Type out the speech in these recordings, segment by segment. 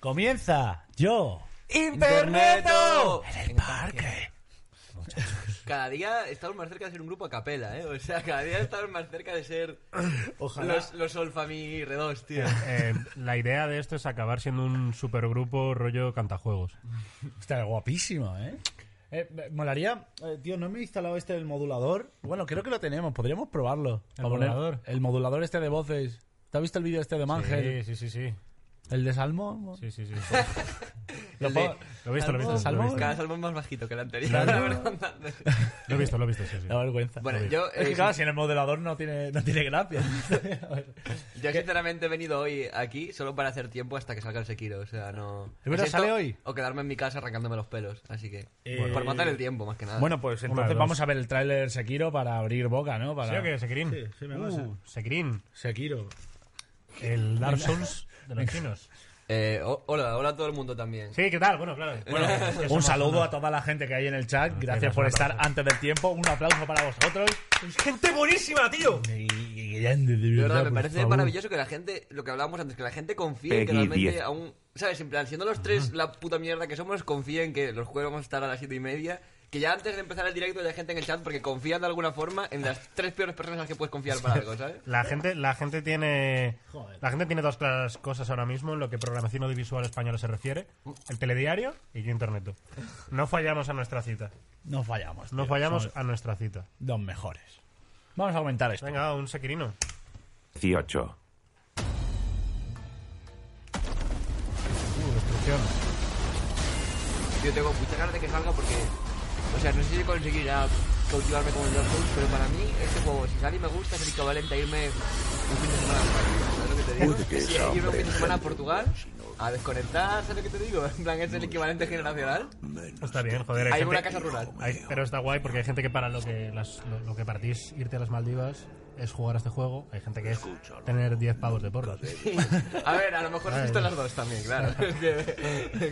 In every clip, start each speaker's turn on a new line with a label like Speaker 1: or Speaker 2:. Speaker 1: comienza yo.
Speaker 2: ¡Interneto!
Speaker 1: En el parque.
Speaker 2: Cada día estamos más cerca de ser un grupo a capela, ¿eh? O sea, cada día estamos más cerca de ser
Speaker 3: Ojalá.
Speaker 2: los, los Olfami Redos, tío.
Speaker 4: Eh, la idea de esto es acabar siendo un supergrupo rollo cantajuegos.
Speaker 3: Está guapísima, ¿eh? Eh, me- molaría, eh, tío, no me he instalado este del modulador. Bueno, creo que lo tenemos, podríamos probarlo.
Speaker 4: ¿El
Speaker 3: Para poner-
Speaker 4: modulador?
Speaker 3: El modulador este de voces. ¿Te has visto el vídeo este de Mangel?
Speaker 4: Sí, sí, sí, sí.
Speaker 3: El de Salmo.
Speaker 4: Sí, sí, sí.
Speaker 3: Lo
Speaker 2: El de-
Speaker 3: puedo-
Speaker 4: Lo he visto, lo he visto. Lo he
Speaker 3: Salmón.
Speaker 4: visto,
Speaker 2: Cada salmón más bajito que el anterior.
Speaker 3: Claro.
Speaker 2: la verdad.
Speaker 4: lo he visto, lo he visto, sí, sí.
Speaker 3: La vergüenza.
Speaker 2: Bueno, yo,
Speaker 3: Es que
Speaker 2: eh,
Speaker 3: claro,
Speaker 2: sin-
Speaker 3: si en el modelador no tiene, no tiene gracia. A ver.
Speaker 2: Yo sinceramente he venido hoy aquí solo para hacer tiempo hasta que salga el Sekiro, o sea, no...
Speaker 3: ¿Es verdad,
Speaker 2: Me siento-
Speaker 3: sale hoy?
Speaker 2: O quedarme en mi casa arrancándome los pelos, así que...
Speaker 3: Eh,
Speaker 2: Por matar el tiempo, más que nada.
Speaker 3: bueno, pues
Speaker 4: Una de
Speaker 3: entonces
Speaker 4: dos.
Speaker 3: vamos a ver el tráiler Sekiro para abrir boca, ¿no? Para...
Speaker 4: ¿Sí o qué, Sekirin?
Speaker 3: Sí, sí, me pasa.
Speaker 4: Uh, Sekirin,
Speaker 3: Sekiro.
Speaker 4: el Dark Souls de los chinos.
Speaker 2: Eh, ho- hola, hola a todo el mundo también.
Speaker 4: Sí, ¿qué tal? Bueno, claro.
Speaker 3: Eh, Un saludo a toda la gente que hay en el chat. Gracias
Speaker 4: gracias,
Speaker 3: por
Speaker 4: un
Speaker 3: estar
Speaker 4: aplauso.
Speaker 3: antes del tiempo. Un aplauso para vosotros.
Speaker 4: ¡Gente buenísima, tío!
Speaker 3: Y- y- y grande, de
Speaker 2: De verdad,
Speaker 3: verdad,
Speaker 2: me
Speaker 3: por
Speaker 2: parece
Speaker 3: favor.
Speaker 2: maravilloso que la gente, lo que hablábamos antes, que la gente confíe en que realmente aún, ¿sabes? En plan, siendo los tres la puta mierda que somos, confíen en que los juegos vamos a estar a las siete y media. Que ya antes de empezar el directo hay gente en el chat porque confían de alguna forma en las tres peores personas en las que puedes confiar para algo, ¿sabes?
Speaker 4: La gente, la gente tiene.
Speaker 3: Joder.
Speaker 4: La gente tiene dos claras cosas ahora mismo en lo que programación audiovisual española se refiere: el telediario y yo internet. No fallamos a nuestra cita.
Speaker 3: No fallamos.
Speaker 4: No
Speaker 3: tío.
Speaker 4: fallamos
Speaker 3: Somos
Speaker 4: a nuestra cita.
Speaker 3: los mejores. Vamos a aumentar esto.
Speaker 4: Venga, un sequirino.
Speaker 5: 18.
Speaker 4: Uh, destrucción.
Speaker 2: Yo tengo muchas ganas de que salga porque, o sea, no sé si conseguirá cautivarme como el Dark Souls, pero para mí este juego, si sale y me gusta, es el equivalente a irme un fin de semana a Portugal, ¿sabes lo que te digo?
Speaker 5: Uy, qué
Speaker 2: Sí, irme un fin de
Speaker 5: hambre,
Speaker 2: semana a Portugal a desconectar, ¿sabes lo que te digo? En plan, es el equivalente generacional.
Speaker 4: Está bien, joder.
Speaker 2: Hay
Speaker 4: gente-
Speaker 2: una casa rural.
Speaker 4: hay- pero está guay porque hay gente que para lo que, las- lo, lo que partís irte a las Maldivas es jugar a este juego. Hay gente que es tener 10 pavos de porro.
Speaker 2: A ver, a lo mejor
Speaker 4: Ay.
Speaker 2: existen las dos también, claro. Es que, es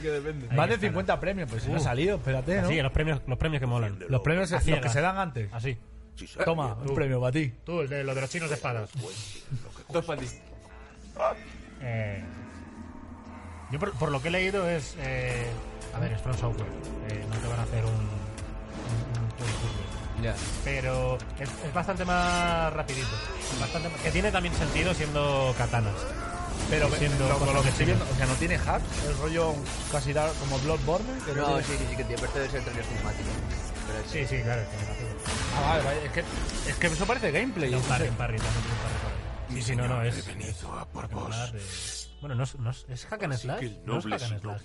Speaker 2: que depende.
Speaker 3: Más de 50 premios, pues si no ha salido, espérate, ¿no?
Speaker 4: Sí, los premios, los premios que molan.
Speaker 3: Los premios los que
Speaker 4: ciegas.
Speaker 3: se dan antes.
Speaker 4: Así.
Speaker 3: Toma, un premio para ti.
Speaker 4: Tú, el de, lo de los chinos de espadas.
Speaker 2: Dos patis.
Speaker 4: Eh, yo por, por lo que he leído es... eh, a ver, es From Software. Eh, no te van a hacer un... un- un juego turbio.
Speaker 2: Ya.
Speaker 4: Pero es, es bastante más rapidito. Bastante, más- que tiene también sentido siendo katanas.
Speaker 3: Pero
Speaker 4: Siendo
Speaker 3: lo, con lo que estoy
Speaker 4: cosas
Speaker 3: viendo, o sea, no tiene hacks, es rollo casi da- como Bloodborne. que
Speaker 2: No,
Speaker 3: tiene-
Speaker 2: sí, sí, sí, que tío, pero esto debe ser trailer cinemático. Pero sí.
Speaker 4: Sí, sí, claro. tiene sentido.
Speaker 3: Ah, vale, vale, es que, es que eso parece gameplay.
Speaker 4: Y un
Speaker 3: no
Speaker 4: parry,
Speaker 3: sé.
Speaker 4: un parry, también tiene un parry, parry. Sí, sí, no, no, es... Molar de- Bueno, no es, no es, es hack and slash. no es hack and slash.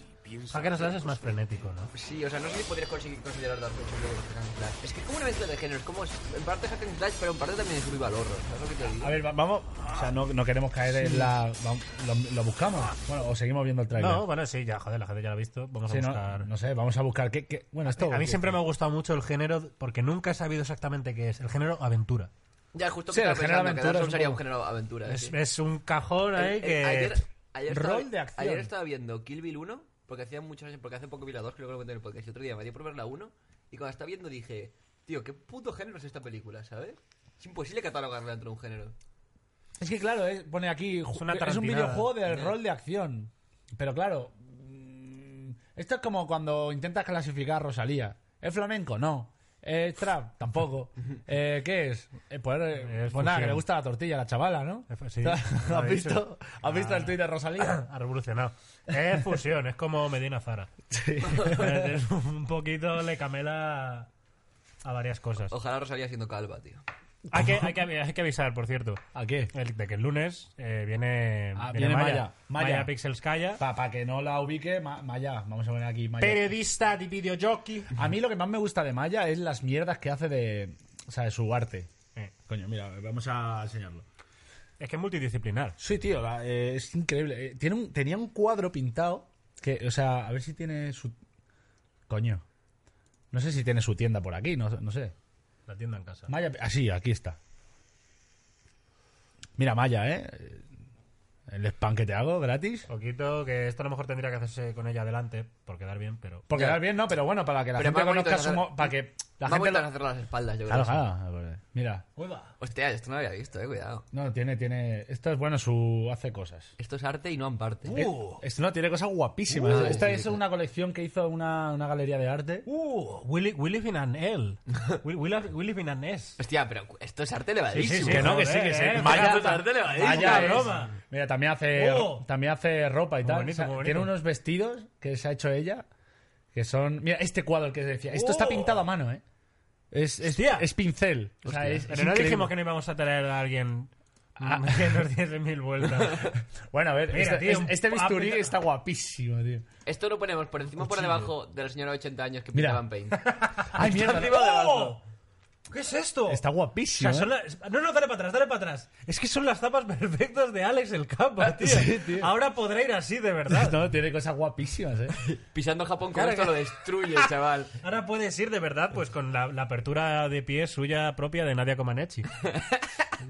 Speaker 4: Hack and slash es más frenético, ¿no?
Speaker 2: Sí, o sea, no sé si podrías conseguir considerar Dark Souls un juego de hack and slash. Es que es como una mezcla de géneros, como es- en parte hack and slash, pero en parte también es survival horror, ¿sabes lo que te digo?
Speaker 3: A ver, va- vamos, o sea, no, no queremos caer en la... vamos- lo, lo buscamos? Bueno, o seguimos viendo el trailer.
Speaker 4: No, bueno, sí, ya, joder, la gente ya lo ha visto. Vamos
Speaker 3: Sí,
Speaker 4: a
Speaker 3: no,
Speaker 4: buscar.
Speaker 3: no sé, vamos a buscar qué... qué- bueno, esto...
Speaker 4: A mí siempre me ha gustado mucho el género porque nunca he sabido exactamente qué es. El género aventura.
Speaker 2: Ya, justo
Speaker 3: Sí,
Speaker 2: que
Speaker 3: el
Speaker 2: estaba
Speaker 3: género
Speaker 2: pensando que
Speaker 3: aventura
Speaker 2: Dark
Speaker 3: es
Speaker 2: Souls
Speaker 3: un
Speaker 2: sería un
Speaker 3: poco-
Speaker 2: género aventura. Ah, sí.
Speaker 4: Es, es un cajón ahí
Speaker 2: El- el-
Speaker 4: que.
Speaker 2: ayer, ayer
Speaker 3: Rol
Speaker 2: estaba,
Speaker 3: de acción.
Speaker 2: ayer estaba viendo Kill Bill 1, porque hacía muchas veces, porque hace poco vi la 2, creo que lo conté en el podcast, y otro día me dio por ver la 1, y cuando estaba viendo dije, tío, qué puto género es esta película, ¿sabes? Es imposible catalogarla dentro de un género.
Speaker 3: Es que claro, eh, pone aquí... ju- Es,
Speaker 4: una
Speaker 3: un
Speaker 4: tarantinada.
Speaker 3: videojuego de rol de acción. Pero claro... mm, Esto es como cuando intentas clasificar a Rosalía. ¿Es flamenco? No. ¿Es trap? Tampoco. Eh, ¿Qué es? Eh, pues eh,
Speaker 4: Es
Speaker 3: pues nada, que
Speaker 4: fusión.
Speaker 3: le gusta la tortilla a la chavala, ¿no?
Speaker 4: Eh, pues sí, lo ha
Speaker 3: ¿Has
Speaker 4: dicho.
Speaker 3: visto, ¿has visto el
Speaker 4: Ah.
Speaker 3: tuit de Rosalía?
Speaker 4: Ha revolucionado. Es fusión, es como Medina Zara. Es un poquito le camela a varias cosas.
Speaker 2: Ojalá Rosalía siendo calva, tío.
Speaker 4: Hay que, hay que, avi- hay que avisar, por cierto.
Speaker 3: ¿A qué?
Speaker 4: El, de que el lunes eh, viene,
Speaker 3: Ah, viene Maya. Maya.
Speaker 4: Maya Pixelskaya.
Speaker 3: Para que no la ubique, Ma- Maya. Vamos a poner aquí Maya.
Speaker 4: Periodista de videojockey.
Speaker 3: A mí lo que más me gusta de Maya es las mierdas que hace de, o sea, de su arte.
Speaker 4: Eh,
Speaker 3: Coño, mira, vamos a enseñarlo.
Speaker 4: es que es multidisciplinar.
Speaker 3: Sí, tío, la- eh, es increíble. Eh, tiene un, tenía un cuadro pintado que, o sea, a ver si tiene su... Coño. No sé si tiene su tienda por aquí, no, no sé.
Speaker 4: La tienda en casa.
Speaker 3: Maya, así, aquí está. Mira, Maya, ¿eh? El spam que te hago gratis.
Speaker 4: Poquito, que esto a lo mejor tendría que hacerse con ella adelante, por quedar bien, pero.
Speaker 3: Porque
Speaker 2: Ya.
Speaker 3: quedar bien, no, pero bueno, para que la
Speaker 2: Pero
Speaker 3: gente
Speaker 2: más bonito
Speaker 3: conozca
Speaker 2: es
Speaker 3: su...
Speaker 2: hacer-
Speaker 3: mo- Para que la
Speaker 2: Más
Speaker 3: gente...
Speaker 2: bonito
Speaker 3: lo-
Speaker 2: es hacer las espaldas, yo
Speaker 3: Claro,
Speaker 2: creo.
Speaker 3: claro. eh, mira.
Speaker 2: Hostia, esto no lo había visto, eh, cuidado.
Speaker 3: No, tiene, tiene. Esto es bueno, su hace cosas.
Speaker 2: Esto es arte y no amparte.
Speaker 4: Uh.
Speaker 3: Eh, Esto no, tiene cosas guapísimas.
Speaker 2: Uh,
Speaker 3: Esta
Speaker 2: sí,
Speaker 3: es
Speaker 2: claro.
Speaker 3: una colección que hizo una, una galería de arte.
Speaker 4: Uh, we, li- we live in an L. We, we live, we live in an S.
Speaker 2: Hostia, pero cu- esto es arte elevadísimo.
Speaker 4: Sí,
Speaker 3: Que no, que sí, que
Speaker 4: joder,
Speaker 3: sí.
Speaker 4: eh,
Speaker 2: Esto
Speaker 3: Vaya,
Speaker 2: es arte elevadísimo.
Speaker 3: vaya
Speaker 4: es.
Speaker 3: broma. Mira, también hace,
Speaker 4: eh. Uh.
Speaker 3: también hace ropa y
Speaker 4: Muy
Speaker 3: tal.
Speaker 4: bonito,
Speaker 3: O sea,
Speaker 4: muy bonito.
Speaker 3: tiene unos vestidos que se ha hecho ella, que son... Mira, este cuadro que decía. Esto está
Speaker 4: Uh.
Speaker 3: pintado a mano, ¿eh? Es, es,
Speaker 4: Hostia.
Speaker 3: es pincel. O sea,
Speaker 2: Hostia.
Speaker 3: es- es
Speaker 4: Pero no
Speaker 3: increíble. Ah.
Speaker 4: dijimos que no íbamos a traer a alguien que nos diese mil vueltas.
Speaker 3: Bueno, a ver,
Speaker 4: Mira,
Speaker 3: este,
Speaker 4: tío,
Speaker 3: este-
Speaker 4: un-
Speaker 3: este bisturí
Speaker 4: ah,
Speaker 3: está guapísimo, tío.
Speaker 2: Esto lo ponemos por encima o por debajo de la señora de 80 años que
Speaker 3: Mira.
Speaker 2: pintaba en Paint.
Speaker 3: ¡Ay, mierda!
Speaker 2: arriba o debajo.
Speaker 4: ¡Oh! ¿Qué es esto?
Speaker 3: Está
Speaker 4: Oh. O
Speaker 3: guapísimo.
Speaker 4: sea, son
Speaker 3: ¿eh?
Speaker 4: las- No, no, dale para atrás, dale para atrás. Es que son las tapas perfectas de Alex el Capa, tío.
Speaker 3: Ah, Sí, tío.
Speaker 4: Ahora podrá ir así, de verdad.
Speaker 3: No, tiene cosas guapísimas, ¿eh?
Speaker 2: Pisando Japón con
Speaker 4: Claro
Speaker 2: esto
Speaker 4: que-
Speaker 2: lo destruye, chaval.
Speaker 4: Ahora puedes ir, de verdad, pues con la, la apertura de pie suya propia de Nadia Comaneci.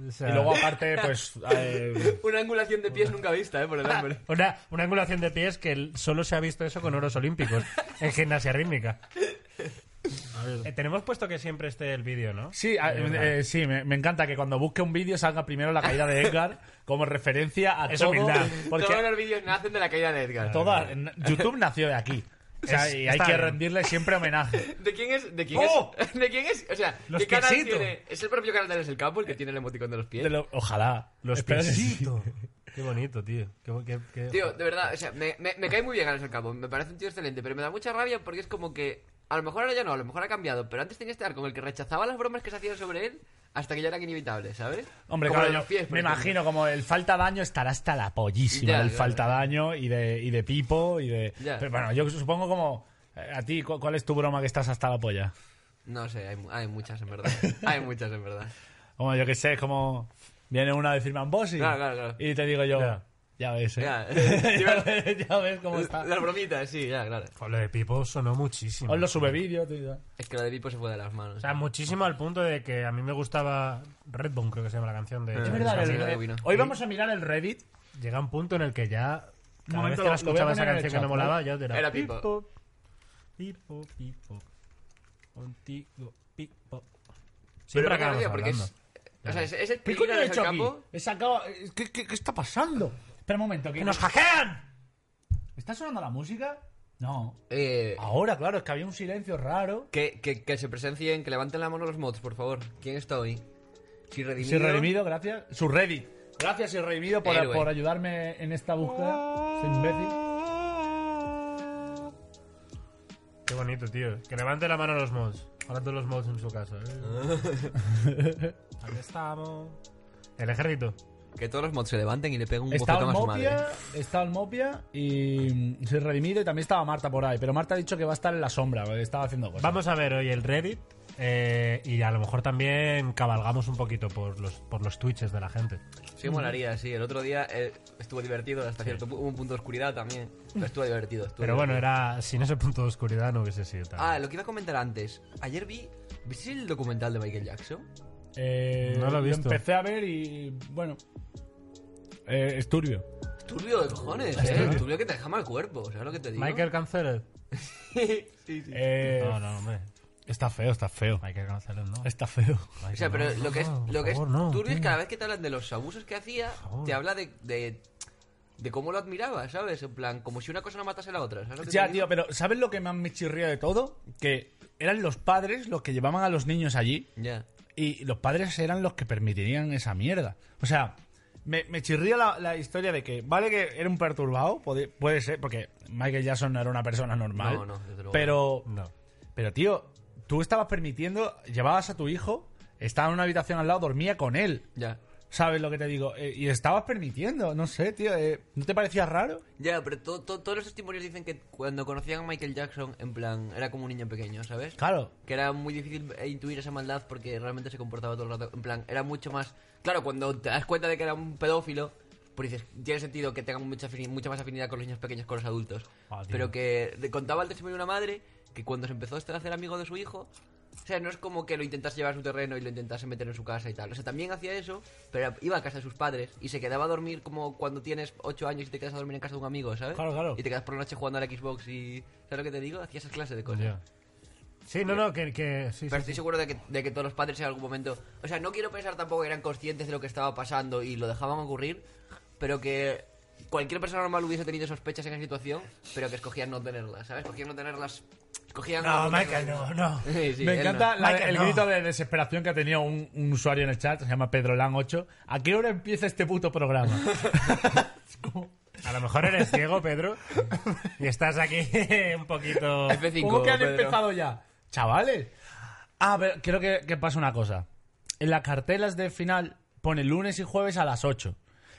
Speaker 4: O sea,
Speaker 3: Y luego, aparte, pues... eh,
Speaker 2: Una angulación de pies nunca vista, eh, por el hombre.
Speaker 4: Una, una angulación de pies que el- solo se ha visto eso con oros olímpicos en gimnasia rítmica. Eh, tenemos puesto que siempre esté el vídeo, ¿no?
Speaker 3: Sí, a- eh, sí me, me encanta que cuando busque un vídeo salga primero la caída de Edgar como referencia a
Speaker 4: Es
Speaker 3: todo.
Speaker 4: humildad.
Speaker 3: Porque
Speaker 2: Todos los vídeos nacen de la caída de Edgar.
Speaker 3: toda, n- YouTube nació de aquí. O sea,
Speaker 4: Es-
Speaker 3: y hay
Speaker 4: está
Speaker 3: que
Speaker 4: bien.
Speaker 3: rendirle siempre homenaje.
Speaker 2: ¿De quién es? ¿De quién
Speaker 4: ¡Oh!
Speaker 2: es? ¿De quién es? O sea,
Speaker 4: Los
Speaker 2: ¿qué canal
Speaker 4: piecitos.
Speaker 2: tiene? ¿Es el propio canal de Alex el Campo el que tiene el emoticón de los pies?
Speaker 3: De lo- ojalá.
Speaker 4: Los
Speaker 3: Espero que sí.
Speaker 4: piecitos. Qué bonito, tío. Qué, bo- qué- qué-
Speaker 2: Tío, de verdad, o sea, me, me- me cae muy bien Alex el Campo. Me parece un tío excelente, pero me da mucha rabia porque es como que. A lo mejor ahora ya no, a lo mejor ha cambiado, pero antes tenía que estar con el que rechazaba las bromas que se hacían sobre él hasta que ya eran inevitables, ¿sabes?
Speaker 3: Hombre,
Speaker 2: Como
Speaker 3: claro,
Speaker 2: de los
Speaker 3: yo
Speaker 2: pies, por
Speaker 3: me
Speaker 2: ejemplo.
Speaker 3: imagino como el falta daño estará hasta la pollísima
Speaker 2: Ya,
Speaker 3: del
Speaker 2: ya,
Speaker 3: falta
Speaker 2: ya.
Speaker 3: daño y de, y de pipo y de...
Speaker 2: Ya.
Speaker 3: Pero bueno, yo supongo como... eh, A ti, ¿cu- ¿cuál es tu broma que estás hasta la polla?
Speaker 2: No sé, hay, mu- hay muchas en verdad. Hay muchas en verdad.
Speaker 3: Como yo que sé, es como... Viene una a decirme Ambossi
Speaker 2: Claro, claro, claro.
Speaker 3: y te digo yo...
Speaker 4: Ya.
Speaker 3: Ya ves, ¿eh?
Speaker 2: Ya.
Speaker 3: ya, ves, ya ves cómo está.
Speaker 2: Las bromitas, sí, ya, claro.
Speaker 4: Joder, lo de Pipo sonó muchísimo.
Speaker 3: Os lo sube vídeo, tío.
Speaker 2: Es que lo de Pipo se fue de las manos.
Speaker 4: O sea, muchísimo al punto de que a mí me gustaba Redbone, creo que se llama la canción de...
Speaker 2: Es
Speaker 3: verdad,
Speaker 2: Sí,
Speaker 3: el-
Speaker 2: lo adivino.
Speaker 3: Hoy vamos a mirar el Reddit.
Speaker 4: Llega un punto en el que ya... Cada
Speaker 3: momento, lo
Speaker 4: vez que la
Speaker 3: voy a
Speaker 4: escuchaba
Speaker 3: poner en
Speaker 4: esa
Speaker 3: el
Speaker 4: canción que
Speaker 3: chat,
Speaker 4: me molaba, ya era...
Speaker 2: Era Pipo.
Speaker 4: Pipo, Pipo. Contigo, Pipo.
Speaker 2: Pero
Speaker 4: Siempre
Speaker 2: me
Speaker 4: acabamos
Speaker 2: cabrea porque
Speaker 4: hablando.
Speaker 2: es. O sea, es, es el
Speaker 3: ¿Qué
Speaker 2: pico
Speaker 3: coño
Speaker 2: de
Speaker 3: he
Speaker 2: Alex
Speaker 3: hecho
Speaker 2: el
Speaker 3: aquí?
Speaker 2: Campo.
Speaker 3: He sacado... eh, ¿Qué, qué, qué está pasando? Espera un momento. que-
Speaker 4: ¡Que nos hackean!
Speaker 3: ¿Está sonando la música? No.
Speaker 2: Eh,
Speaker 3: Ahora, claro, es que había un silencio raro.
Speaker 2: que, que, que se presencien, que levanten la mano los mods, por favor. ¿Quién está hoy? Si redimido.
Speaker 3: Sí, redimido, gracias. Su Reddit. Gracias, sí, redimido, por,
Speaker 2: Héroe.
Speaker 3: por ayudarme en esta búsqueda. Soy imbécil.
Speaker 4: Qué bonito, tío. Que levante la mano los mods. Ahora todos los mods en su casa. ¿eh? Aquí estamos. El ejército.
Speaker 2: Que todos los mods se levanten y le peguen un
Speaker 3: Está
Speaker 2: bofetón a su madre.
Speaker 3: Olmopia, está Olmopia y mm, soy redimido y también estaba Marta por ahí. Pero Marta ha dicho que va a estar en la sombra, porque estaba haciendo cosas.
Speaker 4: Vamos a ver hoy el Reddit. eh, y a lo mejor también cabalgamos un poquito por los, por los twitches de la gente.
Speaker 2: Sí, molaría, sí. El otro día eh, estuvo divertido, hasta cierto pu- Hubo un punto de oscuridad también. Pero estuvo divertido. estuvo
Speaker 4: Pero bueno,
Speaker 2: divertido.
Speaker 4: era sin ese punto de oscuridad no hubiese sido tan.
Speaker 2: Ah, lo que iba a comentar antes. Ayer vi. ¿Visteis el documental de Michael Jackson?
Speaker 3: Eh,
Speaker 4: No lo he visto.
Speaker 3: empecé a ver y. Bueno. Eh, es turbio.
Speaker 2: Es Turbio de cojones, eh.
Speaker 4: turbio.
Speaker 2: Turbio que te deja mal cuerpo, ¿sabes lo que te digo?
Speaker 4: Michael Canceled.
Speaker 2: sí, sí.
Speaker 3: Eh,
Speaker 4: No, no, hombre.
Speaker 3: Está feo, está feo.
Speaker 4: Michael Canceled, no.
Speaker 3: Está feo.
Speaker 2: O sea, pero lo que es,
Speaker 4: No, por
Speaker 2: lo que es
Speaker 4: favor, no,
Speaker 2: turbio es
Speaker 4: tío.
Speaker 2: cada vez que te hablan de los abusos que hacía,
Speaker 4: favor.
Speaker 2: te habla de, de, de cómo lo admiraba, ¿sabes? En plan, como si una cosa no matase a la otra. ¿sabes lo que
Speaker 3: Ya,
Speaker 2: te digo?
Speaker 3: tío, pero ¿sabes lo que más me chirría de todo? Que eran los padres los que llevaban a los niños allí
Speaker 2: Ya.
Speaker 3: y los padres eran los que permitirían esa mierda. O sea, me, me chirría la, la historia de que, vale que era un perturbado, puede, puede ser, porque Michael Jackson no era una persona normal.
Speaker 2: No, no, desde luego.
Speaker 3: Pero,
Speaker 4: No.
Speaker 3: pero tío, tú estabas permitiendo, llevabas a tu hijo, estaba en una habitación al lado, dormía con él.
Speaker 2: Ya.
Speaker 3: ¿Sabes lo que te digo? Eh, y estabas permitiendo, no sé, tío. eh, ¿No te parecía raro?
Speaker 2: Ya, pero to- to- todos los testimonios dicen que cuando conocían a Michael Jackson, en plan, era como un niño pequeño, ¿sabes?
Speaker 3: Claro.
Speaker 2: Que era muy difícil eh, intuir esa maldad porque realmente se comportaba todo el rato. En plan, era mucho más. Claro, cuando te das cuenta de que era un pedófilo, pues dices, tiene sentido que tengan mucha, afini- mucha más afinidad con los niños pequeños que con los adultos.
Speaker 4: Ah, tío.
Speaker 2: Pero que le contaba el testimonio de una madre que cuando se empezó a hacer amigo de su hijo. O sea, no es como que lo intentase llevar a su terreno y lo intentase meter en su casa y tal. O sea, también hacía eso, pero iba a casa de sus padres y se quedaba a dormir como cuando tienes 8 años y te quedas a dormir en casa de un amigo, ¿sabes?
Speaker 3: Claro, claro.
Speaker 2: Y te quedas por la noche jugando a la Xbox y... ¿Sabes lo que te digo? Hacía esas clases de cosas.
Speaker 4: Ya. Sí, no, no, que. que- sí,
Speaker 2: Pero
Speaker 4: sí,
Speaker 2: estoy seguro de que, de que todos los padres en algún momento. O sea, no quiero pensar tampoco que eran conscientes de lo que estaba pasando y lo dejaban ocurrir, pero que cualquier persona normal hubiese tenido sospechas en esa situación, pero que escogían no tenerlas, ¿sabes? Escogían no tenerlas. Escogían.
Speaker 1: No,
Speaker 2: ocultarlas.
Speaker 1: Michael, no, no.
Speaker 2: Sí, sí,
Speaker 3: Me
Speaker 2: él
Speaker 3: encanta
Speaker 2: no.
Speaker 3: la-
Speaker 1: Michael,
Speaker 3: el
Speaker 1: no.
Speaker 3: grito de desesperación que ha tenido un, un usuario en el chat, se llama PedroLan8. ¿A qué hora empieza este puto programa? Es como-
Speaker 4: A lo mejor eres ciego, Pedro, y estás aquí un poquito.
Speaker 2: F5,
Speaker 3: ¿Cómo que han
Speaker 2: Pedro.
Speaker 3: empezado ya? Chavales. Ah, pero creo que, que pasa una cosa. En las cartelas de final pone lunes y jueves a las 8.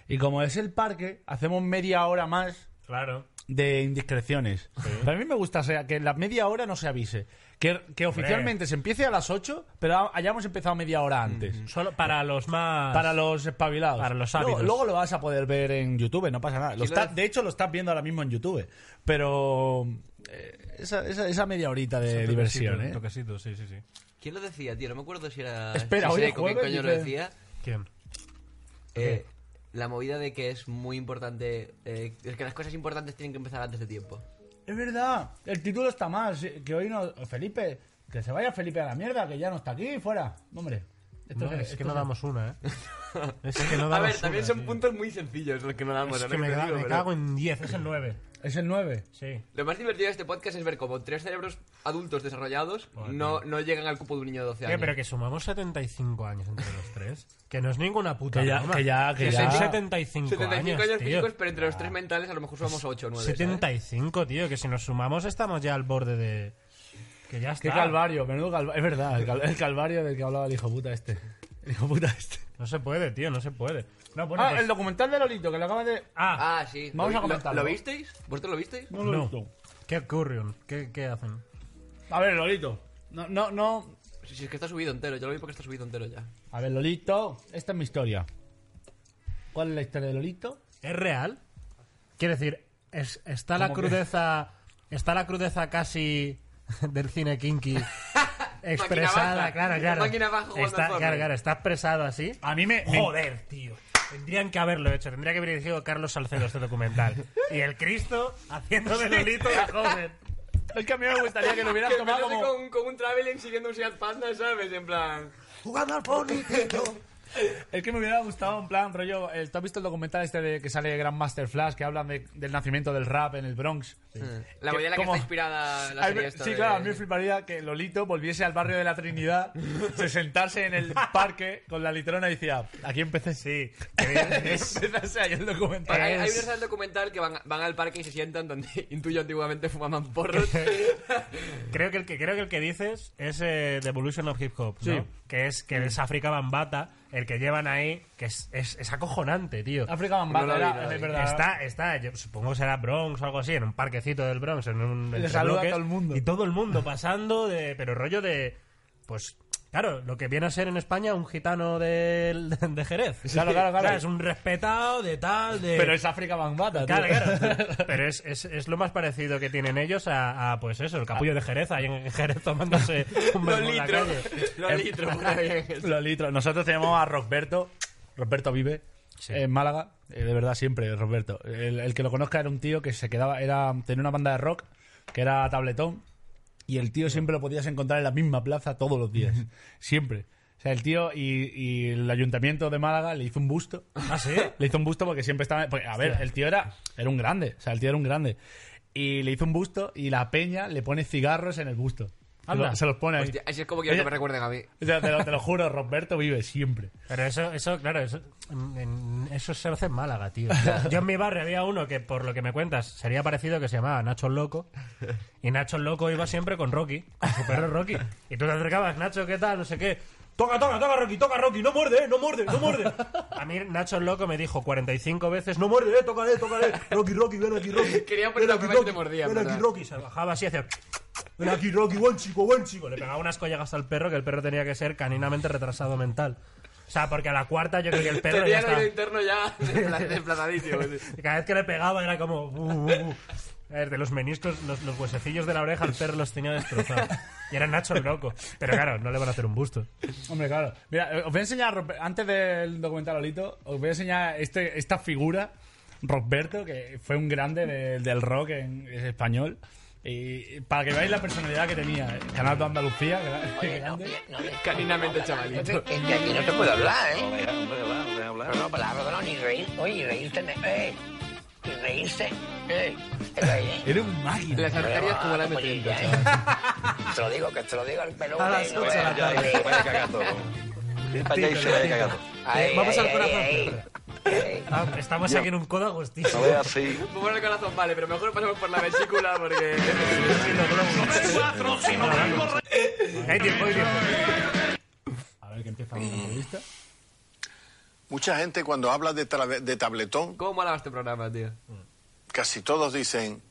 Speaker 3: Y como es el parque, hacemos media hora más
Speaker 4: Claro.
Speaker 3: de indiscreciones. Pero a mí me gusta o sea, que la media hora no se avise. Que, que oficialmente se empiece a las 8, pero ha- hayamos empezado media hora antes.
Speaker 4: Solo para los más.
Speaker 3: Para los espabilados.
Speaker 4: Para los
Speaker 3: Luego-
Speaker 4: ávidos.
Speaker 3: Luego, lo vas a poder ver en YouTube, no pasa nada. Lo
Speaker 2: Quiero
Speaker 3: está-
Speaker 2: dec-
Speaker 3: de hecho, lo estás viendo ahora mismo en YouTube. Pero eh, esa, esa- esa media horita de
Speaker 4: Un
Speaker 3: diversión,
Speaker 4: toquecito,
Speaker 3: ¿eh?
Speaker 4: un toquecito, sí, sí, sí.
Speaker 2: ¿Quién lo decía, tío? No me acuerdo si era.
Speaker 3: Espera,
Speaker 2: si
Speaker 3: hoy es
Speaker 2: Seiko, ¿quién
Speaker 3: jueves,
Speaker 2: coño lo
Speaker 3: dice-
Speaker 2: decía?
Speaker 4: ¿Quién?
Speaker 2: Eh, la movida de que es muy importante. eh, es que las cosas importantes tienen que empezar antes de tiempo.
Speaker 3: Es verdad, el título está mal. sí, Que hoy no. Felipe, que se vaya Felipe a la mierda, que ya no está aquí, fuera. No, Hombre, esto
Speaker 4: No,
Speaker 3: se-
Speaker 4: es que
Speaker 3: esto
Speaker 4: no
Speaker 3: se-
Speaker 4: damos una, ¿eh? Es que no
Speaker 2: A
Speaker 4: damos
Speaker 2: ver, también
Speaker 4: una,
Speaker 2: son
Speaker 4: tío.
Speaker 2: puntos muy sencillos los que no damos.
Speaker 4: Es
Speaker 2: ahora
Speaker 4: que me,
Speaker 2: te
Speaker 4: da-
Speaker 2: digo,
Speaker 4: me
Speaker 2: pero-
Speaker 4: cago en 10, es el 9.
Speaker 3: Es el 9.
Speaker 4: Sí.
Speaker 2: Lo más divertido de este podcast es ver cómo tres cerebros adultos desarrollados no, no llegan al cupo de un niño de
Speaker 3: este
Speaker 2: 12
Speaker 4: Eh,
Speaker 2: años.
Speaker 4: pero que sumamos 75 años entre los tres. Que no es ninguna puta
Speaker 3: Que ya-
Speaker 4: broma.
Speaker 3: que ya- que ya.
Speaker 4: son 75,
Speaker 2: 75 años
Speaker 4: tío.
Speaker 2: físicos, pero entre los
Speaker 3: Ah.
Speaker 2: tres mentales a lo mejor sumamos 8 o 9.
Speaker 4: 75, tío, que si nos sumamos estamos ya al borde de... Que ya está.
Speaker 3: Qué calvario, menudo calvario. Es verdad, el, cal- el calvario del que hablaba el hijo puta este. El hijo puta este.
Speaker 4: No se puede, tío, no se puede. No, bueno,
Speaker 3: ah,
Speaker 4: pues-
Speaker 3: el documental de Lolito, que lo acabas de.
Speaker 4: ah,
Speaker 2: Ah, sí.
Speaker 3: Vamos
Speaker 2: ¿Lo-
Speaker 3: a comentarlo.
Speaker 2: ¿Lo, ¿Lo visteis? ¿Vosotros lo visteis?
Speaker 3: No
Speaker 4: no. ¿Qué ocurrió? ¿Qué, ¿Qué hacen?
Speaker 3: A ver, Lolito. No, no, no.
Speaker 2: Si es que está subido entero, yo lo vi porque está subido entero ya.
Speaker 3: A ver, Lolito, esta es mi historia. ¿Cuál es la historia de Lolito?
Speaker 4: ¿Es real? Quiero decir, es- está la
Speaker 3: ¿Cómo que?
Speaker 4: crudeza... Está la crudeza casi del cine kinky
Speaker 2: baja.
Speaker 4: expresada, claro, claro.
Speaker 2: Máquina baja jugando
Speaker 4: está,
Speaker 2: al Fortnite.
Speaker 4: claro, claro, está expresado así.
Speaker 3: A mí me. me-
Speaker 4: Joder, tío. Tendrían que haberlo hecho. Tendría que haber dirigido Carlos Salcedo este documental. y el Cristo haciendo de Lolito de joven.
Speaker 3: Es que a mí me gustaría que lo hubieran
Speaker 2: Que
Speaker 3: tomado
Speaker 2: empezase
Speaker 3: como.
Speaker 2: con, con un traveling siguiendo un Seat Panda, ¿sabes? En plan...
Speaker 1: Jugando al pony,
Speaker 3: Es que me hubiera gustado, en plan, rollo. eh, ¿Tú has visto el documental este de que sale Grandmaster Flash, que hablan de- del nacimiento del rap en el Bronx?
Speaker 2: Mm. La movida en la que
Speaker 3: ¿Cómo?
Speaker 2: está inspirada la
Speaker 3: A mí-
Speaker 2: serie esta
Speaker 3: sí,
Speaker 2: de-
Speaker 3: claro, a mí me fliparía que Lolito volviese al barrio de la Trinidad, se sentase en el parque con la litrona y decía, aquí empecé.
Speaker 4: Sí.
Speaker 3: Empezase ahí el documental.
Speaker 2: Hay, hay
Speaker 4: Es-
Speaker 2: una escena del documental que van, van al parque y se sientan donde intuyo antiguamente fumaban porros.
Speaker 4: Creo que el que, creo que, el que dices es eh, The Evolution of Hip Hop, ¿no?
Speaker 3: Sí.
Speaker 4: Que es que es África Bambata, el que llevan ahí, que es, es, es acojonante, tío.
Speaker 3: África
Speaker 2: No
Speaker 3: Bambata,
Speaker 2: lo
Speaker 3: era-
Speaker 2: vi, no lo
Speaker 3: es
Speaker 2: vi.
Speaker 3: verdad.
Speaker 4: Está, está, yo supongo que será Bronx o algo así, en un parquecito del Bronx, en un
Speaker 3: Le
Speaker 4: entre
Speaker 3: saluda a
Speaker 4: bloques,
Speaker 3: todo el mundo.
Speaker 4: Y todo el mundo pasando de. Pero rollo de. Pues. Claro, lo que viene a ser en España un gitano del- de, Jerez.
Speaker 3: Claro, claro, claro.
Speaker 4: O sea, es un respetado de tal, de.
Speaker 3: Pero es África Bambata. tío.
Speaker 4: Claro, claro. Pero es, es, es lo más parecido que tienen ellos a, a, pues eso, el capullo de Jerez, ahí en Jerez tomándose un
Speaker 2: los
Speaker 4: vermú en la
Speaker 2: litros.
Speaker 4: calle.
Speaker 2: Los litros. por ahí.
Speaker 3: Lolito. Nosotros tenemos a Rosberto. Roberto vive en Málaga. Eh, de verdad, siempre, Roberto. El, el que lo conozca era un tío que se quedaba. era Tenía una banda de rock que era tabletón. Y el tío siempre lo podías encontrar en la misma plaza todos los días. Siempre. O sea, el tío y, y el ayuntamiento de Málaga le hizo un busto.
Speaker 4: ¿Ah, sí?
Speaker 3: Le hizo un busto porque siempre estaba. porque, a ver, el tío era, era un grande. O sea, el tío era un grande. Y le hizo un busto y la peña le pone cigarros en el busto. Se
Speaker 4: Anda.
Speaker 3: lo- Se los pone ahí.
Speaker 2: Hostia, así es como quiero que me recuerden a mí.
Speaker 3: O sea, te lo, te lo juro, Roberto vive siempre.
Speaker 4: Pero eso, eso claro, eso, en- en- eso se hace en Málaga, tío. Yo en mi barrio había uno que, por lo que me cuentas, sería parecido que se llamaba Nacho el Loco. Y Nacho el Loco iba siempre con Rocky, con su perro Rocky. Y tú te acercabas, Nacho, ¿qué tal? No sé qué. Toca, toca, toca, Rocky, toca, Rocky, no muerde, eh, no muerde, no muerde. A mí Nacho el Loco me dijo 45 veces, no muerde, eh, tócale, tócale. Rocky, Rocky, ven aquí, Rocky.
Speaker 2: Quería
Speaker 4: ven
Speaker 2: poner la
Speaker 4: aquí,
Speaker 2: primera y
Speaker 4: Rocky,
Speaker 2: te mordía,
Speaker 4: Ven
Speaker 2: ¿verdad?
Speaker 4: aquí, Rocky. Se bajaba así y hacía... Ven aquí, Rocky, buen chico, buen chico. Le pegaba unas collejas al perro que el perro tenía que ser caninamente retrasado mental. O sea, porque a la cuarta yo creo que el perro ya
Speaker 2: Tenía el
Speaker 4: estaba...
Speaker 2: oído interno ya despla- desplazadísimo.
Speaker 4: Y Cada vez que le pegaba era como... uh, uh, uh. A ver, de los meniscos, los, los huesecillos de la oreja, el perro los tenía destrozados. Y era Nacho el loco. Pero claro, no le van a hacer un busto.
Speaker 3: Hombre, claro. Mira, eh, os voy a enseñar, a Rob- antes del documental Olito, os voy a enseñar este, esta figura, Roberto, que fue un grande de- del rock en, es español. Y para que veáis la personalidad que tenía. ¿eh? Canal de Andalucía. que era-
Speaker 5: Oye, no,
Speaker 3: grande.
Speaker 5: no, no,
Speaker 2: Caninamente chavalito.
Speaker 5: Es que aquí no se puede hablar, ¿eh?
Speaker 6: Hombre, hombre, va, voy a hablar.
Speaker 5: Pero no, palabra, no, ni reír. Oye, y reírse, ne- eh. Y reírse, eh. Eh,
Speaker 3: Era un máquina.
Speaker 2: Las arterias como la
Speaker 5: oye,
Speaker 2: M30.
Speaker 5: ya, eh. Te lo digo, que te lo digo al pelón.
Speaker 4: A las
Speaker 5: eh, no,
Speaker 4: ocho de la
Speaker 5: eh,
Speaker 6: Ya,
Speaker 5: eh,
Speaker 6: ya, vaya cagazo. Ir para allá y se vaya cagazo.
Speaker 5: ahí,
Speaker 4: Vamos
Speaker 5: ahí,
Speaker 4: al corazón.
Speaker 5: ahí, ahí.
Speaker 4: Ah, estamos aquí en un codo agostísimo.
Speaker 6: No veas así.
Speaker 2: Vamos al corazón, vale, pero mejor pasamos por la vesícula porque.
Speaker 4: Hay tiempo, hay tiempo.
Speaker 3: A ver que empieza la entrevista.
Speaker 7: Mucha gente cuando habla de, trabe- de tabletón,
Speaker 2: ¿Cómo molaba este programa, tío?
Speaker 7: casi todos dicen,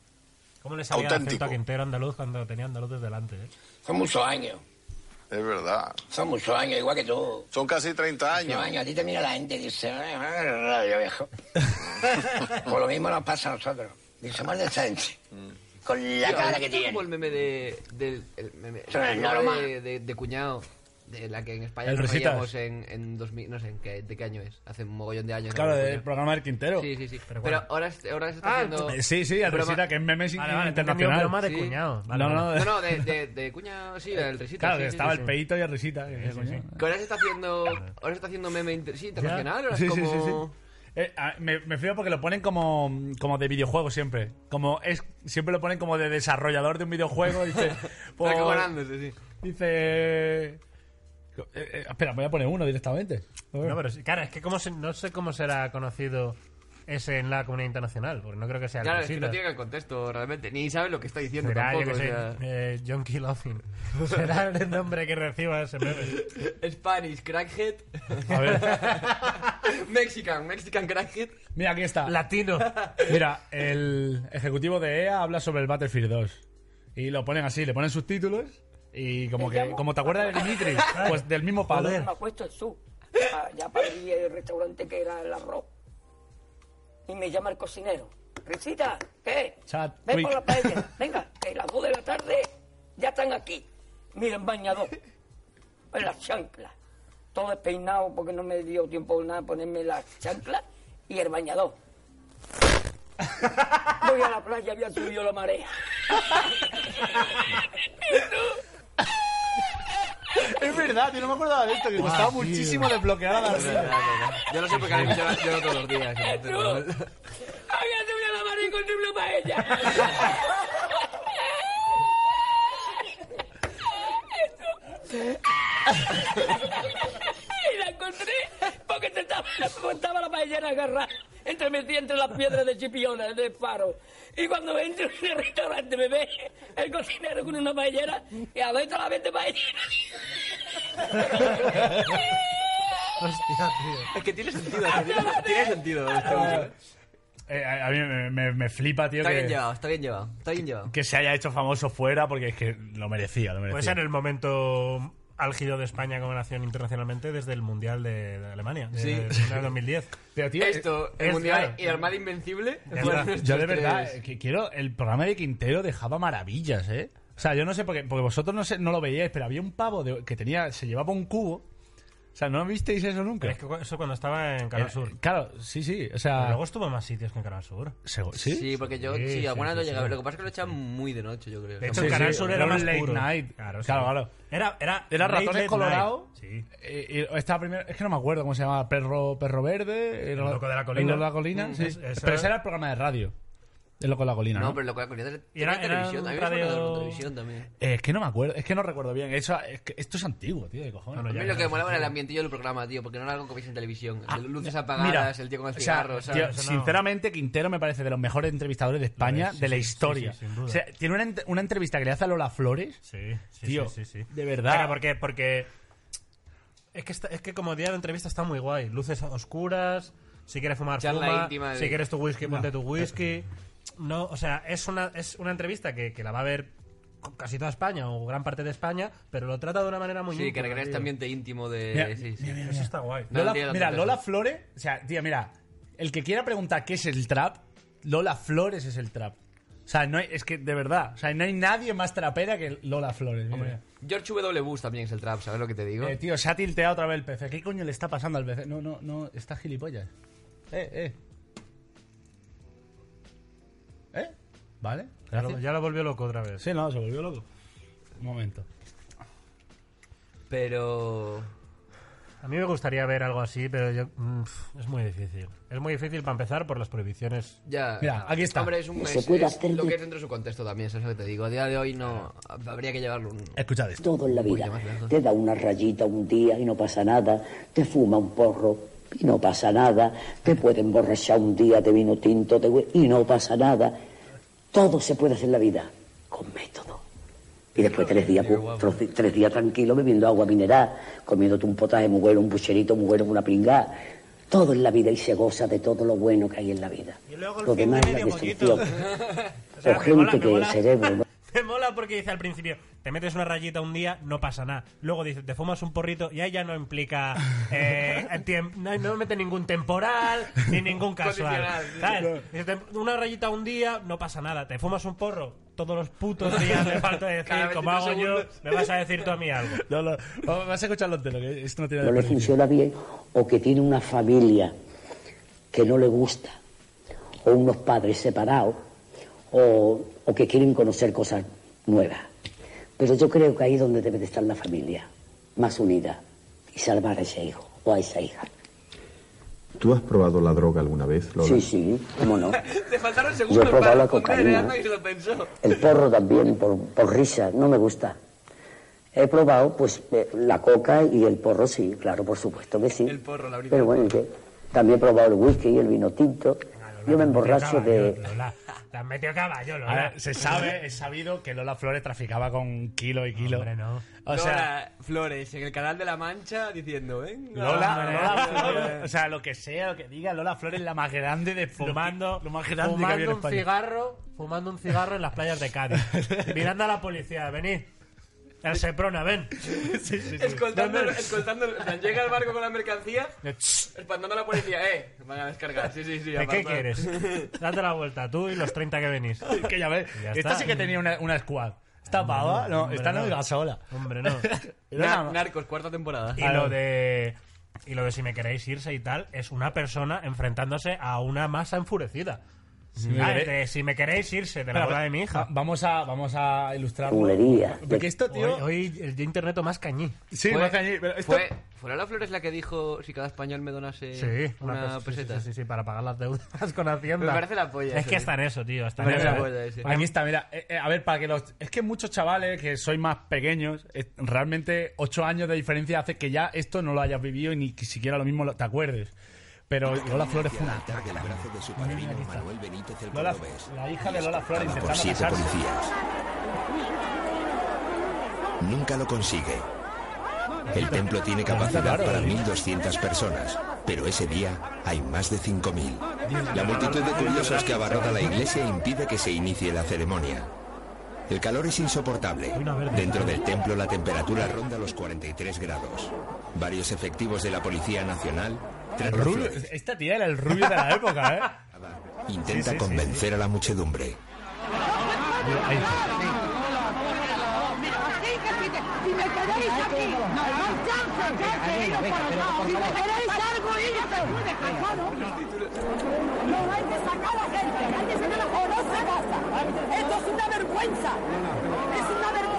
Speaker 4: ¿Cómo le salía el acento
Speaker 7: Auténtico.
Speaker 4: a Quintero andaluz cuando tenía andaluces delante? eh?
Speaker 5: Son muchos años.
Speaker 7: es verdad,
Speaker 5: Son muchos años, igual que tú.
Speaker 7: son casi 30
Speaker 5: Muchos
Speaker 7: años.
Speaker 5: años. A ti te mira la gente y dice, "Ay, ay, radio viejo. Por lo mismo nos pasa a nosotros. Dice, más decente. Con la
Speaker 2: Tío,
Speaker 5: cara
Speaker 2: ¿has
Speaker 5: que
Speaker 2: visto como el
Speaker 5: tiene.
Speaker 2: meme de. del. el meme.
Speaker 5: Eso no es
Speaker 2: el meme
Speaker 5: normal.
Speaker 2: de, de, de cuñado. De la que en España
Speaker 3: El
Speaker 2: nos
Speaker 3: Risitas.
Speaker 2: reíamos en, en 2000. No sé en qué, de qué año es. Hace un mogollón de años.
Speaker 3: Claro,
Speaker 2: ¿no?
Speaker 3: del programa del Quintero.
Speaker 2: Sí, sí, sí. Pero,
Speaker 4: Pero bueno.
Speaker 2: ahora, es- ahora se está haciendo.
Speaker 3: Eh, Sí, sí,
Speaker 2: broma-
Speaker 3: Alresita, que es memes
Speaker 4: Vale,
Speaker 3: internacional.
Speaker 4: vale, internacional. broma de
Speaker 2: Sí.
Speaker 4: cuñado. Vale,
Speaker 3: No,
Speaker 4: vale.
Speaker 3: no,
Speaker 2: No, no, de, de, de cuñado, sí, el risita.
Speaker 3: Claro,
Speaker 2: sí,
Speaker 3: que
Speaker 2: sí,
Speaker 3: estaba
Speaker 2: sí.
Speaker 3: el peito y el risita. que- coño.
Speaker 2: Que ahora se está haciendo. Ahora se está haciendo meme inter- sí, internacional. Ahora es
Speaker 3: Sí, sí,
Speaker 2: como.
Speaker 3: sí, sí. Eh, a- me, me fío porque lo ponen como, como de videojuego siempre. Como es, siempre lo ponen como de desarrollador de un videojuego. Dice, pues,
Speaker 2: Está acojonándose, sí.
Speaker 3: dice eh, eh, espera, voy a poner uno directamente. A ver.
Speaker 4: No, pero sí, claro, es que cómo se- no sé cómo será conocido ese en la comunidad internacional, porque no creo que sea
Speaker 2: Claro,
Speaker 4: el
Speaker 2: es que no tiene el contexto realmente. Ni sabe lo que está diciendo
Speaker 4: Será, yo
Speaker 2: tampoco.
Speaker 4: que
Speaker 2: o
Speaker 4: sé,
Speaker 2: sea.
Speaker 4: eh, John Kilofin. Será el nombre que reciba ese meme.
Speaker 2: Spanish crackhead.
Speaker 3: A ver.
Speaker 2: Mexican, Mexican crackhead.
Speaker 3: Mira, aquí está.
Speaker 4: Latino.
Speaker 3: Mira, el ejecutivo de EA habla sobre el Battlefield 2. Y lo ponen así, le ponen subtítulos. Y como que, como te acuerdas de Dimitri, pues del mismo palo.
Speaker 4: Joder.
Speaker 8: Me ha puesto el sub. Ah, Ya perdí el restaurante que era el arroz. Y me llama el cocinero. Risita, ¿qué?
Speaker 3: Chat,
Speaker 8: Ven
Speaker 3: quick.
Speaker 8: por la paella. Venga, que las dos de la tarde ya están aquí. Miren, bañador. En las chanclas. Todo despeinado porque no me dio tiempo nada de ponerme las chanclas y el bañador. Voy a la playa, había subido la marea.
Speaker 3: Es verdad, yo no me acordaba de esto, que costaba muchísimo desbloquear a la
Speaker 2: Yo no sé por qué ahora mismo yo- yo no todos los días. entonces, ¿no?
Speaker 8: Había subido la marea y encontré una paella. y la encontré porque te estaba, estaba la paellera agarrada entre mis entre las piedras de chipiona, de faro. Y cuando entro en el restaurante me ve el cocinero con una paellera y a ver la vez de paellera.
Speaker 4: Hostia, tío.
Speaker 2: Es que tiene sentido. es que tiene- Tiene sentido.
Speaker 4: Ah,
Speaker 2: esto, ¿eh?
Speaker 3: Eh, a a mí me, me- me flipa, tío,
Speaker 2: Está bien
Speaker 3: que,
Speaker 2: llevado, está bien llevado. Está bien llevado.
Speaker 3: que se haya hecho famoso fuera porque es que lo merecía, lo merecía.
Speaker 4: Pues en el momento álgido de España como nación internacionalmente desde el Mundial de, de Alemania, de,
Speaker 2: Sí.
Speaker 4: de final 2010.
Speaker 3: Pero, tío,
Speaker 2: Esto, el
Speaker 4: es
Speaker 2: mundial
Speaker 4: claro.
Speaker 2: y el armada invencible.
Speaker 4: Ya
Speaker 2: fueron
Speaker 4: está.
Speaker 2: estos
Speaker 3: Yo de verdad,
Speaker 2: tres.
Speaker 3: eh, que quiero. El programa de Quintero dejaba maravillas, ¿eh? O sea, yo no sé, porque, porque vosotros no, sé, no lo veíais, pero había un pavo de- que tenía, se llevaba un cubo. O sea, ¿no visteis eso nunca?
Speaker 4: Pero es que cu- eso cuando estaba en Canal
Speaker 3: Eh,
Speaker 4: Sur.
Speaker 3: Claro, sí, sí. O sea,
Speaker 4: Pero luego estuvo en más sitios que en Canal Sur.
Speaker 3: sego- ¿sí?
Speaker 2: ¿Sí? porque yo,
Speaker 4: ¿eh? Sí,
Speaker 2: sí,
Speaker 4: sí,
Speaker 2: algunas
Speaker 4: sí,
Speaker 2: lo
Speaker 4: sí.
Speaker 2: llegaba. Lo que pasa es que lo echan muy de noche, yo creo.
Speaker 4: De hecho,
Speaker 3: Sí,
Speaker 4: en Canal
Speaker 3: sí,
Speaker 4: Sur era
Speaker 3: era un
Speaker 4: más
Speaker 3: late
Speaker 4: puro.
Speaker 3: night.
Speaker 4: sí.
Speaker 3: Claro, claro.
Speaker 4: Era, era,
Speaker 3: Era
Speaker 4: late,
Speaker 3: ratones
Speaker 4: late
Speaker 3: colorado. Y-
Speaker 4: night. Sí.
Speaker 3: Eh, y esta primera, es que no me acuerdo cómo se llamaba. Perro, perro verde.
Speaker 4: El loco de la colina.
Speaker 3: El loco de la colina,
Speaker 4: Mm,
Speaker 3: sí.
Speaker 4: es- eso
Speaker 3: pero
Speaker 4: es.
Speaker 3: ese era el programa de radio. El loco de la colina. No,
Speaker 2: No, pero lo que ponía era
Speaker 4: Y era-
Speaker 2: tenía
Speaker 4: era
Speaker 2: televisión.
Speaker 4: un
Speaker 2: A mí me suena de
Speaker 4: radio-
Speaker 2: televisión también.
Speaker 3: Eh, es que no me acuerdo. Es que no recuerdo bien. Eso, es que esto es antiguo, tío, de cojones.
Speaker 4: No, no,
Speaker 2: A
Speaker 4: ya,
Speaker 2: mí
Speaker 4: ya,
Speaker 2: lo que
Speaker 4: ya. Ah,
Speaker 2: me molaba era el ambientillo del programa, tío, porque no era algo que veis en televisión. De luces apagadas, el tío con
Speaker 3: o
Speaker 2: el
Speaker 3: sea,
Speaker 2: cigarro,
Speaker 3: tío,
Speaker 2: ¿sabes?
Speaker 4: Eso no.
Speaker 3: sinceramente, Quintero me parece de los mejores entrevistadores de España
Speaker 4: Sí,
Speaker 3: de la
Speaker 4: sí,
Speaker 3: historia.
Speaker 4: sí, sí, sin duda.
Speaker 3: O sea, tiene una, ent- una entrevista que le hace a Lola Flores.
Speaker 4: Sí, sí,
Speaker 3: Tío,
Speaker 4: sí, sí, sí.
Speaker 3: de verdad.
Speaker 4: Pero porque, porque es que está- es que como día de entrevista está muy guay. Luces oscuras, si quieres fumar
Speaker 2: Charla
Speaker 4: fuma,
Speaker 2: íntima de-
Speaker 4: si quieres tu whisky ponte tu whisky. No, o sea, es una es una entrevista que, que la va a ver co- casi toda España o gran parte de España, pero lo trata de una manera muy
Speaker 2: Sí, que
Speaker 4: íntima,
Speaker 2: recrea este
Speaker 4: tío.
Speaker 2: ambiente íntimo de.
Speaker 3: Mira,
Speaker 2: sí, sí.
Speaker 4: Eso está guay.
Speaker 2: No,
Speaker 3: Lola-
Speaker 2: tío, no
Speaker 3: mira,
Speaker 2: te
Speaker 3: Lola
Speaker 2: hagas.
Speaker 3: Flores. O sea, tío, mira. El que quiera preguntar qué es el trap, Lola Flores es el trap. O sea, no hay- es que de verdad. O sea, no hay nadie más trapera que Lola Flores. mira.
Speaker 2: George W. Bush también es el trap, ¿sabes lo que te digo?
Speaker 3: Eh, tío, se ha tilteado otra vez el PC. ¿Qué coño le está pasando al PC? No, no, no, está gilipollas. Eh, eh. ¿Eh? ¿Vale?
Speaker 4: Ya
Speaker 3: Gracias.
Speaker 4: lo, ya lo volvió loco otra vez.
Speaker 3: Sí, no, se volvió loco. Un momento.
Speaker 2: Pero.
Speaker 4: A mí me gustaría ver algo así, pero yo- mm, pf, es muy difícil. Es muy difícil para empezar por las prohibiciones.
Speaker 2: Ya.
Speaker 3: Mira, aquí está.
Speaker 2: Hombre, es un
Speaker 9: Se
Speaker 2: es-
Speaker 9: puede
Speaker 2: es
Speaker 9: hacer
Speaker 2: lo
Speaker 9: de-
Speaker 2: que es dentro de su contexto también, eso es lo que te digo. A día de hoy no. Habría que llevarlo un.
Speaker 3: Escuchad esto.
Speaker 9: Todo en la vida.
Speaker 2: más lejos.
Speaker 9: Te da una rayita un día y no pasa nada. Te fuma un porro y no pasa nada. Te puede emborrachar un día de vino tinto de hue- y no pasa nada. Todo se puede hacer en la vida con método. Y después tres días, pues, tro- tres días tranquilo bebiendo agua mineral, comiéndote un potaje muy bueno, un bucherito muy bueno, una pringada. Todo en la vida y se goza de todo lo bueno que hay en la vida.
Speaker 4: Y luego el
Speaker 9: Lo
Speaker 4: fin de
Speaker 9: demás es
Speaker 4: medio
Speaker 9: la destrucción.
Speaker 4: O sea, me
Speaker 9: O
Speaker 4: mola,
Speaker 9: gente
Speaker 4: me
Speaker 9: que pues, el
Speaker 4: mola.
Speaker 9: cerebro no-
Speaker 4: Me mola porque dice al principio, te metes una rayita un día, no pasa nada. Luego dice, te fumas un porrito y ahí ya no implica... eh, tiemp- no, no mete ningún temporal ni ningún casual.
Speaker 2: Condicional, sí.
Speaker 4: ¿sabes? Dice, te- una rayita un día, no pasa nada. Te fumas un porro, todos los putos días me falta decir,
Speaker 2: Cada
Speaker 4: como
Speaker 2: 23
Speaker 4: hago yo,
Speaker 2: segundos.
Speaker 4: me vas a decir tú a mí algo.
Speaker 3: No, no, vamos- Oh, vas a escucharlo entero, que esto no tiene
Speaker 9: no le
Speaker 3: desperdicio.
Speaker 9: funciona bien o que tiene una familia que no le gusta o unos padres separados o, o que quieren conocer cosas nuevas. Pero yo creo que ahí es donde debe de estar la familia, más unida y salvar a ese hijo o a esa hija.
Speaker 10: ¿Tú has probado la droga alguna vez, Lola?
Speaker 9: Sí, sí, cómo no.
Speaker 2: Te faltaron segundos
Speaker 9: probado
Speaker 2: para
Speaker 9: la
Speaker 2: responder,
Speaker 9: cocaína.
Speaker 2: ¿eh? Anda que se lo pensó.
Speaker 9: El porro también, por, por risa, no me gusta. He probado, pues, eh, la coca y el porro, sí, claro, por supuesto que sí.
Speaker 2: El porro, la brita.
Speaker 9: Pero bueno, ¿y qué? también he probado el whisky, el vino tinto. Yo me emborracho de...
Speaker 4: Lola, Te has metido caballo, Lola.
Speaker 3: A ver, se sabe, es sabido que Lola Flores traficaba con kilo y kilo.
Speaker 4: Hombre, no.
Speaker 3: O sea,
Speaker 2: Lola Flores, en el canal de La Mancha, diciendo, venga.
Speaker 3: Lola,
Speaker 4: Hombre,
Speaker 3: Lola
Speaker 4: no.
Speaker 3: Flores, o sea, lo que sea, lo que diga, Lola Flores es la más grande de
Speaker 4: fumando,
Speaker 3: fumando, lo más grande que había
Speaker 4: fumando
Speaker 3: en
Speaker 4: un
Speaker 3: España.
Speaker 4: cigarro, fumando un cigarro en las playas de Cádiz, mirando a la policía, venid. El Seprona, ven.
Speaker 2: Escoltando,
Speaker 4: Ven, ven.
Speaker 2: escoltando, en plan, llega el barco con la mercancía,
Speaker 4: De, "Tss,
Speaker 2: espantando a la policía, eh, van a descargar, sí, sí, sí.
Speaker 4: ¿De qué
Speaker 2: apartad.
Speaker 4: quieres? Date la vuelta, tú y los 30 que venís.
Speaker 3: que ya ves,
Speaker 4: Ya
Speaker 3: esta
Speaker 4: está.
Speaker 3: sí que tenía una, una squad. Esta pava, no,
Speaker 4: hombre,
Speaker 3: esta no
Speaker 4: no.
Speaker 3: iba sola.
Speaker 4: Hombre, no.
Speaker 3: Era
Speaker 2: Na-
Speaker 3: una-
Speaker 2: Narcos, cuarta temporada.
Speaker 4: Y lo de... Y lo de si me queréis irse y tal, es una persona enfrentándose a una masa enfurecida. Ah,
Speaker 3: queréis-
Speaker 4: de, si me queréis irse, de la
Speaker 3: Espera,
Speaker 4: boda de mi
Speaker 3: va-
Speaker 4: hija.
Speaker 3: Vamos a, vamos a ilustrarlo.
Speaker 9: Bulería.
Speaker 3: Porque esto,
Speaker 4: Hoy,
Speaker 3: tío...
Speaker 4: hoy el día internet más cañí.
Speaker 3: sí,
Speaker 2: Fue-
Speaker 3: va a cañir, pero esto-
Speaker 2: fue, ¿Fue Lola Flores la que dijo si cada español me donase
Speaker 4: Sí,
Speaker 2: una,
Speaker 4: pes- sí,
Speaker 2: peseta?
Speaker 4: Sí, sí, sí, para pagar las deudas con Hacienda.
Speaker 2: Me parece la polla
Speaker 4: Es
Speaker 2: eso,
Speaker 4: que
Speaker 2: tío.
Speaker 4: está en eso, tío. Está en
Speaker 2: Me parece
Speaker 4: eso.
Speaker 2: la polla, sí.
Speaker 3: eh, Aquí está, mira. eh, eh, a ver, para que los... Es que muchos chavales que sois más pequeños, eh, realmente ocho años de diferencia hace que ya esto no lo hayas vivido y ni que siquiera lo mismo lo- te acuerdes. Pero Lola Flores fue una...
Speaker 10: Del brazo de su padrino Manuel Benítez el
Speaker 3: Lola-
Speaker 10: Cordobés,
Speaker 3: la hija de Lola Flores
Speaker 10: dado por
Speaker 3: intentando
Speaker 10: siete
Speaker 3: casarse.
Speaker 10: policías. Nunca lo consigue. El templo tiene capacidad para 1.200 personas, pero ese día hay más de 5.000. La multitud de curiosos que abarrota la iglesia impide que se inicie la ceremonia. El calor es insoportable. Dentro del templo la temperatura ronda los 43 grados. Varios efectivos de la Policía Nacional tras las
Speaker 3: Rubio-
Speaker 10: flores,
Speaker 3: Esta tía era el rubio de la época, ¿eh?
Speaker 10: intenta convencer a la muchedumbre.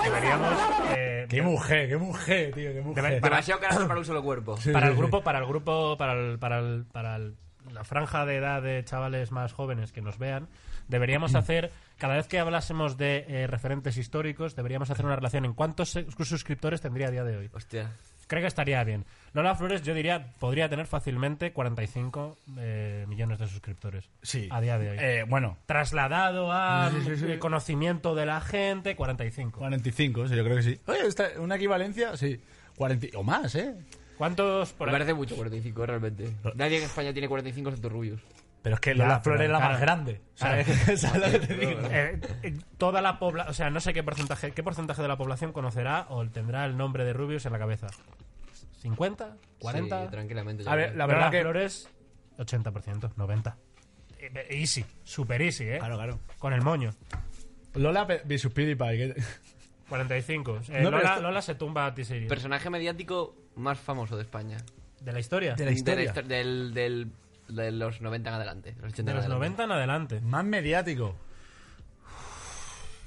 Speaker 4: Deberíamos. eh,
Speaker 3: Qué mujer, qué mujer, tío, qué mujer.
Speaker 4: Debe-
Speaker 2: Demasiado caras para un solo cuerpo.
Speaker 4: para
Speaker 3: sí,
Speaker 4: el
Speaker 3: sí.
Speaker 4: grupo, para el grupo, para el- para el- para el- la franja de edad de chavales más jóvenes que nos vean,
Speaker 3: Mm.
Speaker 4: deberíamos hacer cada vez que hablásemos de eh, referentes históricos, deberíamos hacer una relación en cuántos se- suscriptores tendría a día de hoy.
Speaker 2: Hostia.
Speaker 4: Creo que estaría bien. Lola Flores, yo diría, podría tener fácilmente 45 eh, millones de suscriptores
Speaker 3: Sí.
Speaker 4: a día de hoy.
Speaker 3: Eh, bueno,
Speaker 4: Trasladado a eh, conocimiento de la gente, 45.
Speaker 3: 45, sí, yo creo que sí. Oye, esta- una equivalencia, sí. 40, o más, ¿eh?
Speaker 4: ¿Cuántos por
Speaker 2: Me
Speaker 4: ahí?
Speaker 2: parece mucho 45, realmente. Nadie en España tiene 45 excepto Rubius.
Speaker 3: Pero es que
Speaker 4: Ya,
Speaker 3: Lola Flores
Speaker 4: pero
Speaker 3: era la
Speaker 4: claro.
Speaker 3: más grande. ¿Sabes, ¿Sabes lo que te digo?
Speaker 4: Eh, eh, toda la población, o sea, no sé qué porcentaje, qué porcentaje de la población conocerá o tendrá el nombre de Rubius en la cabeza. 50, 40.
Speaker 2: Sí, tranquilamente. yo
Speaker 3: A ver,
Speaker 2: creo.
Speaker 3: la
Speaker 4: Lola
Speaker 3: verdad que...
Speaker 4: Flores 80%, 90. Eh, Easy, super easy, eh.
Speaker 3: Claro, claro.
Speaker 4: Con el moño.
Speaker 3: Lola pe- versus PewDiePie. que-
Speaker 4: 45. Eh,
Speaker 3: No, pero
Speaker 4: Lola,
Speaker 3: esto-
Speaker 4: Lola se tumba a T-Series.
Speaker 2: Personaje mediático más famoso de España.
Speaker 4: De la historia.
Speaker 3: De
Speaker 4: De,
Speaker 3: la historia.
Speaker 2: histo- del, del- de los 90 en adelante. Los 80 en
Speaker 4: los
Speaker 2: adelante.
Speaker 4: 90 en adelante.
Speaker 3: Más mediático.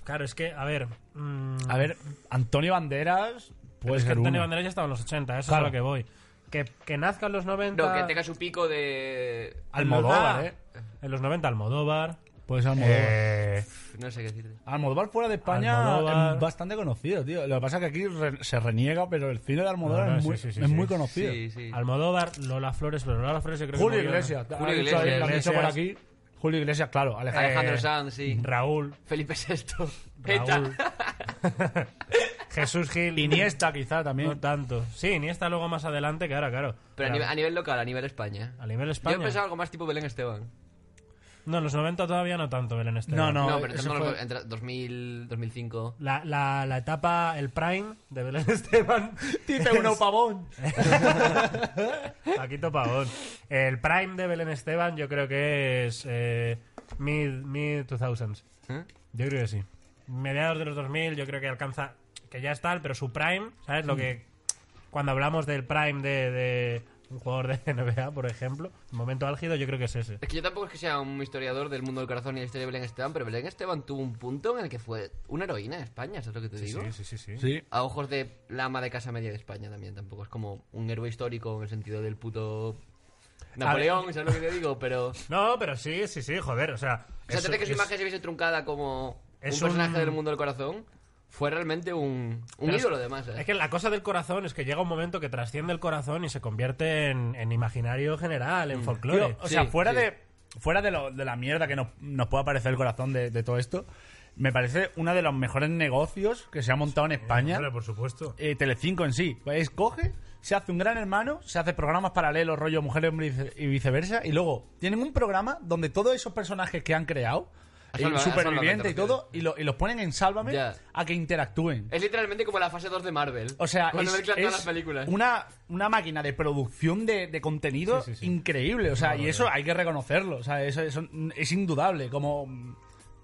Speaker 4: Claro, es que, a ver. mm,
Speaker 3: A ver, Antonio Banderas
Speaker 4: pero
Speaker 3: puede
Speaker 4: es que
Speaker 3: ser
Speaker 4: Antonio
Speaker 3: uno.
Speaker 4: Banderas ya estaba en los 80, eso
Speaker 3: Claro.
Speaker 4: es a lo que voy. Que, que nazca en los 90.
Speaker 2: No, que tenga su pico de.
Speaker 4: Almodóvar,
Speaker 3: Ah.
Speaker 4: ¿eh? En los 90, Almodóvar.
Speaker 3: Puede ser Almodóvar.
Speaker 4: Eh,
Speaker 2: No sé qué decirte.
Speaker 3: Almodóvar fuera de España
Speaker 4: Almodóvar.
Speaker 3: es bastante conocido, tío. Lo que pasa es que aquí re- se reniega, pero el cine de Almodóvar
Speaker 4: No, no,
Speaker 3: es,
Speaker 4: sí,
Speaker 3: muy,
Speaker 4: sí, sí,
Speaker 3: es
Speaker 4: sí.
Speaker 3: muy conocido.
Speaker 2: Sí, sí.
Speaker 4: Almodóvar, Lola Flores, pero Lola Flores yo creo
Speaker 3: Julio
Speaker 4: que murió, ¿no?
Speaker 3: Iglesias.
Speaker 2: Julio
Speaker 3: ha dicho- lo han dicho
Speaker 4: Iglesias.
Speaker 3: por aquí. Julio Iglesias, claro. Alejandro.
Speaker 2: Alejandro
Speaker 4: eh,
Speaker 2: Sanz, sí.
Speaker 4: Raúl,
Speaker 2: Felipe VI.
Speaker 4: Raúl.
Speaker 2: Eta.
Speaker 4: Jesús Gil.
Speaker 3: Iniesta, quizá
Speaker 4: No
Speaker 3: también.
Speaker 4: tanto. Sí, Iniesta luego más adelante, que ahora, claro.
Speaker 2: Pero a nivel,
Speaker 4: Claro.
Speaker 2: a nivel local, a nivel España.
Speaker 4: A nivel
Speaker 2: Yo
Speaker 4: España.
Speaker 2: pensaba algo más tipo Belén Esteban.
Speaker 4: No, en los 90 todavía no tanto, Belén
Speaker 3: No,
Speaker 4: Esteban.
Speaker 3: no.
Speaker 2: No, pero
Speaker 3: eso
Speaker 2: estamos
Speaker 3: fue-
Speaker 2: entre 2000, 2005.
Speaker 4: La, la, la etapa, el prime de Belén Esteban.
Speaker 3: Tite
Speaker 4: es-
Speaker 3: uno pavón.
Speaker 4: Paquito Pavón. El prime de Belén Esteban yo creo que es eh, mid, mid 2000s.
Speaker 2: ¿Eh?
Speaker 4: Yo creo que sí. Mediados de los 2000 yo creo que alcanza, que ya está, pero su prime, ¿sabes? Lo que
Speaker 3: Mm.
Speaker 4: cuando hablamos del prime de, de un jugador de NBA, por ejemplo, momento álgido yo creo que es ese.
Speaker 2: Es que yo tampoco es que sea un historiador del mundo del corazón y la historia de Belén Esteban, pero Belén Esteban tuvo un punto en el que fue una heroína en España, ¿sabes lo que te digo?
Speaker 4: sí, sí, sí.
Speaker 3: Sí.
Speaker 2: A ojos de la ama de casa media de España también, tampoco es como un héroe histórico en el sentido del puto Napoleón, ¿sabes lo que te digo? Pero...
Speaker 4: No, pero sí, sí, sí, joder, o sea...
Speaker 2: O sea,
Speaker 4: es-
Speaker 2: antes de que su
Speaker 4: es-
Speaker 2: imagen se viese truncada como
Speaker 4: es
Speaker 2: un personaje
Speaker 4: un-
Speaker 2: del mundo del corazón, fue realmente un, un
Speaker 4: Pero es-
Speaker 2: ídolo de masa.
Speaker 4: Es que la cosa del corazón es que llega un momento que trasciende el corazón y se convierte en, en imaginario general, en folclore.
Speaker 3: Tío, Mm. o sea,
Speaker 2: Sí,
Speaker 3: fuera,
Speaker 2: sí.
Speaker 3: de, fuera de, lo- de la mierda que nos, nos pueda parecer el corazón de, de todo esto, me parece uno de los mejores negocios que se ha montado en España.
Speaker 4: Hombre, por supuesto.
Speaker 3: eh, Telecinco en sí. Pues coge, se hace un gran hermano, se hace programas paralelos, rollo mujer, hombre y vice- y viceversa, y luego tienen un programa donde todos esos personajes que han creado,
Speaker 2: A
Speaker 3: eh,
Speaker 2: Sálvame, a
Speaker 3: supervivientes
Speaker 2: Sálvame,
Speaker 3: y
Speaker 2: te
Speaker 3: todo, y, lo- y los ponen en Sálvame
Speaker 2: Ya.
Speaker 3: a que interactúen.
Speaker 2: Es literalmente como la fase 2 de Marvel.
Speaker 3: O sea,
Speaker 2: cuando
Speaker 3: es,
Speaker 2: mezclan todas
Speaker 3: es
Speaker 2: las películas.
Speaker 3: Una, una máquina de producción de, de contenido
Speaker 4: Sí, sí, sí.
Speaker 3: increíble. O sea, y eso hay que reconocerlo. O sea, eso, eso es indudable. Como mm,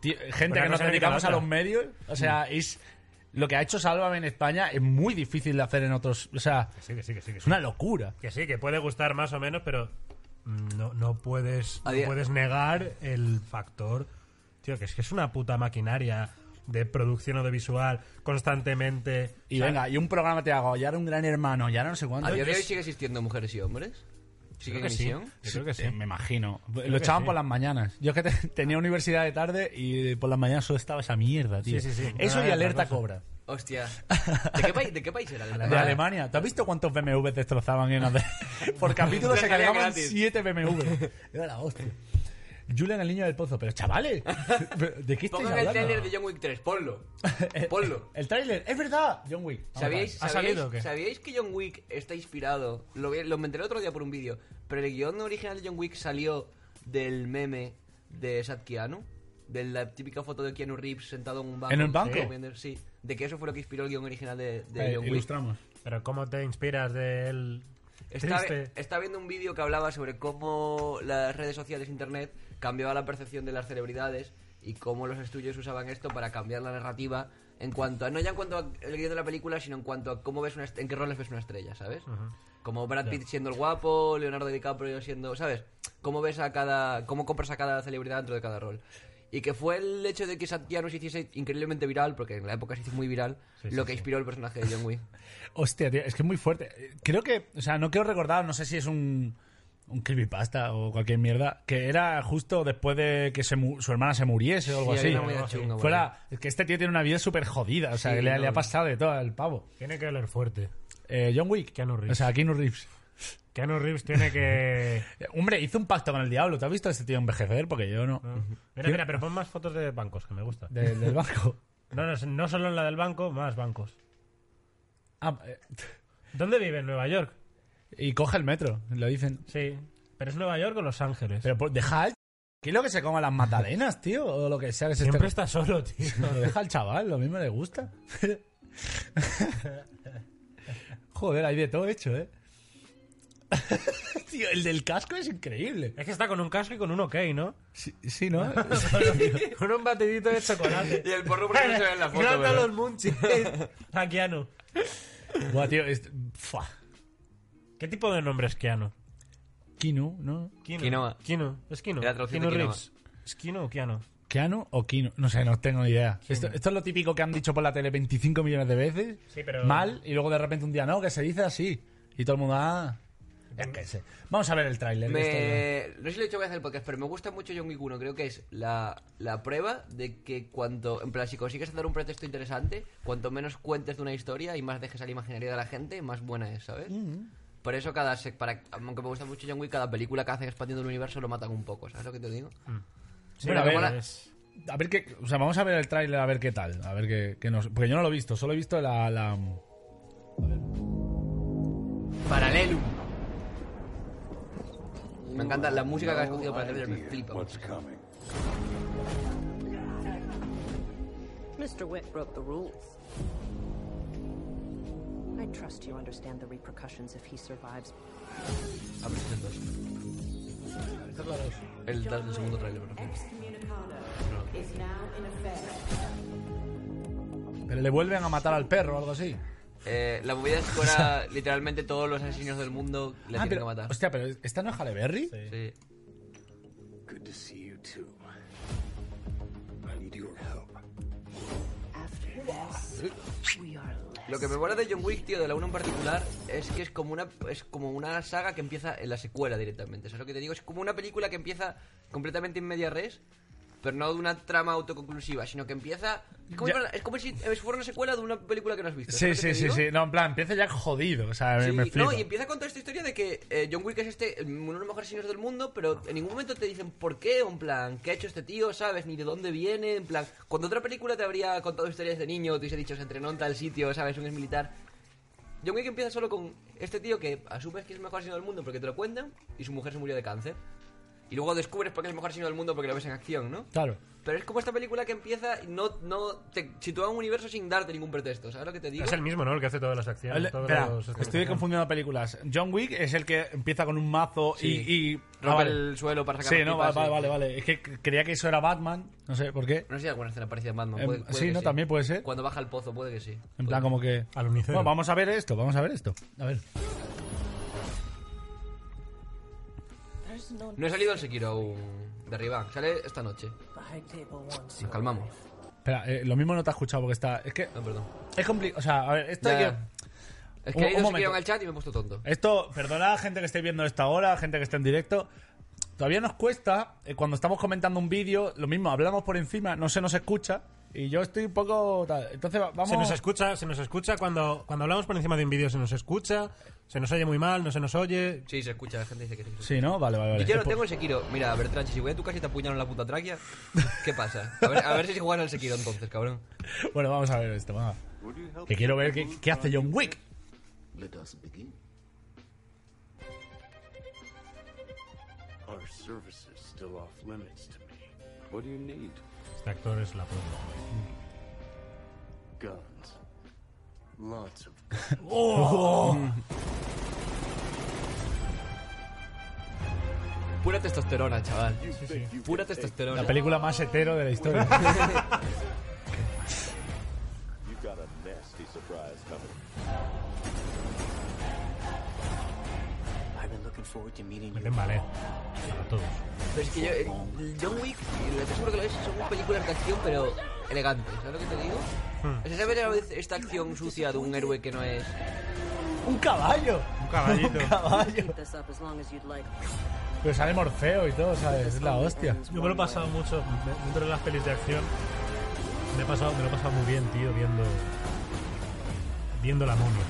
Speaker 3: ti- gente
Speaker 4: Una
Speaker 3: que nos
Speaker 4: cosa ni
Speaker 3: dedicamos a
Speaker 4: la otra. Mm.
Speaker 3: los medios. O sea, es. Lo que ha hecho Sálvame en España es muy difícil de hacer en otros. O sea,
Speaker 4: Sí, que sí, que sí, que
Speaker 3: es
Speaker 4: sí.
Speaker 3: una locura.
Speaker 4: Que sí, que puede gustar más o menos, pero mm, no, no puedes, no
Speaker 2: Adiós.
Speaker 4: puedes negar el factor. Tío, que es que es una puta maquinaria de producción audiovisual constantemente.
Speaker 3: Y venga, y un programa te hago, ya era un gran hermano, ya era no sé cuánto.
Speaker 2: A día de
Speaker 3: Yo
Speaker 2: hoy
Speaker 3: sí-
Speaker 2: sigue existiendo mujeres y hombres. Sigue en
Speaker 4: que sí.
Speaker 2: emisión.
Speaker 4: Yo creo que sí.
Speaker 3: eh, me imagino. Lo echaban
Speaker 4: sí.
Speaker 3: por las mañanas. Yo es que te- tenía universidad de tarde y por las mañanas solo estaba esa mierda, tío.
Speaker 4: Sí, sí, sí.
Speaker 3: Eso
Speaker 4: Ah,
Speaker 3: y
Speaker 4: otra
Speaker 3: alerta
Speaker 4: cosa.
Speaker 3: cobra.
Speaker 2: Hostia. ¿De qué, país- de qué país era?
Speaker 3: De Alemania. ¿Tú has visto cuántos BMW destrozaban en Ade- Por capítulo se
Speaker 2: Dejaría
Speaker 3: cargaban
Speaker 2: gratis.
Speaker 3: 7 BMW. Era la hostia. Julian el niño del pozo. Pero chavales, ¿pero ¿de qué estáis
Speaker 2: Pongan el
Speaker 3: hablando?
Speaker 2: trailer de John Wick 3, ponlo. Ponlo.
Speaker 3: El tráiler, es verdad. John Wick. Vamos
Speaker 2: ¿Sabíais,
Speaker 4: ¿Ha
Speaker 2: sabíais-
Speaker 4: salido o qué?
Speaker 2: sabíais que John Wick está inspirado? Lo, vi- lo me enteré otro día por un vídeo. Pero el guión original de John Wick salió del meme de Sad Keanu. De la típica foto de Keanu Reeves sentado en un banco.
Speaker 3: ¿En el banco?
Speaker 2: comiendo- Sí. De que eso fue lo que inspiró el guión original de,
Speaker 3: para allá.
Speaker 2: de
Speaker 3: Eh,
Speaker 2: John Wick.
Speaker 3: ilustramos.
Speaker 4: Pero ¿cómo te inspiras del
Speaker 2: Está,
Speaker 4: triste?
Speaker 2: está viendo un vídeo que hablaba sobre cómo las redes sociales, internet, cambiaba la percepción de las celebridades y cómo los estudios usaban esto para cambiar la narrativa en cuanto a, no ya en cuanto al guión de la película, sino en cuanto a cómo ves una est- en qué roles ves una estrella, ¿sabes? Como Brad Pitt siendo el guapo, Leonardo DiCaprio siendo, ¿sabes? Cómo ves a cada, cómo compras a cada celebridad dentro de cada rol. Y que fue el hecho de que Santiago se hiciese increíblemente viral, porque en la época se hizo muy viral, lo que inspiró el personaje de John Wick.
Speaker 3: Hostia, tío, es que es muy fuerte. Eh, Creo que, o sea, no quiero recordar, no sé si es un, un creepypasta o cualquier mierda, que era justo después de que se mu- su hermana se muriese o algo
Speaker 2: Sí,
Speaker 3: así.
Speaker 2: había una movida chunga,
Speaker 3: Fuera, es que este tío tiene una vida súper jodida, o sea,
Speaker 2: Sí,
Speaker 3: que le,
Speaker 2: no,
Speaker 3: le ha
Speaker 2: no.
Speaker 3: pasado de todo al pavo.
Speaker 4: Tiene que oler fuerte.
Speaker 3: Eh, John Wick.
Speaker 4: Keanu Reeves.
Speaker 3: O sea, Keanu Reeves.
Speaker 4: Keanu Reeves tiene que...
Speaker 3: Eh, Hombre, hizo un pacto con el diablo. ¿Te has visto a este tío envejecer? Porque yo no.
Speaker 4: Ah. Mira, mira, pero pon más fotos de bancos, que me gusta.
Speaker 3: De- del banco.
Speaker 4: No, no, no solo en la del banco, más bancos.
Speaker 3: Ah, eh,
Speaker 4: ¿Dónde vive? ¿En Nueva York?
Speaker 3: y coge el metro, lo dicen.
Speaker 4: Sí. ¿pero es Nueva York o Los Ángeles?
Speaker 3: Pero por- deja al... ¿Qué es lo que se come a las magdalenas, tío? O lo que sea que se esté-
Speaker 4: Siempre está solo, tío.
Speaker 3: Lo deja el chaval, lo mismo le gusta. Joder, hay de todo hecho, ¿eh? Tío, el del casco es increíble.
Speaker 4: Es que está con un casco y con un ok, ¿no?
Speaker 3: Sí, sí, ¿no?
Speaker 4: con un batidito de chocolate.
Speaker 2: Y el porro porque no se ve en la foto.
Speaker 4: Grata
Speaker 2: pero-
Speaker 4: los munchies. A Ah, Keanu.
Speaker 3: Buah, tío, es... Fua.
Speaker 4: ¿Qué tipo de nombre es Keanu?
Speaker 3: Kinu, ¿no?
Speaker 4: Kino.
Speaker 2: Quinoa.
Speaker 4: Kino. Es Kino.
Speaker 2: Era traducción
Speaker 4: Keanu
Speaker 2: de quinoa.
Speaker 4: Reeves. ¿Es Kino o Keanu?
Speaker 3: ¿Keanu o Kino? No sé, no tengo ni idea. Esto, esto es lo típico que han dicho por la tele 25 millones de veces.
Speaker 4: Sí, pero-
Speaker 3: Mal, y luego de repente un día no, que se dice así. Y todo el mundo, ah. ya
Speaker 4: Mm.
Speaker 3: que sé. Vamos a ver el tráiler. de esto.
Speaker 2: Me- No sé si lo he hecho voy a hacer el podcast, pero me gusta mucho John Wick 1. Creo que es la, la prueba de que cuanto. En plan, si consigues dar un pretexto interesante, cuanto menos cuentes de una historia y más dejes a la imaginaría de la gente, más buena es, ¿sabes?
Speaker 4: Mm.
Speaker 2: Por eso, cada sec- para, aunque me gusta mucho John Wick, cada película que hacen expandiendo el universo lo matan un poco, ¿sabes lo que te digo?
Speaker 4: Sí,
Speaker 3: Bueno, a
Speaker 4: pero
Speaker 3: ver,
Speaker 4: mola-
Speaker 3: A ver qué. O sea, vamos a ver el tráiler a ver qué tal. A ver qué, qué nos. Porque yo no lo he visto, solo he visto la. la...
Speaker 2: Paralelo. Me encanta la música que has escogido para el trailer, me flipa.
Speaker 11: Mr. Witt broke the rules. I trust you understand the repercussions if he survives.
Speaker 2: Abres el dos. El dos del segundo trailer, me refiero.
Speaker 3: Pero le vuelven a matar al perro o algo así.
Speaker 2: Eh, la movida es que ahora literalmente todos los asesinos del mundo le
Speaker 3: Ah,
Speaker 2: tienen
Speaker 3: pero-
Speaker 2: que matar.
Speaker 3: Hostia, pero ¿esta no es Halle Berry?
Speaker 2: Sí.
Speaker 5: Good to see you too. I need your help.
Speaker 2: Lo que me mola de John Wick, tío, de la 1 en particular, es que es como una es como una saga que empieza en la secuela directamente. ¿Sabes lo que te digo? Es como una película que empieza completamente en media res, pero no de una trama autoconclusiva, sino que empieza... Es como,
Speaker 3: Ya.
Speaker 2: es como si fuera una secuela de una película que no has visto.
Speaker 3: Sí,
Speaker 2: ¿sabes lo
Speaker 3: sí,
Speaker 2: que te
Speaker 3: sí,
Speaker 2: digo?
Speaker 3: sí. No, en plan, empieza ya jodido. O sea, me-
Speaker 2: Sí,
Speaker 3: me flipa.
Speaker 2: No, y empieza con toda esta historia de que eh, John Wick es este, uno de los mejores señores del mundo, pero
Speaker 3: Ah.
Speaker 2: en ningún momento te dicen por qué, en plan, qué ha hecho este tío, ¿sabes? Ni de dónde viene, en plan. Cuando otra película te habría contado historias de niño, te hubiese dicho se entrenó en tal sitio, ¿sabes? Un ex militar. John Wick empieza solo con este tío que asumes que es el mejor señor del mundo porque te lo cuentan y su mujer se murió de cáncer. Y luego descubres por qué es el mejor señor del mundo porque lo ves en acción, ¿no?
Speaker 3: Claro.
Speaker 2: Pero es como esta película que empieza y no, no te sitúa en un universo sin darte ningún pretexto, ¿sabes lo que te digo?
Speaker 4: Es el mismo, ¿no? El que hace todas las acciones.
Speaker 3: El-
Speaker 4: todos
Speaker 3: espera,
Speaker 4: los-
Speaker 3: estoy confundiendo películas. John Wick es el que empieza con un mazo
Speaker 2: Sí.
Speaker 3: y, y-
Speaker 2: Rompe el suelo para sacar ¿eh?
Speaker 3: Sí,
Speaker 2: las
Speaker 3: no,
Speaker 2: pipas,
Speaker 3: vale,
Speaker 2: sí.
Speaker 3: vale, vale. Es que creía que eso era Batman. No sé por qué.
Speaker 2: No sé si hay alguna escena parecida a Batman.
Speaker 3: Em,
Speaker 2: puede- puede
Speaker 3: sí,
Speaker 2: que
Speaker 3: no, también puede ser.
Speaker 2: Cuando baja al pozo, puede que sí.
Speaker 3: En plan, como que.
Speaker 4: Al unicero.
Speaker 3: Bueno, vamos a ver esto, vamos a ver esto. A ver.
Speaker 2: No he salido al Sekiro aún de arriba. Sale esta noche. Nos calmamos.
Speaker 3: Espera, eh, lo mismo no te ha escuchado porque está. Es que.
Speaker 2: No, perdón.
Speaker 3: Es complicado. O sea, a ver, esto
Speaker 2: Ya,
Speaker 3: hay que.
Speaker 2: ya. Es
Speaker 3: Un-
Speaker 2: que
Speaker 3: un
Speaker 2: he ido Sekiro
Speaker 3: momento.
Speaker 2: en el chat y me he puesto tonto.
Speaker 3: Esto, perdona gente que esté viendo esta hora, gente que esté en directo. Todavía nos cuesta, eh, cuando estamos comentando un vídeo, lo mismo, hablamos por encima, no se nos escucha. Y yo estoy un poco. tal. Entonces, va- vamos.
Speaker 4: Se nos escucha, se nos escucha cuando, cuando hablamos por encima de un vídeo, se nos escucha, se nos oye muy mal, no se nos oye.
Speaker 2: Sí, se escucha, la gente dice que sí.
Speaker 3: Sí, ¿no? Vale, vale, vale.
Speaker 2: Y yo no
Speaker 3: Es por-
Speaker 2: tengo el Sekiro. Mira, Bertranchi, si voy a tu casa y te apuñalan la puta tráquea, ¿qué pasa? A ver, a ver si se juegan al Sekiro entonces, cabrón.
Speaker 3: Bueno, vamos a ver esto, va. Que quiero ver qué, qué hace John Wick.
Speaker 12: Let us begin. Our service is still off limits to me. What do you need?
Speaker 4: Este actor es la puta.
Speaker 12: Guns. Lots of
Speaker 2: Pura testosterona, chaval. Pura testosterona.
Speaker 3: La película más hetero de la historia.
Speaker 13: You've got a nasty surprise coming.
Speaker 5: I've been looking forward to meeting
Speaker 4: Meten ballet. Para todos.
Speaker 2: Pero es que yo, eh, John Wick, eh, te aseguro que lo es, son películas de acción, pero elegantes, ¿sabes lo que te digo?
Speaker 4: Hmm.
Speaker 2: O sea, ¿sabes la vez esta acción sucia de un héroe que no es...?
Speaker 3: ¡Un caballo!
Speaker 4: Un caballito.
Speaker 3: Un caballo.
Speaker 11: Keep this up as long as you'd like.
Speaker 3: Pero sale Morfeo y todo, ¿sabes? Es la hostia.
Speaker 4: Yo me lo he pasado mucho me- dentro de las pelis de acción. Me, he pasado, me lo he pasado muy bien, tío, viendo. Viendo la momia.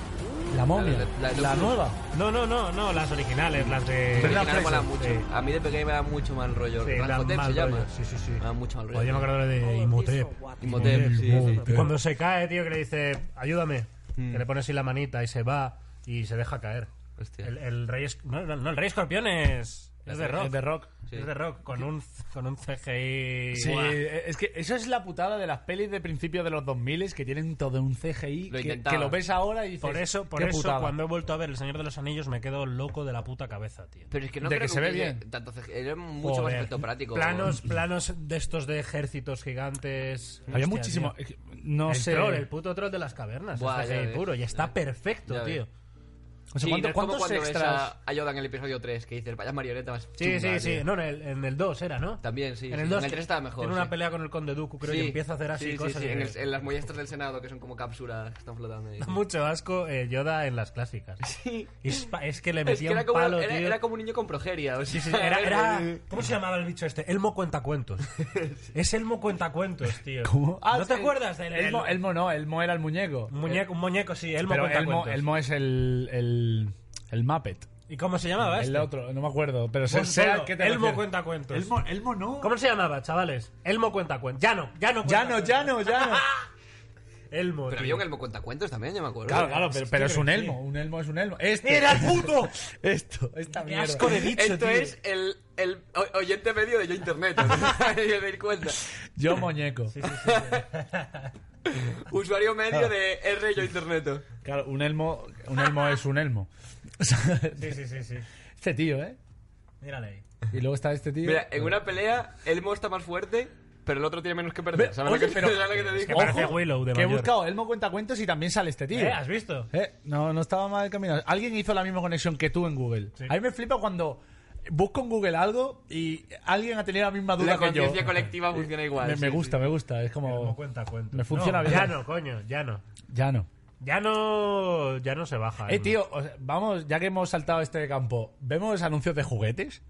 Speaker 3: La momia.
Speaker 2: La- la- la-
Speaker 3: La nueva.
Speaker 4: No, no, no, no, las originales, las de.
Speaker 2: Pero al final mola
Speaker 4: Sí.
Speaker 2: mucho. Ah, A mí de pequeño me da mucho mal rollo.
Speaker 4: Sí, da
Speaker 2: Rajotep
Speaker 4: mal
Speaker 2: se
Speaker 4: rollo,
Speaker 2: llama.
Speaker 4: sí, sí, sí.
Speaker 2: Me da mucho mal rollo.
Speaker 4: Podríamos hablar de Imhotep.
Speaker 2: Imhotep, sí, sí. Mm.
Speaker 4: Y Cuando se cae, tío, que le dice, ayúdame. Que le pone así la manita y se va y se deja caer.
Speaker 2: Hostia.
Speaker 4: El, el rey... es- No, no, no, el rey escorpión es... Es de rock.
Speaker 3: Es de rock.
Speaker 2: Sí.
Speaker 4: Es de rock, con un, con un CGI...
Speaker 3: Sí,
Speaker 4: Buah.
Speaker 3: es que eso es la putada de las pelis de principios de los 2000 que tienen todo un CGI
Speaker 4: Lo
Speaker 3: que,
Speaker 4: intentaban.
Speaker 3: que lo ves ahora y dices,
Speaker 4: Por eso, por
Speaker 3: "Qué
Speaker 4: eso
Speaker 3: putada".
Speaker 4: cuando he vuelto a ver El Señor de los Anillos me quedo loco de la puta cabeza, tío.
Speaker 2: Pero es que no
Speaker 3: De
Speaker 2: creo
Speaker 3: que se ve
Speaker 2: hubiese
Speaker 3: bien.
Speaker 2: Tanto, CGI, era mucho más
Speaker 4: Joder.
Speaker 2: efecto práctico.
Speaker 4: Planos, planos de estos de ejércitos gigantes.
Speaker 3: Había
Speaker 4: Hostia,
Speaker 3: muchísimo...
Speaker 4: tío.
Speaker 3: es que No
Speaker 4: el
Speaker 3: sé...
Speaker 4: troll, el puto troll de las cavernas.
Speaker 2: Buah,
Speaker 4: es
Speaker 2: ya
Speaker 4: CGI
Speaker 2: ves,
Speaker 4: puro y está
Speaker 2: ya
Speaker 4: perfecto,
Speaker 2: Ya
Speaker 4: tío.
Speaker 2: ves.
Speaker 3: O sea,
Speaker 2: sí,
Speaker 3: ¿cuánto-
Speaker 2: no es como
Speaker 3: cuántos
Speaker 2: cuando ves
Speaker 3: extras?
Speaker 2: a, a Yoda en el episodio 3 que dices, vaya marioneta más
Speaker 4: Sí, sí,
Speaker 2: chunga,
Speaker 4: sí.
Speaker 2: tío".
Speaker 4: No, en el, en el 2 era, ¿no?
Speaker 2: También, sí.
Speaker 4: En el
Speaker 2: sí.
Speaker 4: 2
Speaker 2: en el 3 estaba mejor.
Speaker 4: Tiene una
Speaker 2: sí.
Speaker 4: pelea con el Conde Dooku, creo,
Speaker 2: Sí,
Speaker 4: y empieza a hacer así
Speaker 2: sí, sí,
Speaker 4: cosas.
Speaker 2: sí,
Speaker 4: y-
Speaker 2: En, el- en las muestras del Senado, que son como cápsulas que están flotando ahí.
Speaker 4: Da Mucho asco eh, Yoda en las clásicas.
Speaker 2: Sí.
Speaker 4: Es, pa- es que le
Speaker 2: Es que
Speaker 4: metía
Speaker 2: era
Speaker 4: un
Speaker 2: como,
Speaker 4: palo,
Speaker 2: era,
Speaker 4: tío.
Speaker 2: era como un niño con progeria. O sea,
Speaker 4: Sí, sí, era, era- ¿Cómo se llamaba el bicho este? Elmo Cuentacuentos. Es Elmo Cuentacuentos, tío.
Speaker 3: ¿Cómo? Ah,
Speaker 4: ¿No te
Speaker 3: sí.
Speaker 4: acuerdas del
Speaker 3: Elmo, Elmo no, Elmo era el muñeco. Eh,
Speaker 4: Un muñeco, un muñeco, sí, Elmo
Speaker 3: Pero Elmo,
Speaker 4: Cuentacuentos.
Speaker 3: Elmo es el, el, el Muppet.
Speaker 4: ¿Y cómo se llamaba
Speaker 3: El
Speaker 4: este?
Speaker 3: otro, no me acuerdo, pero sé,
Speaker 4: Pon-
Speaker 3: sé al
Speaker 4: ponlo.
Speaker 3: que te
Speaker 4: Elmo
Speaker 3: refieres.
Speaker 4: Cuentacuentos.
Speaker 3: Elmo, Elmo no.
Speaker 4: ¿Cómo se llamaba, chavales? Elmo Cuentacuentos. Ya no, ya no.
Speaker 3: Ya no, ya no, ya no.
Speaker 4: Elmo.
Speaker 2: Pero había
Speaker 4: tío.
Speaker 2: un Elmo Cuentacuentos también, yo me acuerdo.
Speaker 3: Claro, claro, pero, pero es un elmo. Un elmo es un elmo. Este.
Speaker 4: ¡Era el puto!
Speaker 3: Esto, esta mierda.
Speaker 4: asco de bicho,
Speaker 2: Esto
Speaker 4: tío.
Speaker 2: es el, el o- oyente medio de yo internet. ¿no? Yo me di cuenta.
Speaker 3: Yo muñeco.
Speaker 2: Usuario
Speaker 3: Ah.
Speaker 2: medio de R yo internet.
Speaker 3: Claro, un elmo, un elmo es un elmo.
Speaker 4: Sí, sí, sí, sí.
Speaker 3: Este tío, ¿eh?
Speaker 4: Mírale ahí.
Speaker 3: Y luego está este tío.
Speaker 2: Mira, eh, en una pelea, Elmo está más fuerte, pero el otro tiene menos que perder.
Speaker 3: Ve-
Speaker 2: ¿Sabes lo
Speaker 3: oye,
Speaker 2: que,
Speaker 3: pero-
Speaker 2: sabes lo que te digo?
Speaker 4: que parece Willow de
Speaker 3: que he
Speaker 4: mayor.
Speaker 3: buscado Elmo cuenta cuentos y también sale este tío.
Speaker 4: ¿Eh? ¿Has visto?
Speaker 3: Eh, no, no estaba mal caminado. Alguien hizo la misma conexión que tú en Google. A mí me flipa cuando busco en Google algo y alguien ha tenido la misma duda
Speaker 2: La
Speaker 3: que yo.
Speaker 2: conciencia colectiva funciona igual.
Speaker 3: me, me
Speaker 2: sí,
Speaker 3: gusta, me gusta. Es
Speaker 4: Elmo
Speaker 3: como.
Speaker 4: Cuentacuentos.
Speaker 3: Me funciona
Speaker 4: No,
Speaker 3: bien.
Speaker 4: Ya no, coño, ya no.
Speaker 3: Ya no.
Speaker 4: Ya no, ya no se baja.
Speaker 3: Eh,
Speaker 4: Elmo.
Speaker 3: tío, o sea, vamos, ya que hemos saltado este campo, ¿vemos anuncios de juguetes?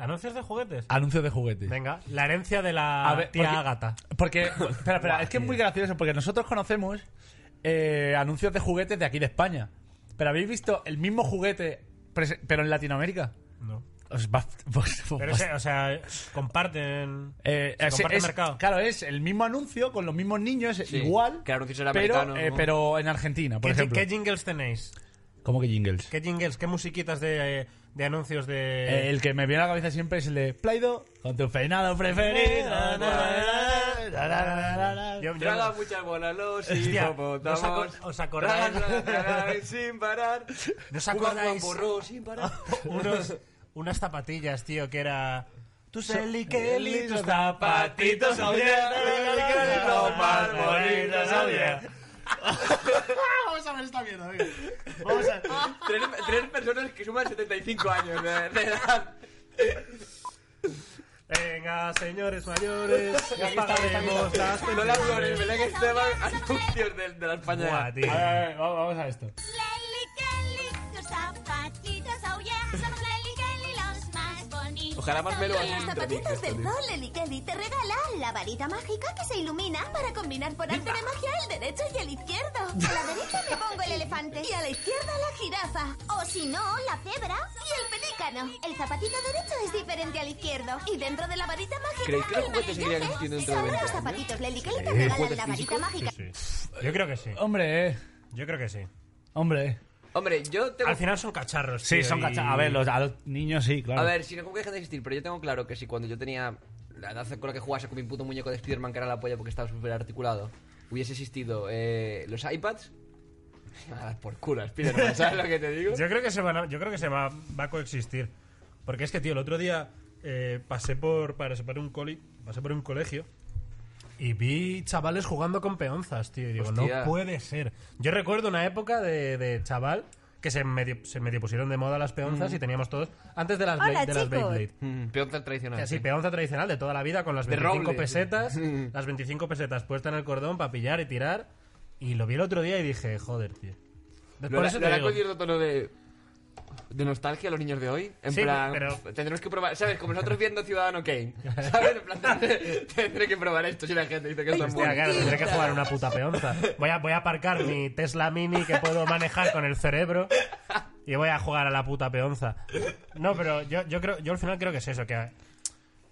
Speaker 4: ¿Anuncios de juguetes?
Speaker 3: Anuncios de juguetes.
Speaker 4: Venga, la herencia de la
Speaker 3: Ah. A ver,
Speaker 4: tía
Speaker 3: porque-
Speaker 4: Ágata.
Speaker 3: Porque, espera, espera,
Speaker 4: Buah,
Speaker 3: es que es
Speaker 4: tío.
Speaker 3: muy gracioso porque nosotros conocemos eh, anuncios de juguetes de aquí de España. Pero habéis visto el mismo juguete, prese- pero en Latinoamerca.
Speaker 4: No.
Speaker 3: Os va- vos- vos-
Speaker 4: Pero ese, o sea, comparten.
Speaker 3: eh,
Speaker 4: se
Speaker 3: es-
Speaker 4: comparte
Speaker 3: es-
Speaker 4: mercado.
Speaker 3: Claro, es el mismo anuncio con los mismos niños,
Speaker 2: Sí,
Speaker 3: igual.
Speaker 2: que el anuncio será
Speaker 3: pero,
Speaker 2: americano,
Speaker 3: eh,
Speaker 2: ¿no?
Speaker 3: pero en Argentina, por
Speaker 4: ¿Qué,
Speaker 3: ejemplo.
Speaker 4: qué jingles tenéis?
Speaker 3: ¿Cómo que jingles?
Speaker 4: ¿Qué jingles? ¿Qué musiquitas de, de anuncios
Speaker 3: Eh,
Speaker 4: de.?
Speaker 3: el que me viene a la cabeza siempre es el de Plaido con tu peinado preferido. na, na, na, na, na, na, na.
Speaker 4: Yo- yo-
Speaker 2: Traga muchas bolas los
Speaker 4: Hostia,
Speaker 2: hipopótamos.
Speaker 4: ¿os aco- os acordáis?
Speaker 2: Tragan, tragan sin parar.
Speaker 4: ¿No os
Speaker 2: Fuman
Speaker 4: acordáis?
Speaker 2: guamporros sin parar.
Speaker 4: unos, unas zapatillas, tío, que era. Tus
Speaker 3: Eli,
Speaker 4: eliqueli, tus zapatitos oye,
Speaker 2: Eliqueli, los más bonitos,
Speaker 4: oh,
Speaker 2: oye.
Speaker 3: Vamos a ver esta mierda, venga.
Speaker 2: tres, tres personas que suman 75 años de, de edad.
Speaker 4: Venga, señores mayores,
Speaker 2: está,
Speaker 4: que
Speaker 2: aquí está, aquí
Speaker 4: pagaremos las
Speaker 2: No la flores,
Speaker 4: pensiones.
Speaker 2: Belén Esteban, anuncios de, de la España.
Speaker 4: Buah, tío.
Speaker 3: A ver, a ver, vamos vamos a esto.
Speaker 14: Leli Kelly, los zapatitos, oh yeah, somos Leli Kelly, los más bonitos.
Speaker 2: Ojalá más me lo
Speaker 14: oh yeah.
Speaker 2: hagas.
Speaker 14: Los zapatitos del sol, Leli Kelly, te regala la varita mágica que se ilumina para combinar por arte de magia el derecho y el izquierdo. A la derecha me pongo el elefante y a la izquierda la jirafa. O si no, la cebra y el pelícano. El zapatito derecho es diferente al izquierdo. Y dentro de la varita mágica,
Speaker 2: ¿Creéis que los
Speaker 14: el
Speaker 2: juguetes seguirían
Speaker 14: maquillaje.
Speaker 2: existiendo dentro de
Speaker 14: Solo
Speaker 2: 20
Speaker 14: los
Speaker 2: años?
Speaker 14: zapatitos Leli Kelly te regalan
Speaker 2: ¿Juguetes
Speaker 14: la varita
Speaker 2: físicos?
Speaker 14: mágica.
Speaker 4: Sí, sí. Yo creo que sí.
Speaker 3: Hombre, eh,
Speaker 4: Yo creo que sí.
Speaker 3: hombre.
Speaker 2: Hombre, yo tengo.
Speaker 4: Al final son cacharros.
Speaker 3: Sí,
Speaker 4: tío,
Speaker 3: son
Speaker 4: y-
Speaker 3: cachas. A ver, los, a los niños sí, claro.
Speaker 2: A ver, si no, ¿cómo que dejan de existir? Pero yo tengo claro que si cuando yo tenía la edad con la que jugase con mi puto muñeco de Spiderman, que era la polla porque estaba súper articulado, hubiese existido eh, los iPads. A las por culo, Spiderman, ¿sabes lo que te digo?
Speaker 4: Yo creo que se van a- yo creo que se va, va a coexistir. Porque es que, tío, el otro día eh, pasé por para separar un coli, pasé por un colegio y vi chavales jugando con peonzas, tío. Y digo,
Speaker 2: Hostia.
Speaker 4: no puede ser. Yo recuerdo una época de, de chaval que se medio, se medio pusieron de moda las peonzas y teníamos todos antes de las,
Speaker 14: Hola,
Speaker 4: Blade- de las
Speaker 14: chicos.
Speaker 4: Beyblade.
Speaker 2: Mm, peonza tradicional.
Speaker 4: Así,
Speaker 2: sí.
Speaker 4: peonza tradicional de toda la vida con las
Speaker 2: De
Speaker 4: 25
Speaker 2: roble.
Speaker 4: pesetas,
Speaker 2: Mm.
Speaker 4: las 25 pesetas puestas en el cordón para pillar y tirar. Y lo vi el otro día y dije, joder, tío.
Speaker 2: Lo
Speaker 4: Por
Speaker 2: hará-
Speaker 4: eso
Speaker 2: lo
Speaker 4: te
Speaker 2: hará
Speaker 4: digo,
Speaker 2: con cierto tono de. De nostalgia a los niños de hoy. En
Speaker 4: Sí,
Speaker 2: plan,
Speaker 4: pero-
Speaker 2: tendremos que probar, ¿sabes? Como nosotros viendo Ciudadano Kane. ¿Sabes? En plan, tendré, tendré que probar esto si la gente dice que es tan
Speaker 4: Hostia,
Speaker 2: bueno.
Speaker 4: claro, tendré que jugar una puta peonza. Voy a, voy a aparcar mi Tesla Mini que puedo manejar con el cerebro y voy a jugar a la puta peonza. No, pero yo, yo creo, yo al final creo que es eso, que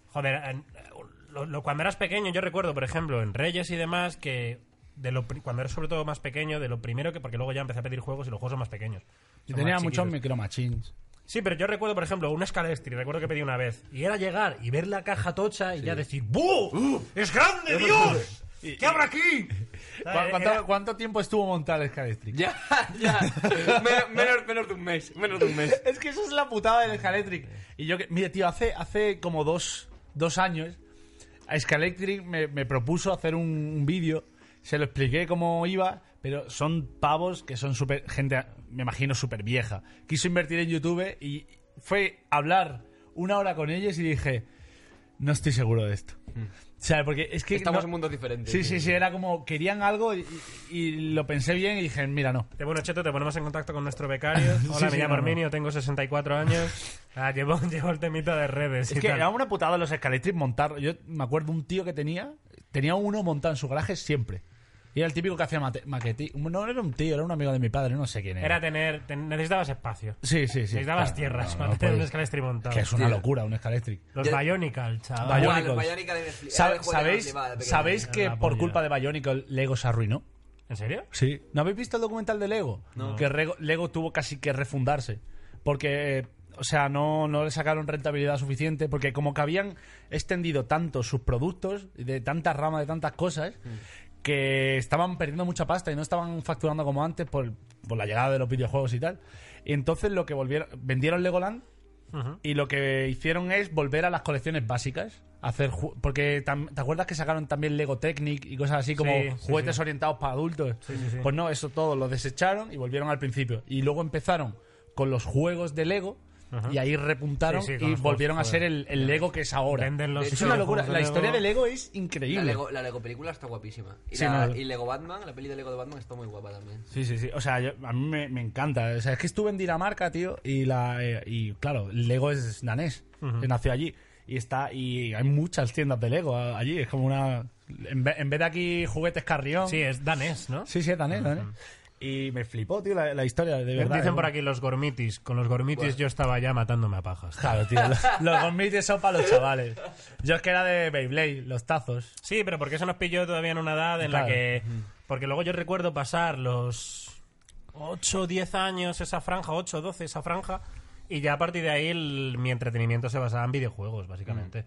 Speaker 4: joder, en- lo, lo- cuando eras pequeño, yo recuerdo, por ejemplo, en Reyes y demás, que de lo, pri- cuando eras sobre todo más pequeño, de lo primero que, porque luego ya empecé a pedir juegos y los juegos son más pequeños.
Speaker 3: yo
Speaker 4: Son
Speaker 3: tenía
Speaker 4: más
Speaker 3: muchos
Speaker 4: chiquitos.
Speaker 3: micromachines.
Speaker 4: Sí, pero yo recuerdo, por ejemplo, un Scalestri, recuerdo que pedí una vez. Y era llegar y ver la caja tocha y ya decir, ¡buh! ¡Es grande, Dios! ¿Qué habrá aquí? Eh,
Speaker 3: ¿Cu- ¿Cuánto, cuánto tiempo estuvo montado el Scalestric?
Speaker 2: Ya, ya. Men- menos, menos de un mes. Menos de un mes.
Speaker 3: Es que esa es la putada del Scaletric. Y yo que, mire, tío, hace, hace como dos, dos años, a Scaletric me, me propuso hacer un, un vídeo, se lo expliqué cómo iba, Pero son pavos que son súper. Gente, me imagino, súper vieja. Quiso invertir en YouTube y fue a hablar una hora con ellos y dije: No estoy seguro de esto. O sea, porque es que.
Speaker 2: Mm. Estamos
Speaker 3: no-
Speaker 2: en mundos diferentes.
Speaker 3: Sí, sí, sí, era como querían algo y, y lo pensé bien y dije, mira, no.
Speaker 4: Te, bueno, Cheto, te ponemos en contacto con nuestro becario. Hola,
Speaker 3: Sí,
Speaker 4: me
Speaker 3: sí,
Speaker 4: llamo
Speaker 3: no, no.
Speaker 4: Arminio, tengo 64 años. Ah, llevo, llevo el temita de redes.
Speaker 3: Es
Speaker 4: y
Speaker 3: que
Speaker 4: tal.
Speaker 3: era una putada los escalatrips montar. Yo me acuerdo un tío que tenía, tenía uno montado en su garaje siempre. Y era el típico que hacía mate- maqueti- No era un tío, era un amigo de mi padre, no sé quién era.
Speaker 4: Era tener. ten- necesitabas espacio.
Speaker 3: Sí, sí, sí.
Speaker 4: Necesitabas
Speaker 3: Claro,
Speaker 4: tierras
Speaker 3: no,
Speaker 4: para
Speaker 3: no
Speaker 4: tener un
Speaker 3: podía.
Speaker 4: escalestri montado.
Speaker 3: Que es una locura un escalatric.
Speaker 4: Los Bionicle, chaval.
Speaker 3: Bionicle. Sa- ¿Sabéis, ¿sabéis
Speaker 4: Era
Speaker 3: que
Speaker 4: la
Speaker 3: por
Speaker 4: polla.
Speaker 3: culpa de Bionicle Lego se arruinó?
Speaker 4: ¿En serio?
Speaker 3: Sí. ¿No habéis visto el documental de Lego?
Speaker 4: No.
Speaker 3: Que Rego- Lego tuvo casi que refundarse. Porque, eh, o sea, no, no le sacaron rentabilidad suficiente. Porque como que habían extendido tanto sus productos, de tantas ramas, de tantas cosas,
Speaker 4: Mm.
Speaker 3: que estaban perdiendo mucha pasta y no estaban facturando como antes por, por la llegada de los videojuegos y tal. Y entonces lo que volvieron, vendieron Legoland
Speaker 4: Ujú.
Speaker 3: y lo que hicieron es volver a las colecciones básicas. Hacer ju- porque tam- te acuerdas que sacaron también Lego Technic y cosas así como
Speaker 4: Sí, sí,
Speaker 3: juguetes
Speaker 4: sí.
Speaker 3: orientados para adultos.
Speaker 4: sí, sí.
Speaker 3: Pues no, eso todo lo desecharon y volvieron al principio. Y luego empezaron con los juegos de Lego
Speaker 4: Ajá.
Speaker 3: y ahí repuntaron
Speaker 4: Sí, sí, con
Speaker 3: y
Speaker 4: los
Speaker 3: volvieron a
Speaker 4: juegos,
Speaker 3: ser el, el Lego que es ahora.
Speaker 4: Venden los
Speaker 3: es una locura.
Speaker 4: juegos
Speaker 3: La
Speaker 4: de
Speaker 3: historia
Speaker 4: Lego.
Speaker 3: de Lego es increíble.
Speaker 2: La Lego, la Lego película está guapísima. Y,
Speaker 3: Sí,
Speaker 2: la-
Speaker 3: no.
Speaker 2: y Lego Batman, la peli de Lego de Batman está muy guapa también.
Speaker 3: Sí, sí, sí. O sea, yo- a mí me, me encanta. O sea, es que estuve en Dinamarca, tío, y la eh, y claro, Lego es danés.
Speaker 4: Ujú.
Speaker 3: que Nació allí y está y hay muchas tiendas de Lego a- allí. Es como una en ve- en vez, de aquí juguetes carrión.
Speaker 4: Sí, es danés, ¿no?
Speaker 3: sí, sí, es danés, danés. Y me flipó, tío, la, la historia de verdad.
Speaker 4: Dicen
Speaker 3: eh.
Speaker 4: por aquí los gormitis. Con los gormitis yo estaba ya matándome a pajas.
Speaker 3: Claro, tío. Los, los gomites son para los chavales. Yo es que era de Beyblade, los tazos.
Speaker 4: Sí, pero porque eso nos pilló todavía en una edad en
Speaker 3: Claro.
Speaker 4: la que... Porque luego yo recuerdo pasar los 8, 10 años esa franja, 8, 12 esa franja, y ya a partir de ahí el- mi entretenimiento se basaba en videojuegos, básicamente.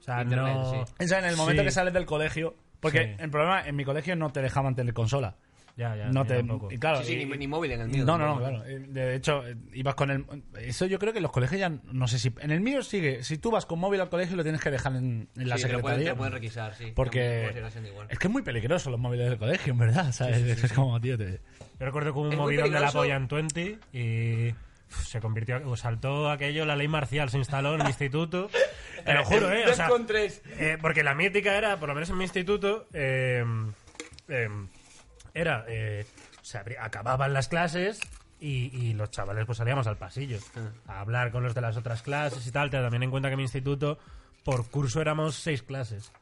Speaker 4: O sea,
Speaker 2: Mm, Internet,
Speaker 4: no...
Speaker 2: sí.
Speaker 3: O sea, en el momento
Speaker 4: Sí.
Speaker 3: que sales del colegio, porque
Speaker 4: Sí.
Speaker 3: el problema en mi colegio no te dejaban tener consola.
Speaker 4: Ya, ya,
Speaker 3: no
Speaker 4: yo
Speaker 3: te
Speaker 4: tampoco.
Speaker 3: y claro,
Speaker 2: Sí, sí,
Speaker 3: y-
Speaker 2: ni, ni móvil en el mío.
Speaker 3: No, no, no,
Speaker 2: tampoco.
Speaker 3: claro. Eh, De hecho, eh, ibas con el. Eso yo creo que en los colegios ya. No sé si. En el mío sigue. Si tú vas con móvil al colegio, lo tienes que dejar en, en la
Speaker 2: Sí, te lo pueden-
Speaker 3: secretaría.
Speaker 2: te lo pueden requisar, sí. Te lo
Speaker 3: Porque.
Speaker 2: pueden hacer igual.
Speaker 3: Es que es muy peligroso los móviles del colegio, en verdad. ¿sabes? es como, tío. te-
Speaker 4: Yo recuerdo que hubo un
Speaker 2: Es muy
Speaker 4: movidón de la
Speaker 2: peligroso.
Speaker 4: polla en 20 y uf, se convirtió, o saltó aquello, la ley marcial se instaló en mi instituto. Te lo juro, ¿eh? O
Speaker 2: Dos
Speaker 4: sea,
Speaker 2: con tres.
Speaker 4: eh, porque la mítica era, por lo menos en mi instituto, eh, eh, era, eh, se abri- acababan las clases y, y los chavales pues salíamos al pasillo
Speaker 2: Ah.
Speaker 4: a hablar con los de las otras clases y tal. Te también en cuenta que en mi instituto por curso éramos seis clases.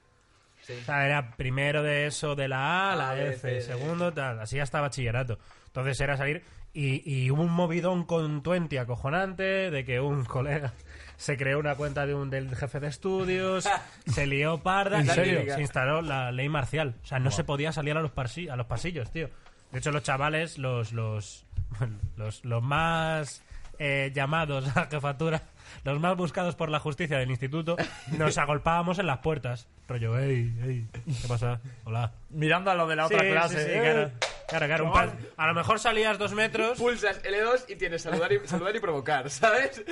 Speaker 2: Sí.
Speaker 4: O sea, era primero de eso, de la A, a la
Speaker 2: A, B,
Speaker 4: F,
Speaker 2: C, D. E.
Speaker 4: segundo, tal, así hasta bachillerato. Entonces era salir y, y hubo un movidón con 20 acojonante de que un colega se creó una cuenta de un, del jefe de estudios, se lió parda,
Speaker 3: ¿En
Speaker 4: y
Speaker 3: serio?
Speaker 4: se instaló la ley marcial. O sea, no se podía salir a los, parsi- a los pasillos, tío. De hecho, los chavales, los, los, los, los más eh, llamados a jefatura, los más buscados por la justicia del instituto, nos agolpábamos en las puertas. Rollo, ey, ey, ¿qué pasa? Hola.
Speaker 3: Mirando a lo de la
Speaker 4: Sí,
Speaker 3: otra
Speaker 4: sí,
Speaker 3: clase.
Speaker 4: sí,
Speaker 3: eh.
Speaker 4: claro. Claro, claro, un par- a lo mejor salías dos metros,
Speaker 2: Pulsas L2 y tienes saludar y, saludar y provocar, ¿sabes?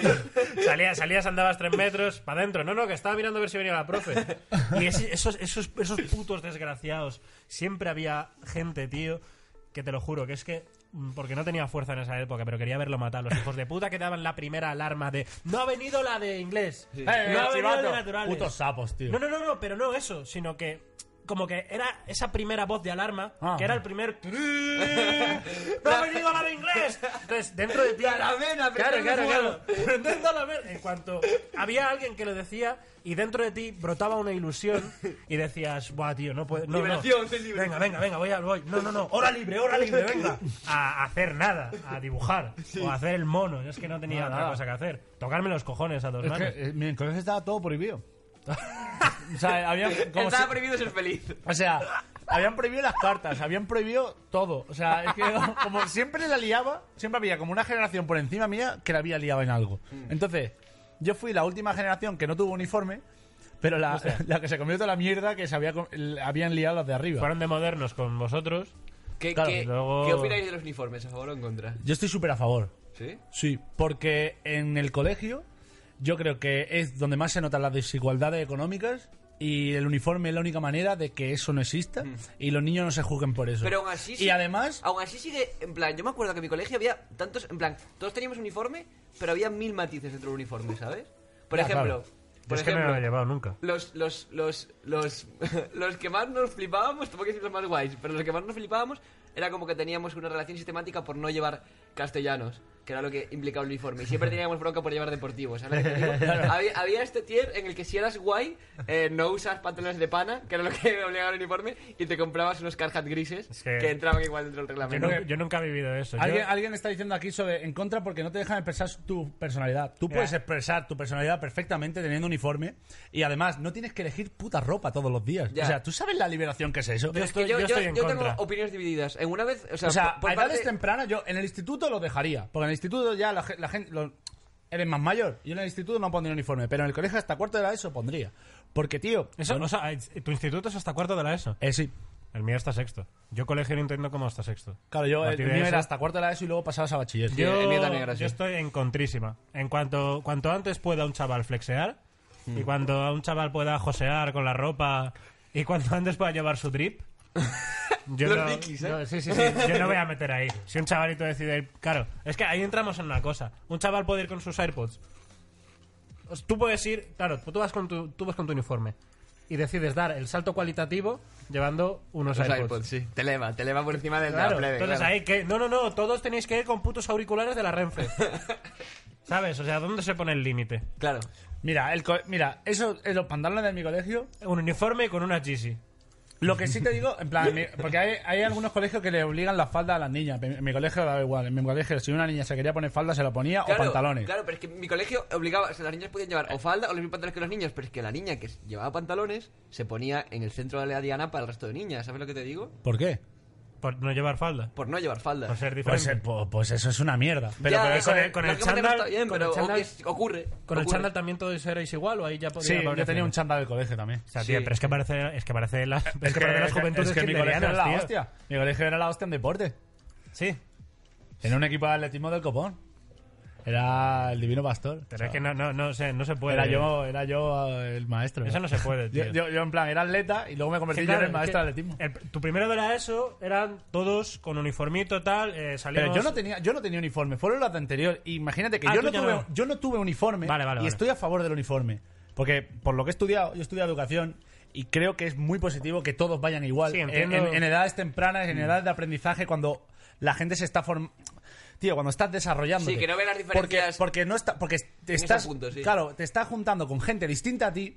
Speaker 4: salías, salías, andabas tres metros para adentro. No, no, que estaba mirando a ver si venía la profe. Y ese- esos, esos, esos putos desgraciados. Siempre había gente, tío, que te lo juro, que es que. mm, Porque no tenía fuerza en esa época, pero quería verlo matar. Los hijos de puta que daban la primera alarma de. No ha venido la de inglés.
Speaker 3: Eh,
Speaker 4: No
Speaker 3: eh,
Speaker 4: ha venido la de
Speaker 3: chivato,
Speaker 4: naturales.
Speaker 3: Putos sapos, tío.
Speaker 4: No, no, no, no, pero no eso, sino que como que era esa primera voz de alarma,
Speaker 3: Ah.
Speaker 4: que era el primer... "Turí". ¡No ha venido a hablar inglés! Entonces, dentro de ti...
Speaker 2: La alameda,
Speaker 4: claro,
Speaker 2: aprendemos
Speaker 4: claro, claro.
Speaker 2: a
Speaker 4: Aprendiendo a la ver- En cuanto había alguien que lo decía y dentro de ti brotaba una ilusión y decías, ¡buah, tío, no puedo... No, no.
Speaker 2: Liberación, soy libre.
Speaker 4: Venga, venga, venga, voy a... Voy. No, no, no, hora libre, hora libre, venga. A hacer nada, a dibujar o a hacer el mono. Yo es que no tenía
Speaker 3: Nada.
Speaker 4: otra cosa que hacer. Tocarme los cojones a dos
Speaker 3: Es
Speaker 4: manos.
Speaker 3: que, eh, mi colegio estaba todo prohibido. o sea, había. como
Speaker 2: Estaba
Speaker 3: si-
Speaker 2: prohibido ser feliz.
Speaker 3: O sea, habían prohibido las cartas, habían prohibido todo. O sea, es que como siempre la liaba, siempre había como una generación por encima mía que la había liado en algo. Entonces, yo fui la última generación que no tuvo uniforme, pero la, la que se comió toda la mierda que se había, com- l- habían liado los de arriba.
Speaker 4: Fueron de modernos con vosotros.
Speaker 2: ¿Qué,
Speaker 3: Claro,
Speaker 2: qué,
Speaker 4: luego-
Speaker 2: qué opináis de los uniformes? ¿A favor o en contra?
Speaker 3: Yo estoy súper a favor.
Speaker 2: ¿Sí?
Speaker 3: Sí, porque en el colegio yo creo que es donde más se notan las desigualdades económicas y el uniforme es la única manera de que eso no exista y los niños no se juzguen por eso.
Speaker 2: Mm. Pero aún así.
Speaker 3: y además,
Speaker 2: Aún así sigue. En plan, yo me acuerdo que en mi colegio había tantos. En plan, todos teníamos uniforme, pero había mil matices dentro del uniforme, ¿sabes? Por
Speaker 4: Ya,
Speaker 2: ejemplo.
Speaker 4: claro.
Speaker 2: Por
Speaker 4: es que
Speaker 2: ejemplo,
Speaker 4: no lo he llevado nunca.
Speaker 2: los, los, los, los, los que más nos flipábamos, tampoco decir los más guays, pero los que más nos flipábamos era como que teníamos una relación sistemática por no llevar castellanos, que era lo que implicaba el uniforme. Y siempre teníamos bronca por llevar deportivos. ¿sabes lo que te digo? había, había este tier en el que si eras guay, eh, no usas pantalones de pana, que era lo que obligaba el uniforme, y te comprabas unos Carhat grises
Speaker 4: que-
Speaker 2: que... entraban igual dentro del
Speaker 4: Yo,
Speaker 2: reglamento.
Speaker 4: nu- yo nunca he vivido eso. Yo-
Speaker 3: Alguien, alguien está diciendo aquí sobre en contra porque no te dejan expresar su- tu personalidad. Tú
Speaker 4: Ya.
Speaker 3: puedes expresar tu personalidad perfectamente teniendo uniforme y además no tienes que elegir puta ropa todos los días.
Speaker 2: Ya.
Speaker 3: O sea, ¿tú sabes la liberación que es eso?
Speaker 2: Es que yo tengo opiniones divididas. En una vez, o sea,
Speaker 3: O sea,
Speaker 2: por- por
Speaker 3: a edades
Speaker 2: parte-
Speaker 3: tempranas yo en el instituto lo dejaría. Porque en el instituto ya la, ge- la gente... lo- eres más mayor. Yo en el instituto no pondría uniforme, pero en el colegio hasta cuarto de la ESO pondría. Porque, tío...
Speaker 4: Eso,
Speaker 3: yo-
Speaker 4: o sea, tu instituto es hasta cuarto de la ESO.
Speaker 3: Eh, sí.
Speaker 4: El mío hasta sexto. Yo colegio no entiendo cómo hasta sexto.
Speaker 3: Claro, yo
Speaker 4: A
Speaker 3: el,
Speaker 4: partir
Speaker 3: el
Speaker 4: de
Speaker 3: mío
Speaker 4: eso-
Speaker 3: era hasta cuarto de la ESO y luego pasabas a bachiller.
Speaker 4: Yo, yo estoy en contrísima. En cuanto, cuanto antes pueda un chaval flexear,
Speaker 2: Mm.
Speaker 4: y cuanto a un chaval pueda josear con la ropa, y cuanto antes pueda llevar su drip, yo,
Speaker 2: Los
Speaker 4: no,
Speaker 2: Dickies, ¿eh?
Speaker 4: no, sí, sí, sí, yo no voy a meter ahí. Si un chavalito decide ir... Claro, es que ahí entramos en una cosa. Un chaval puede ir con sus AirPods. O sea, Tú puedes ir... Claro, tú vas con tu, tú vas con tu uniforme. Y decides dar el salto cualitativo llevando unos
Speaker 2: Los
Speaker 4: AirPods.
Speaker 2: iPods, sí. Te eleva, te eleva por encima del de
Speaker 4: Claro,
Speaker 2: la plebe,
Speaker 4: entonces
Speaker 2: claro.
Speaker 4: ahí que... No, no, no, todos tenéis que ir con putos auriculares de la Renfe. ¿Sabes? O sea, ¿dónde se pone el límite?
Speaker 2: Claro.
Speaker 3: Mira, el co- mira, eso, eh, los pantalones de mi colegio.
Speaker 4: Un uniforme con una GC.
Speaker 3: Lo que sí te digo, en plan, mi- porque hay, hay algunos colegios que le obligan la falda a las niñas. En mi colegio daba igual. En mi colegio, si una niña se quería poner falda, se la ponía o pantalones.
Speaker 2: Claro, pero es que mi colegio obligaba, o sea, las niñas podían llevar o falda o los mismos pantalones que los niños, pero es que la niña que llevaba pantalones se ponía en el centro de la diana para el resto de niñas, ¿sabes lo que te digo?
Speaker 3: ¿Por qué?
Speaker 4: Por no llevar falda.
Speaker 2: Por no llevar falda.
Speaker 4: Por ser
Speaker 3: Pues,
Speaker 4: diferente.
Speaker 3: eh, po- pues eso es una mierda.
Speaker 4: Pero-
Speaker 2: Ya,
Speaker 4: pero eso
Speaker 2: con
Speaker 4: de-
Speaker 2: el-
Speaker 4: con
Speaker 2: lo
Speaker 4: el
Speaker 2: que hemos
Speaker 4: chándal-
Speaker 2: estado bien,
Speaker 4: con el
Speaker 2: pero
Speaker 4: chándal-
Speaker 2: ok, ocurre.
Speaker 4: Con el
Speaker 2: ocurre.
Speaker 4: chándal también todos erais igual o ahí ya podía
Speaker 3: sí, yo
Speaker 4: aparecer?
Speaker 3: tenía un chándal del colegio también.
Speaker 4: O sea, tío, pero es que parece, es que parece la- es que parece las juventudes
Speaker 3: es que mi colegio era
Speaker 4: kirchnerianas,
Speaker 3: la
Speaker 4: tío.
Speaker 3: hostia. Mi colegio era la hostia en deporte.
Speaker 4: Sí.
Speaker 3: Tenía un equipo de atletismo del copón. Era el divino pastor.
Speaker 4: Pero es que no, no, no, sé, no se puede.
Speaker 3: Era yo, era yo eh, el maestro.
Speaker 4: Eso no se puede, tío.
Speaker 3: Yo, yo- yo, en plan, era atleta y luego me
Speaker 4: Es que,
Speaker 3: convertí pues yo
Speaker 4: claro,
Speaker 3: en el
Speaker 4: es que
Speaker 3: maestro de atletismo.
Speaker 4: el- tu primero de la ESO eran todos con uniformito tal, eh,
Speaker 3: Pero
Speaker 4: salimos...
Speaker 3: yo no tenía, yo no tenía uniforme, fueron las de anterior. Imagínate que
Speaker 4: Ah,
Speaker 3: yo,
Speaker 4: tú
Speaker 3: no
Speaker 4: ya
Speaker 3: tuve,
Speaker 4: no.
Speaker 3: yo no tuve uniforme
Speaker 4: Vale, vale,
Speaker 3: y
Speaker 4: vale.
Speaker 3: estoy a favor del uniforme. Porque por lo que he estudiado, yo he estudiado educación y creo que es muy positivo que todos vayan igual.
Speaker 4: Sí,
Speaker 3: en,
Speaker 4: entiendo. Mm.
Speaker 3: en- en edades tempranas, en edades de aprendizaje, cuando la gente se está formando. Tío, cuando estás desarrollando.
Speaker 2: Sí, que no ve las
Speaker 3: Porque,
Speaker 2: diferencias.
Speaker 3: porque no está. Porque te
Speaker 2: ese
Speaker 3: estás.
Speaker 2: punto, sí.
Speaker 3: Claro, te estás juntando con gente distinta a ti,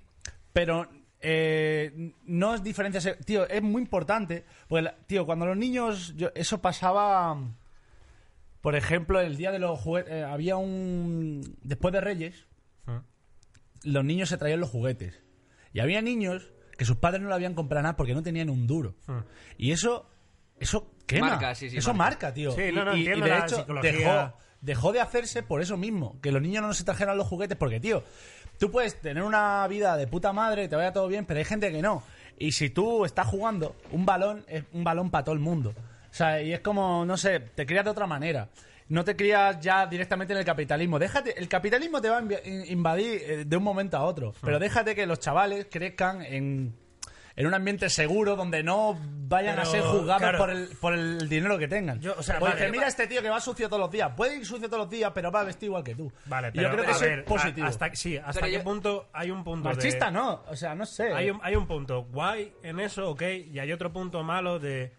Speaker 3: pero eh, no es diferencias. Tío, es muy importante. Porque, la- tío, cuando los niños. yo- eso pasaba. Por ejemplo, el día de los juguetes. eh, había un. Después de Reyes,
Speaker 4: Ah.
Speaker 3: los niños se traían los juguetes. Y había niños que sus padres no le habían comprado nada porque no tenían un duro.
Speaker 4: Ah.
Speaker 3: Y eso. Eso quema.
Speaker 2: Marca, sí, sí,
Speaker 3: eso marca,
Speaker 2: marca.
Speaker 3: tío.
Speaker 4: Sí,
Speaker 3: y,
Speaker 4: no, no,
Speaker 3: y- y
Speaker 4: entiendo
Speaker 3: de
Speaker 4: la
Speaker 3: hecho,
Speaker 4: psicología.
Speaker 3: dejó, dejó de hacerse por eso mismo. Que los niños no se trajeran los juguetes porque, tío, tú puedes tener una vida de puta madre, te vaya todo bien, pero hay gente que no. Y si tú estás jugando, un balón es un balón para todo el mundo. O sea, y es como, no sé, te crías de otra manera. No te crías ya directamente en el capitalismo. Déjate, el capitalismo te va a invi- in- invadir eh, de un momento a
Speaker 4: Ah.
Speaker 3: otro. Pero déjate que los chavales crezcan en, en un ambiente seguro donde no vayan a
Speaker 4: Pero,
Speaker 3: ser juzgados
Speaker 4: claro.
Speaker 3: por, el, por el dinero que tengan.
Speaker 4: Yo, o sea,
Speaker 3: Porque
Speaker 4: vale.
Speaker 3: mira este tío que va sucio todos los días. Puede ir sucio todos los días, pero va vestir igual que tú.
Speaker 4: Vale,
Speaker 3: Y
Speaker 4: pero
Speaker 3: yo creo que
Speaker 4: a
Speaker 3: eso
Speaker 4: ver,
Speaker 3: es positivo.
Speaker 4: a- hasta, sí, hasta
Speaker 3: Pero
Speaker 4: qué
Speaker 3: yo-
Speaker 4: punto hay un punto de-
Speaker 3: Machista no, o sea, no sé.
Speaker 4: Hay un, hay un punto guay en eso, ok, y hay otro punto malo de...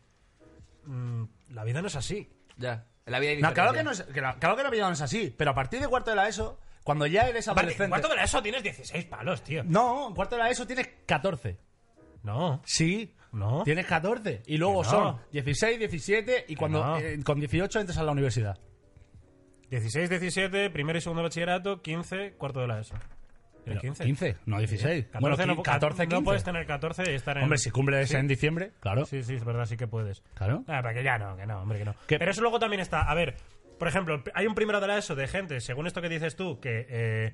Speaker 4: mm, la vida no es así.
Speaker 2: Ya. La vida hay
Speaker 3: No, claro
Speaker 2: diferencia.
Speaker 3: que no es, que la- claro que la vida no es así, pero a partir de cuarto de la ESO, cuando ya eres
Speaker 4: Aparte,
Speaker 3: adolescente...
Speaker 4: en cuarto de la ESO tienes 16 palos, tío.
Speaker 3: No, en cuarto de la ESO tienes 14.
Speaker 4: No,
Speaker 3: Sí.
Speaker 4: no.
Speaker 3: Tienes 14 y luego
Speaker 4: Que no.
Speaker 3: son 16, 17 y cuando
Speaker 4: no.
Speaker 3: eh, con 18 entras a la universidad.
Speaker 4: 16, 17, primero y segundo de bachillerato, 15, cuarto de la ESO.
Speaker 3: Pero
Speaker 4: 15.
Speaker 3: 15, no 16.
Speaker 4: 14,
Speaker 3: bueno,
Speaker 4: no,
Speaker 3: qui- 14, 15.
Speaker 4: no puedes tener 14 y estar en...
Speaker 3: Hombre, si cumples
Speaker 4: Sí.
Speaker 3: en diciembre, claro.
Speaker 4: Sí, sí, es verdad, sí que puedes.
Speaker 3: Claro.
Speaker 4: Ah, pero que ya no, que no, hombre, que no.
Speaker 3: Que-
Speaker 4: Pero eso luego también está. A ver, por ejemplo, hay un primero de la ESO de gente, según esto que dices tú, que. eh,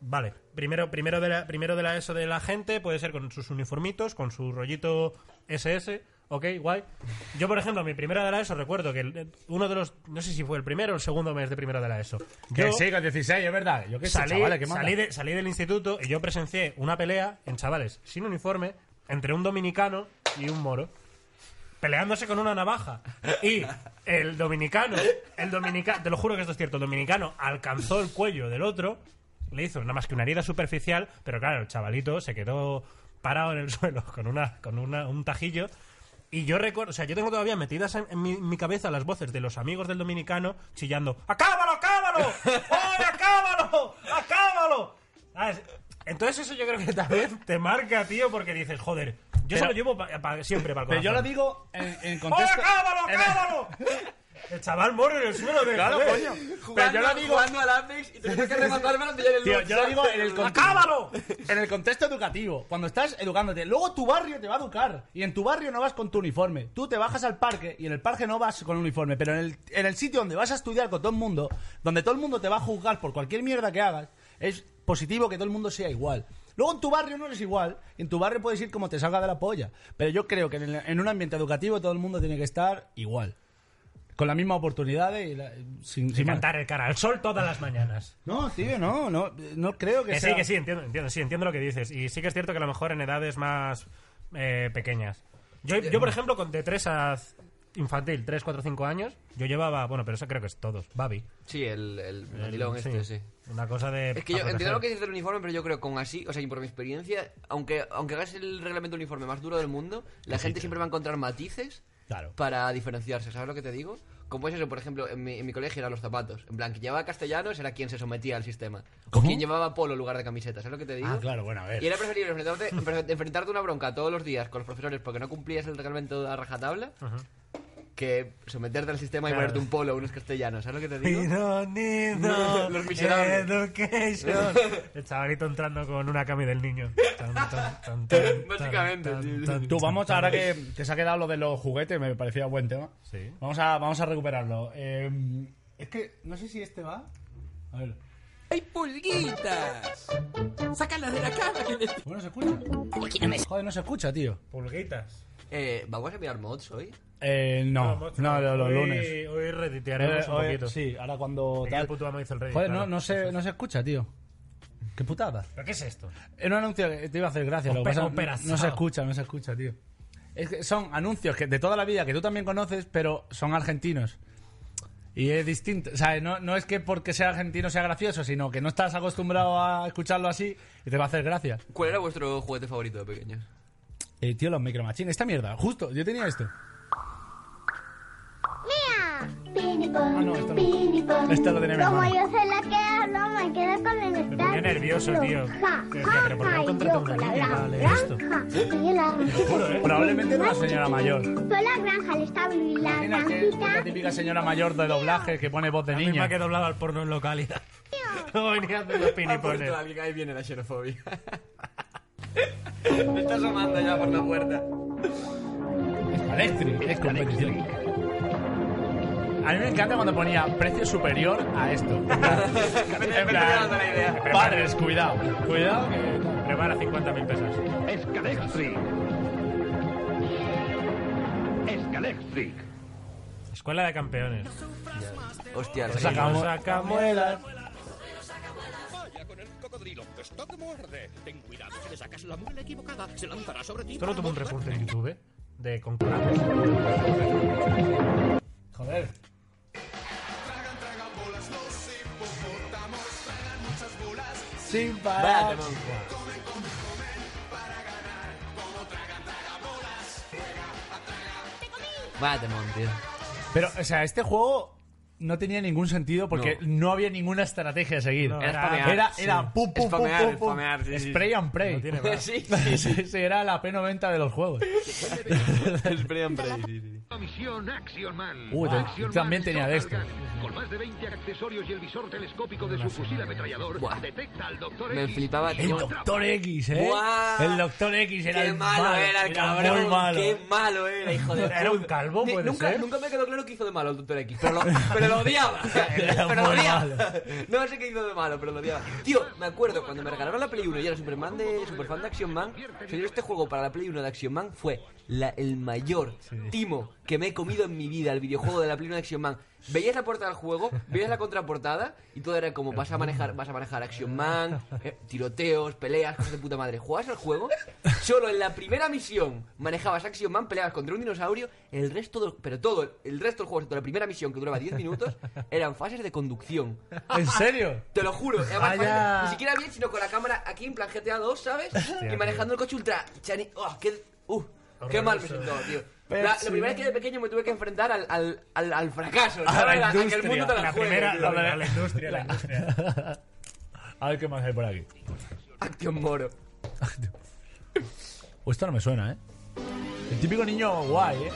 Speaker 4: vale, primero, primero, de la, primero de la ESO de la gente puede ser con sus uniformitos, con su rollito SS. ok, guay. Yo, por ejemplo, mi primera de la ESO, recuerdo que el- uno de los. No sé si fue el primero o el segundo mes de primera de la ESO.
Speaker 3: Que
Speaker 4: Yo-
Speaker 3: sí, con 16, es verdad. Yo qué sé,
Speaker 4: salí,
Speaker 3: chavales, ¿eh? ¿qué manda?
Speaker 4: salí, de- salí del instituto y yo presencié una pelea en chavales sin uniforme entre un dominicano y un moro. Peleándose con una navaja. Y el dominicano, el dominicano, te lo juro que esto es cierto, el dominicano alcanzó el cuello del otro, le hizo nada más que una herida superficial, pero claro, el chavalito se quedó parado en el suelo con una, con una- un tajillo. Y yo recuerdo, o sea, yo tengo todavía metidas en, en mi, en mi cabeza las voces de los amigos del dominicano chillando, ¡Acábalo, acábalo! ¡Oye, acábalo! ¡Acábalo! ¿Sabes? Entonces eso yo creo que también te marca, tío, porque dices, joder, yo
Speaker 3: Pero-
Speaker 4: se lo llevo pa- pa- siempre para el
Speaker 3: Pero yo lo
Speaker 4: corazón".
Speaker 3: digo en, en contexto.
Speaker 4: ¡Oye, cábalo, cábalo! Eh, El chaval moro en el suelo de
Speaker 3: Claro,
Speaker 4: joder.
Speaker 3: coño.
Speaker 2: Jugando,
Speaker 3: Pero yo lo digo-
Speaker 2: jugando al Apex y tenía que rematarme antes de
Speaker 3: Tío, yo lo digo en el contexto.
Speaker 4: ¡Acábalo!
Speaker 3: En el contexto educativo. Cuando estás educándote. Luego tu barrio te va a educar. Y en tu barrio no vas con tu uniforme. Tú te bajas al parque y en el parque no vas con un uniforme. Pero en el, en el sitio donde vas a estudiar con todo el mundo, donde todo el mundo te va a juzgar por cualquier mierda que hagas, es positivo que todo el mundo sea igual. Luego en tu barrio no eres igual. En tu barrio puedes ir como te salga de la polla. Pero yo creo que en, el- en un ambiente educativo todo el mundo tiene que estar igual. Con las mismas oportunidades y la- sin,
Speaker 4: Y
Speaker 3: sin más.
Speaker 4: cantar el cara al sol todas las mañanas.
Speaker 3: No, tío, no, no, no creo que,
Speaker 4: Que sí,
Speaker 3: sea-
Speaker 4: que sí, entiendo, entiendo, sí, entiendo lo que dices. Y sí que es cierto que a lo mejor en edades más eh, pequeñas. Yo, yo, por ejemplo, con de 3 a c- infantil, 3, 4, 5 años, yo llevaba, bueno, pero eso creo que es todos, Babi.
Speaker 2: Sí, el, el
Speaker 4: El-
Speaker 2: mandilón este, sí.
Speaker 4: Una cosa de...
Speaker 2: Es que yo
Speaker 4: pa'
Speaker 2: entiendo lo que
Speaker 4: proteger.
Speaker 2: dices del uniforme, pero yo creo que con así, o sea, y por mi experiencia, aunque, aunque hagas el reglamento uniforme más duro del mundo, la gente siempre va a encontrar matices
Speaker 3: Claro.
Speaker 2: para diferenciarse, ¿sabes lo que te digo? Como es eso, por ejemplo, en mi, en mi colegio eran los zapatos. En plan, quien llevaba castellanos era quien se sometía al sistema. O quien llevaba polo en lugar de camiseta, ¿sabes lo que te digo?
Speaker 3: Ah, claro, bueno, a ver.
Speaker 2: Y era preferible enfrentarte, enfre- enfrentarte a una bronca todos los días con los profesores porque no cumplías el reglamento a rajatabla que someterte al sistema y
Speaker 4: Claro.
Speaker 2: ponerte un polo, unos castellanos, ¿sabes lo que te digo?
Speaker 4: We don't need no
Speaker 2: Los
Speaker 3: Eh,
Speaker 2: miserables.
Speaker 4: education. El chavalito entrando con una cami del niño. Tan, tan, tan, tan, tan,
Speaker 2: Básicamente,
Speaker 4: tan,
Speaker 2: sí, sí.
Speaker 4: tan,
Speaker 3: Tú, vamos,
Speaker 4: tan,
Speaker 3: ahora
Speaker 4: tan.
Speaker 3: que, que se ha quedado lo de los juguetes, me parecía buen tema.
Speaker 4: Sí.
Speaker 3: Vamos a, vamos a recuperarlo. Eh, es que no sé si este va. A ver.
Speaker 15: ¡Hay pulguitas! ¡Sácalas de la cama!
Speaker 3: Bueno, ¿se escucha? Joder, no se escucha, tío.
Speaker 4: Pulguitas.
Speaker 2: Eh, ¿Vamos a mirar mods hoy?
Speaker 3: Eh,
Speaker 4: Ah,
Speaker 3: no, no, los, los
Speaker 4: Hoy-
Speaker 3: lunes.
Speaker 4: Hoy reditearemos
Speaker 3: Eh,
Speaker 4: un
Speaker 3: hoy-
Speaker 4: poquito.
Speaker 3: Sí, ahora cuando
Speaker 4: Aquí
Speaker 3: tal.
Speaker 4: el puto amo hizo el Reddit,
Speaker 3: Joder, no,
Speaker 4: claro.
Speaker 3: no, se, no se escucha, tío. Qué putada.
Speaker 4: ¿Pero qué es esto?
Speaker 3: Era un anuncio que te iba a hacer gracia, lo que
Speaker 4: Ope-
Speaker 3: pasa es que
Speaker 4: operación.
Speaker 3: no se escucha, no se escucha, tío. Es que son anuncios que de toda la vida que tú también conoces, pero son argentinos. Y es distinto, o sea, no, no es que porque sea argentino sea gracioso, sino que no estás acostumbrado a escucharlo así y te va a hacer gracia.
Speaker 2: ¿Cuál era vuestro juguete favorito de pequeños?
Speaker 3: Eh, tío, los micromachines, esta mierda, justo, yo tenía esto.
Speaker 16: Ah, no, esto no.
Speaker 3: Esto lo tenía mi
Speaker 16: Como
Speaker 3: hermano.
Speaker 16: yo sé la que hablo, me quedo con el Me
Speaker 4: ponía nervioso, tío.
Speaker 16: Ja,
Speaker 4: Decía,
Speaker 16: ja,
Speaker 4: pero ¿por qué no
Speaker 16: ja,
Speaker 4: contrató
Speaker 16: yo
Speaker 4: una
Speaker 16: con la
Speaker 4: niña para
Speaker 16: granja.
Speaker 4: leer esto?
Speaker 16: y la-
Speaker 3: Probablemente era una señora mayor.
Speaker 16: Fue la granja, el establo y la
Speaker 3: Mira que
Speaker 16: granjita.
Speaker 3: la típica señora mayor de doblaje que pone voz de niña. Ah,
Speaker 4: que doblaba el porno en localidad. No venía de
Speaker 3: pues
Speaker 4: los pinipones.
Speaker 2: ahí viene la xenofobia. Me está asomando ya por la puerta.
Speaker 3: Electric, es competición. A mí me encanta cuando ponía precio superior a esto. En plan, padres, cuidado. Cuidado que
Speaker 4: Prepara 50.000 pesos.
Speaker 17: Escalextric. Escalextric.
Speaker 4: Escuela de campeones.
Speaker 2: Hostia,
Speaker 4: Los
Speaker 2: sí.
Speaker 4: sacamos-
Speaker 2: Los
Speaker 3: sacamuelas.
Speaker 17: con el cocodrilo. Esto te muerde. Ten cuidado si le sacas la muela equivocada. Se lanzará sobre ti.
Speaker 4: Esto lo tuvo un repunte en YouTube ¿eh? de concursos.
Speaker 3: Joder. Sin
Speaker 2: Vaya
Speaker 3: parar.
Speaker 2: temón. Vaya temón, tío.
Speaker 3: Pero, o sea, este juego no tenía ningún sentido porque no, había ninguna estrategia a seguir.
Speaker 4: No,
Speaker 2: era spamear,
Speaker 3: era,
Speaker 2: sí.
Speaker 3: era pum, pum, pum,
Speaker 2: Spamear,
Speaker 3: pum, pum.
Speaker 2: spamear, sí, sí.
Speaker 3: Spray and pray.
Speaker 2: No tiene más. Sí, sí,
Speaker 3: Ese era la P90 de los juegos.
Speaker 2: El Spray and Pray, sí, sí.
Speaker 17: Misión Action Man.
Speaker 3: Uy, te- también tenía de esto.
Speaker 17: Con más de 20 accesorios y el visor telescópico de su fusil ametrallador, detecta al Doctor
Speaker 2: Me
Speaker 17: X.
Speaker 2: flipaba,
Speaker 17: y
Speaker 2: tío.
Speaker 3: El Doctor X, ¿eh?
Speaker 2: Buah.
Speaker 3: El Doctor X era
Speaker 2: Qué
Speaker 3: el
Speaker 2: malo era, cabrón.
Speaker 3: muy malo.
Speaker 2: Qué malo era, hijo de
Speaker 4: Era un
Speaker 2: puta.
Speaker 4: calvo,
Speaker 2: Ni-
Speaker 4: puede
Speaker 2: nunca,
Speaker 4: ser.
Speaker 2: nunca me quedó claro qué hizo de malo el Doctor X, pero lo, pero lo odiaba. pero lo
Speaker 4: muy
Speaker 2: odiaba. No sé qué hizo de malo, pero lo odiaba. Tío, me acuerdo cuando me regalaron la Play 1 y era Superman de Superfan de Action Man, o sea, yo este juego para la Play 1 de Action Man fue la- el mayor timo que me he comido en mi vida al videojuego de la Play de Action Man. Veías la portada del juego, veías la contraportada y todo era como vas a manejar, vas a manejar Action Man, eh, tiroteos, peleas, cosas de puta madre. Jugabas al juego, solo en la primera misión manejabas Action Man, peleabas contra un dinosaurio, el resto del- pero todo, el resto del juego, excepto la primera misión que duraba 10 minutos, eran fases de conducción.
Speaker 3: ¿En serio?
Speaker 2: Te lo juro. Además,
Speaker 3: Vaya.
Speaker 2: parece- Ni siquiera bien, sino con la cámara aquí en plan GTA 2, ¿sabes? y manejando el coche ultra. Chani... Oh, qué... Uh, qué mal me sentó, tío.
Speaker 4: Pero
Speaker 2: La, la
Speaker 4: sí.
Speaker 2: primera vez que de pequeño me tuve que enfrentar al, al, al, al fracaso,
Speaker 3: A
Speaker 2: ¿sabes?
Speaker 3: la
Speaker 2: que el
Speaker 3: industria,
Speaker 2: mundo te la
Speaker 3: la
Speaker 2: juegue,
Speaker 3: primera-
Speaker 2: tío.
Speaker 3: la- la- la
Speaker 4: industria, la
Speaker 3: industria. A ver qué más hay por aquí.
Speaker 2: Acción Moro.
Speaker 3: O esto no me suena, ¿eh? El típico niño guay, ¿eh?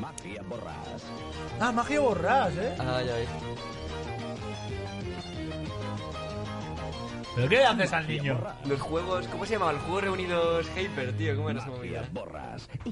Speaker 18: Magia Borrás.
Speaker 3: Ah, magia borrás, ¿eh?
Speaker 2: Ah, ya ves.
Speaker 3: ¿Pero qué le haces al niño?
Speaker 2: Los juegos... ¿Cómo se llamaba? El juego Reunidos Hyper, tío. ¿Cómo era esa movida?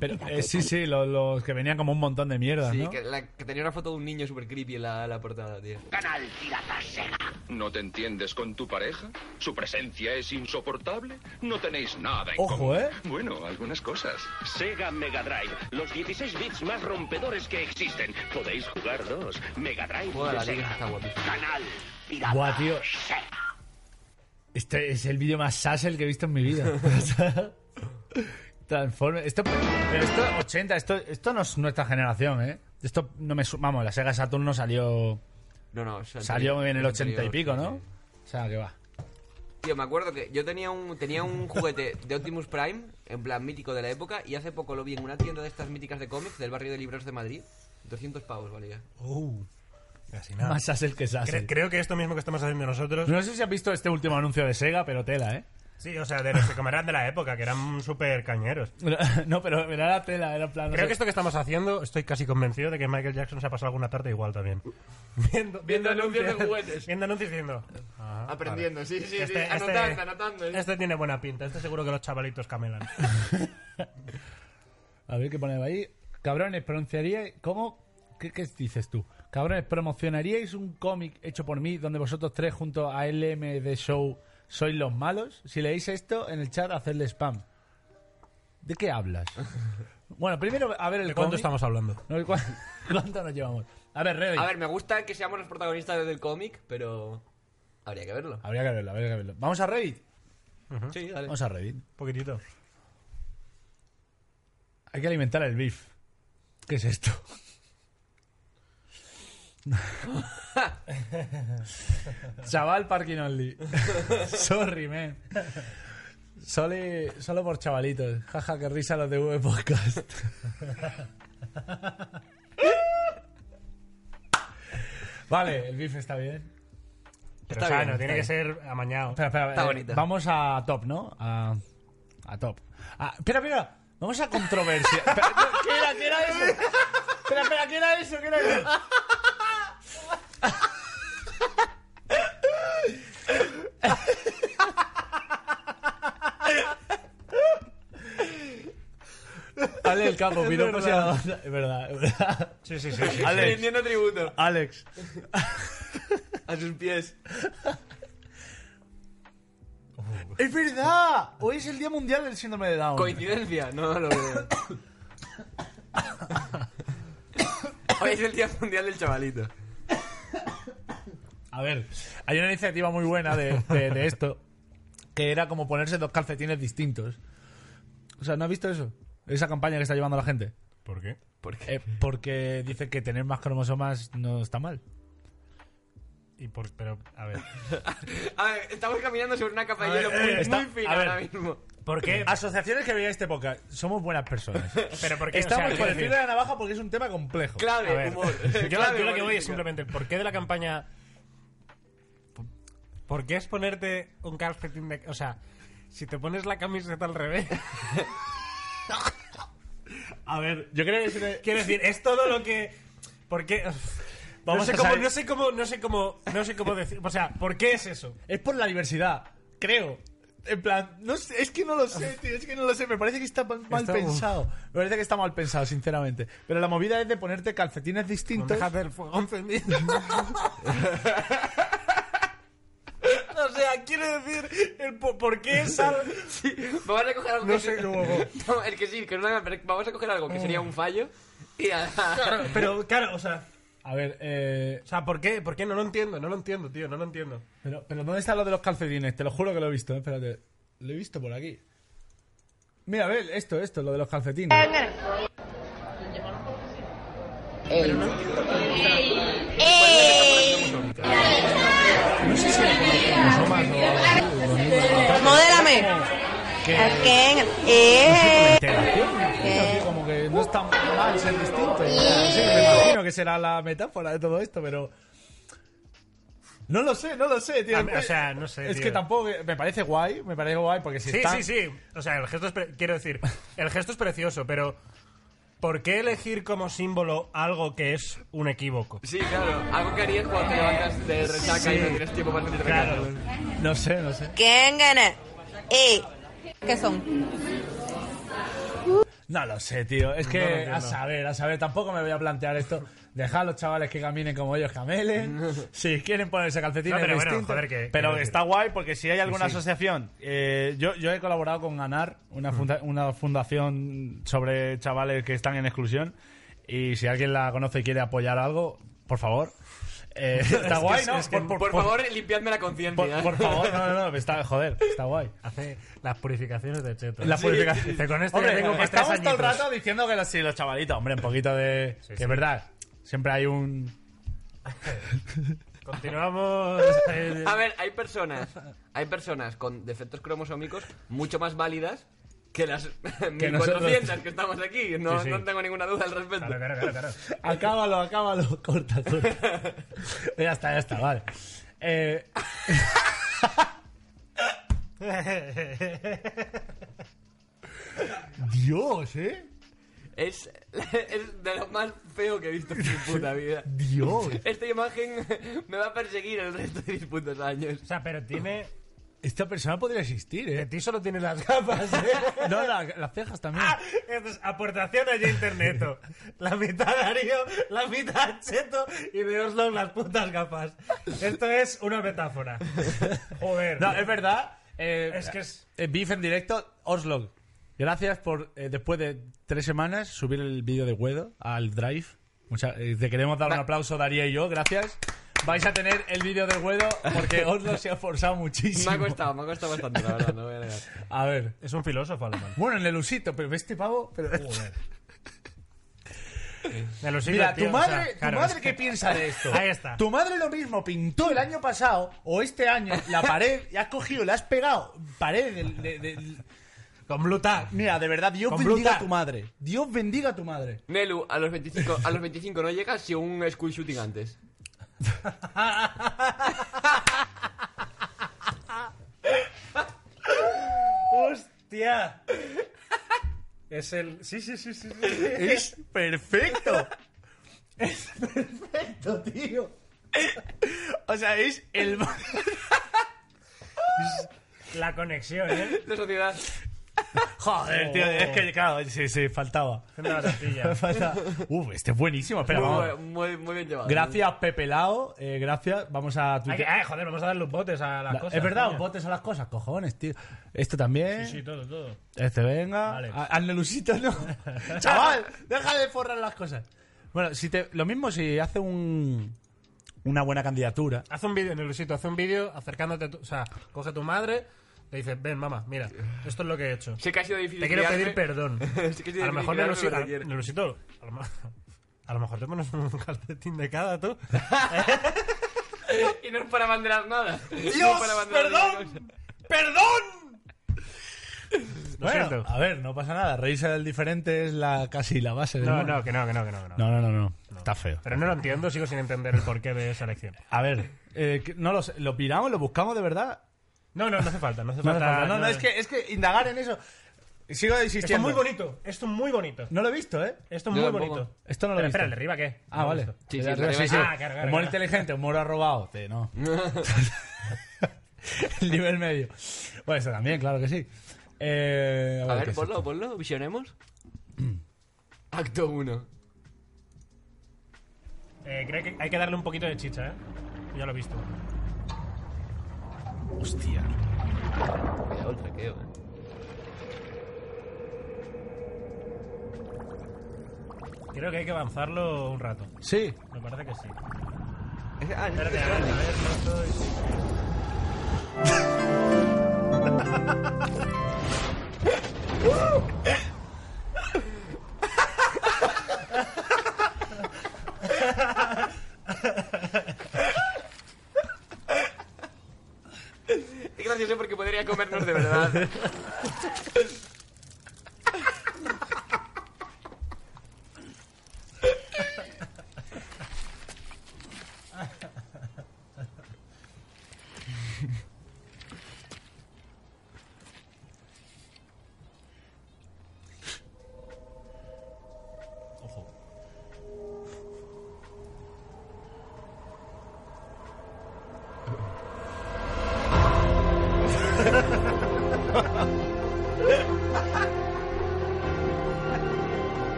Speaker 3: Pero, eh, sí, sí, lo- los, que venían como un montón de mierda,
Speaker 2: Sí,
Speaker 3: ¿no?
Speaker 2: que, la- que tenía una foto de un niño super creepy en la, la portada, tío.
Speaker 17: Canal Pirata Sega. ¿No te entiendes con tu pareja? ¿Su presencia es insoportable? No tenéis nada
Speaker 4: Oh.
Speaker 17: en
Speaker 3: Ojo,
Speaker 17: común.
Speaker 3: ¿eh?
Speaker 17: Bueno, algunas cosas. Sega Mega Drive, los 16 bits más rompedores que existen. Podéis jugar dos. Mega Drive
Speaker 2: Joder,
Speaker 17: de
Speaker 2: la
Speaker 17: Sega.
Speaker 2: liga está guapísima.
Speaker 17: Canal Pirata
Speaker 3: Buah, tío.
Speaker 17: Sega.
Speaker 3: Este es el vídeo más sassel que he visto en mi vida. O sea, Transforme. Esto, pero esto, 80, esto, esto no es nuestra generación, ¿eh? Esto no me. su- Vamos, la Sega Saturn no salió.
Speaker 2: No, no. es
Speaker 3: Salió
Speaker 2: anterior,
Speaker 3: en el
Speaker 2: es
Speaker 3: 80 y
Speaker 2: anterior,
Speaker 3: pico,
Speaker 2: sí,
Speaker 3: ¿no?
Speaker 2: sí.
Speaker 3: O sea, que va.
Speaker 2: Tío, me acuerdo que yo tenía un, tenía un juguete de Optimus Prime, en plan mítico de la época, y hace poco lo vi en una tienda de estas míticas de cómics del barrio de Libros de Madrid. 200 pavos valía.
Speaker 4: Uh, casi nada.
Speaker 3: Más sassel que sassel.
Speaker 4: Cre- creo que esto mismo que estamos haciendo nosotros.
Speaker 3: Ah, No sé si has visto este último anuncio de Sega, pero tela, ¿eh?
Speaker 4: Sí, o sea, de los que como eran de la época, que eran súper cañeros.
Speaker 3: No, pero era la tela, era en plan. no
Speaker 4: Creo
Speaker 3: sé.
Speaker 4: que esto que estamos haciendo, estoy casi convencido de que Michael Jackson se ha pasado alguna tarde igual también. Viendo,
Speaker 2: Viendo anuncios de juguetes.
Speaker 4: Viendo anuncios y diciendo. "Ah,
Speaker 2: Aprendiendo, sí, sí, sí, anotando,
Speaker 4: este,
Speaker 2: anotando.
Speaker 4: Este tiene buena pinta, este seguro que los chavalitos camelan.
Speaker 3: A ver qué ponemos ahí. Cabrones, pronunciaríais. ¿Cómo? ¿Qué, qué dices tú? Cabrones, promocionaríais un cómic hecho por mí donde vosotros tres junto a LM de Show sois los malos. Si leéis esto en el chat, hacedle spam. ¿De qué hablas? Bueno, primero a ver el
Speaker 4: ¿De cuánto
Speaker 3: cómic.
Speaker 4: estamos hablando?
Speaker 3: No, ¿de cuán- ¿Cuánto nos llevamos? A ver, Rey.
Speaker 2: A ver, me gusta que seamos los protagonistas del cómic, pero. Habría que verlo.
Speaker 3: Habría que verlo, habría que verlo. Vamos a Reddit.
Speaker 2: Sí, dale.
Speaker 3: Vamos a Reddit.
Speaker 4: Poquitito.
Speaker 3: Hay que alimentar el beef. ¿Qué es esto? Chaval parking only. Sorry, man. Sole- solo por chavalitos. Jaja, que risa los de V Podcast. vale, el beef está bien.
Speaker 4: Pero
Speaker 3: Está
Speaker 4: sano,
Speaker 3: bien,
Speaker 4: tiene que
Speaker 3: está
Speaker 4: ser amañado.
Speaker 3: Espera, espera,
Speaker 4: Está
Speaker 3: eh,
Speaker 4: bonito.
Speaker 3: Vamos a top, ¿no? A, a top. Ah, espera, espera. Vamos a controversia. Espera, no, ¿Qué era, qué era eso? Espera, espera, ¿qué era eso? ¿Qué era eso? Ale el capo,
Speaker 4: Es
Speaker 3: piropos y
Speaker 4: verdad.
Speaker 3: alabanza. Es verdad, es verdad.
Speaker 4: Sí, sí, sí. sí,
Speaker 3: Alex.
Speaker 4: sí.
Speaker 2: Rindiendo tributo.
Speaker 3: Alex.
Speaker 2: A sus pies.
Speaker 3: ¡Es verdad! Hoy es el Día Mundial del Síndrome de Down.
Speaker 2: Coincidencia, no lo veo. Hoy es el Día Mundial del Chavalito.
Speaker 3: A ver, hay una iniciativa muy buena de, de- de esto, que era como ponerse dos calcetines distintos. O sea, ¿no has visto eso? Esa campaña que está llevando la gente.
Speaker 4: ¿Por qué?
Speaker 3: Eh, porque dice que tener más cromosomas no está mal.
Speaker 4: Y por, pero, a ver.
Speaker 2: A ver, estamos caminando sobre una capa
Speaker 3: A
Speaker 2: de
Speaker 3: ver,
Speaker 2: hielo muy,
Speaker 3: eh, está-
Speaker 2: muy fina
Speaker 3: a ver.
Speaker 2: ahora mismo.
Speaker 4: ¿Por qué?
Speaker 3: Asociaciones que veía este podcast, somos buenas personas.
Speaker 4: Pero porque
Speaker 3: Estamos por el filo de la navaja porque es un tema complejo.
Speaker 4: A ver, Yo, la- yo lo que voy es
Speaker 3: es
Speaker 4: simplemente el porqué de la campaña. ¿Por qué es ponerte un calcetín de.? O sea, si te pones la camiseta al revés.
Speaker 3: A ver, yo creo que...
Speaker 4: Quiero decir, es todo lo que. ¿Por qué.?
Speaker 3: Vamos
Speaker 4: no,
Speaker 3: a
Speaker 4: sé cómo,
Speaker 3: saber.
Speaker 4: no sé cómo. No sé cómo. No sé cómo decir. O sea, ¿por qué es eso?
Speaker 3: Es por la diversidad, creo. En plan, no sé, es que no lo sé, tío, es que no lo sé. Me parece que está mal
Speaker 4: Está-
Speaker 3: pensado. Me parece que está mal pensado, sinceramente. Pero la movida es de ponerte calcetines distintos.
Speaker 4: Déjate el fuego encendido.
Speaker 2: No sé, sea, quiero decir, el po- ¿por qué sal- Sí, vamos a coger algo
Speaker 4: No
Speaker 2: que-
Speaker 4: sé cómo.
Speaker 2: No, el que sí, que no, pero vamos a coger algo que sería un fallo. Y a-
Speaker 4: Pero, claro, o sea.
Speaker 3: A ver, eh.
Speaker 4: O sea, ¿por qué? ¿Por qué? No lo entiendo, no lo entiendo, tío, no lo entiendo.
Speaker 3: Pero, pero ¿dónde está lo de los calcetines? Te lo juro que lo he visto, eh, espérate. Lo he visto por aquí. Mira, a ver, esto, esto, lo de los calcetines.
Speaker 19: Modérame.
Speaker 3: Tío, Como que no es tan mal ser distinto. O sea, sí, me imagino que será la metáfora de todo esto, pero. No lo sé, no lo sé, tío.
Speaker 4: A mí- Ah, o sea, no sé,
Speaker 3: Es
Speaker 4: tío.
Speaker 3: que tampoco. Me parece guay, me parece guay, porque si
Speaker 4: Sí,
Speaker 3: está.
Speaker 4: sí, sí. O sea, el gesto es. pre- Quiero decir, el gesto es precioso, pero. ¿Por qué elegir como símbolo algo que es un equívoco?
Speaker 2: Sí, claro, algo que harías cuando te levantas de resaca y no tienes tiempo para sentirte
Speaker 4: Claro.
Speaker 3: No sé, no sé.
Speaker 19: ¿Quién gana? ¿Y Eh, qué son?
Speaker 3: No lo sé, tío. Es que
Speaker 4: No lo entiendo.
Speaker 3: a saber, a saber, tampoco me voy a plantear esto. Dejar a los chavales que caminen como ellos camelen. Si quieren ponerse calcetines
Speaker 4: No, pero bueno,
Speaker 3: distintos.
Speaker 4: joder, que-
Speaker 3: pero
Speaker 4: quiero decir.
Speaker 3: está guay porque si hay alguna
Speaker 4: Sí, Mm. sí.
Speaker 3: asociación. eh, yo, yo he colaborado con ANAR, una, funda- una fundación sobre chavales que están en exclusión. Y si alguien la conoce y quiere apoyar algo, por favor. Eh, está guay, ¿no?
Speaker 2: Por, por favor, limpiadme la conciencia.
Speaker 3: Por, por favor, no, no, no, está, joder, está guay.
Speaker 4: Hace las purificaciones de Cheto.
Speaker 3: La purificación.
Speaker 4: Dice, Con esto
Speaker 3: Hombre,
Speaker 4: ya tengo para tres
Speaker 3: estamos todo el
Speaker 4: añitos".
Speaker 3: rato diciendo que los, sí, los chavalitos, hombre, un poquito de. que
Speaker 4: sí.
Speaker 3: es verdad, siempre hay un.
Speaker 4: Continuamos. eh,
Speaker 2: A ver, hay personas, hay personas con defectos cromosómicos mucho más válidas que las 1400 que estamos aquí. No,
Speaker 3: Sí, sí.
Speaker 2: no tengo ninguna duda al respecto.
Speaker 4: Claro, claro, claro, claro.
Speaker 3: Acábalo, acábalo, corta, corta. ya está, ya está, vale. Eh, Dios, ¿eh?
Speaker 2: Es, es de lo más feo que he visto en mi puta vida.
Speaker 3: Dios.
Speaker 2: Esta imagen me va a perseguir el resto de mis putos años.
Speaker 4: O sea, pero tiene.
Speaker 3: Esta persona podría existir,
Speaker 4: De
Speaker 3: ¿eh?
Speaker 4: ti solo tiene las gafas, ¿eh?
Speaker 3: No, la- las cejas también.
Speaker 4: ¡Ah! Esto es aportaciones de interneto. La mitad Darío, la mitad Cheto y de Oslo las putas gafas. Esto es una metáfora. Joder.
Speaker 3: No, es verdad. eh,
Speaker 4: Es que es-
Speaker 3: eh, Beef en directo, Oslo. Gracias por, eh, después de tres semanas, subir el vídeo de Guedo al Drive. Mucha- eh, te queremos dar un aplauso, Daría y yo. Gracias. Vais a tener el vídeo de Guedo porque Oslo se ha forzado muchísimo.
Speaker 2: Me ha costado, me ha costado bastante, la verdad, no voy a negar.
Speaker 3: A ver.
Speaker 4: Es un filósofo alemán.
Speaker 3: Bueno, en el usito, pero este pavo. Pero...
Speaker 4: Me lo sigo,
Speaker 3: Mira, tu
Speaker 4: tío, o sea,
Speaker 3: madre,
Speaker 4: claro,
Speaker 3: tu madre
Speaker 4: es
Speaker 3: ¿qué piensa de esto?
Speaker 4: Ahí está.
Speaker 3: Tu madre lo mismo pintó el año pasado o este año la pared y has cogido, la has pegado. Pared del- de- del-
Speaker 4: Con Blue Tag.
Speaker 3: Mira, de verdad, Dios
Speaker 4: Con
Speaker 3: bendiga
Speaker 4: brutal.
Speaker 3: a tu madre. Dios bendiga a tu madre.
Speaker 2: Nelu, a los 25, a los 25 no llegas si un school shooting antes.
Speaker 4: ¡Hostia! Es el. Sí, sí, sí, sí. sí.
Speaker 3: Es perfecto. Es perfecto, tío. O sea, es el...
Speaker 4: La conexión, ¿eh?
Speaker 2: De sociedad.
Speaker 3: Joder, tío, es que, claro, sí, sí, faltaba.
Speaker 4: Haciendo la tortilla.
Speaker 3: Falta- Uf, este es buenísimo, pero vamos.
Speaker 2: Muy, muy, muy bien llevado.
Speaker 3: Gracias, Pepe Lao. eh, gracias. Vamos a
Speaker 4: Hay que-
Speaker 3: Twitter.
Speaker 4: ay, joder, vamos a darle los botes a las
Speaker 3: La-
Speaker 4: cosas.
Speaker 3: es verdad,
Speaker 4: coño.
Speaker 3: botes a las cosas, cojones, tío. Esto también.
Speaker 4: Sí, sí, todo, todo.
Speaker 3: Este venga.
Speaker 4: Vale.
Speaker 3: A- Al Nelusito no. Chaval, deja de forrar las cosas. Bueno, si te, lo mismo si hace un, una buena candidatura.
Speaker 4: Haz un vídeo, Nelusito, haz un vídeo acercándote. a tu- o sea, coge a tu madre, le dices, ven, mamá, mira, esto es lo que he hecho.
Speaker 2: Sé que ha sido difícil.
Speaker 4: Te quiero
Speaker 2: criarme.
Speaker 4: pedir perdón.
Speaker 2: Sé que ha sido difícil
Speaker 4: a lo
Speaker 2: criarme,
Speaker 4: mejor Nelusito,
Speaker 2: pero te quiero.
Speaker 4: Nelusito, a lo, ma- a lo mejor te pones un calcetín de cada tú.
Speaker 2: Y no es para abanderar nada. No es
Speaker 3: ¡Dios!
Speaker 2: para abanderar ninguna
Speaker 3: ¡Perdón! ¡Perdón!
Speaker 4: Lo
Speaker 3: bueno,
Speaker 4: siento.
Speaker 3: a ver, no pasa nada. Reírse del diferente es la casi la base del
Speaker 4: No,
Speaker 3: humor.
Speaker 4: no, que no, que no, que no, que no.
Speaker 3: no, no, no, Ah. no. Está feo.
Speaker 4: Pero no lo entiendo, sigo sin entender el porqué de esa elección.
Speaker 3: A ver, eh, que- no lo, sé, lo piramos, lo buscamos de verdad.
Speaker 4: No, no, no hace falta, no hace
Speaker 3: No,
Speaker 4: falta.
Speaker 3: no, no, no, es que es que indagar en eso. Sigo
Speaker 4: Esto es
Speaker 3: insistiendo.
Speaker 4: muy bonito, esto es muy bonito.
Speaker 3: No lo he visto, ¿eh?
Speaker 4: Esto es
Speaker 2: Yo
Speaker 4: muy
Speaker 2: tampoco.
Speaker 4: bonito.
Speaker 3: Esto no lo he
Speaker 4: Pero
Speaker 3: visto.
Speaker 4: espera, ¿el de arriba qué?
Speaker 3: Ah, vale.
Speaker 2: Sí, sí,
Speaker 3: El de
Speaker 2: sí,
Speaker 3: arriba,
Speaker 2: sí, sí.
Speaker 4: Ah, claro, claro,
Speaker 3: Humor
Speaker 4: claro.
Speaker 3: inteligente, humor arrobado. Te, no. El nivel medio. Bueno, eso también, claro que sí. Eh,
Speaker 2: A
Speaker 3: ¿qué
Speaker 2: ver,
Speaker 3: es
Speaker 2: ponlo,
Speaker 3: esto?
Speaker 2: ponlo, visionemos. Acto 1.
Speaker 4: Eh, creo que hay que darle un poquito de chicha, ¿eh? Ya lo he visto.
Speaker 1: Hostia.
Speaker 2: Cuidado el traqueo, eh.
Speaker 4: Creo que hay que avanzarlo un rato.
Speaker 3: Sí.
Speaker 4: Me parece que sí.
Speaker 2: Ah, es
Speaker 4: Espérate, a ver, a ver, no estoy...
Speaker 2: Es gracioso porque podría comernos de verdad.
Speaker 4: Ojo.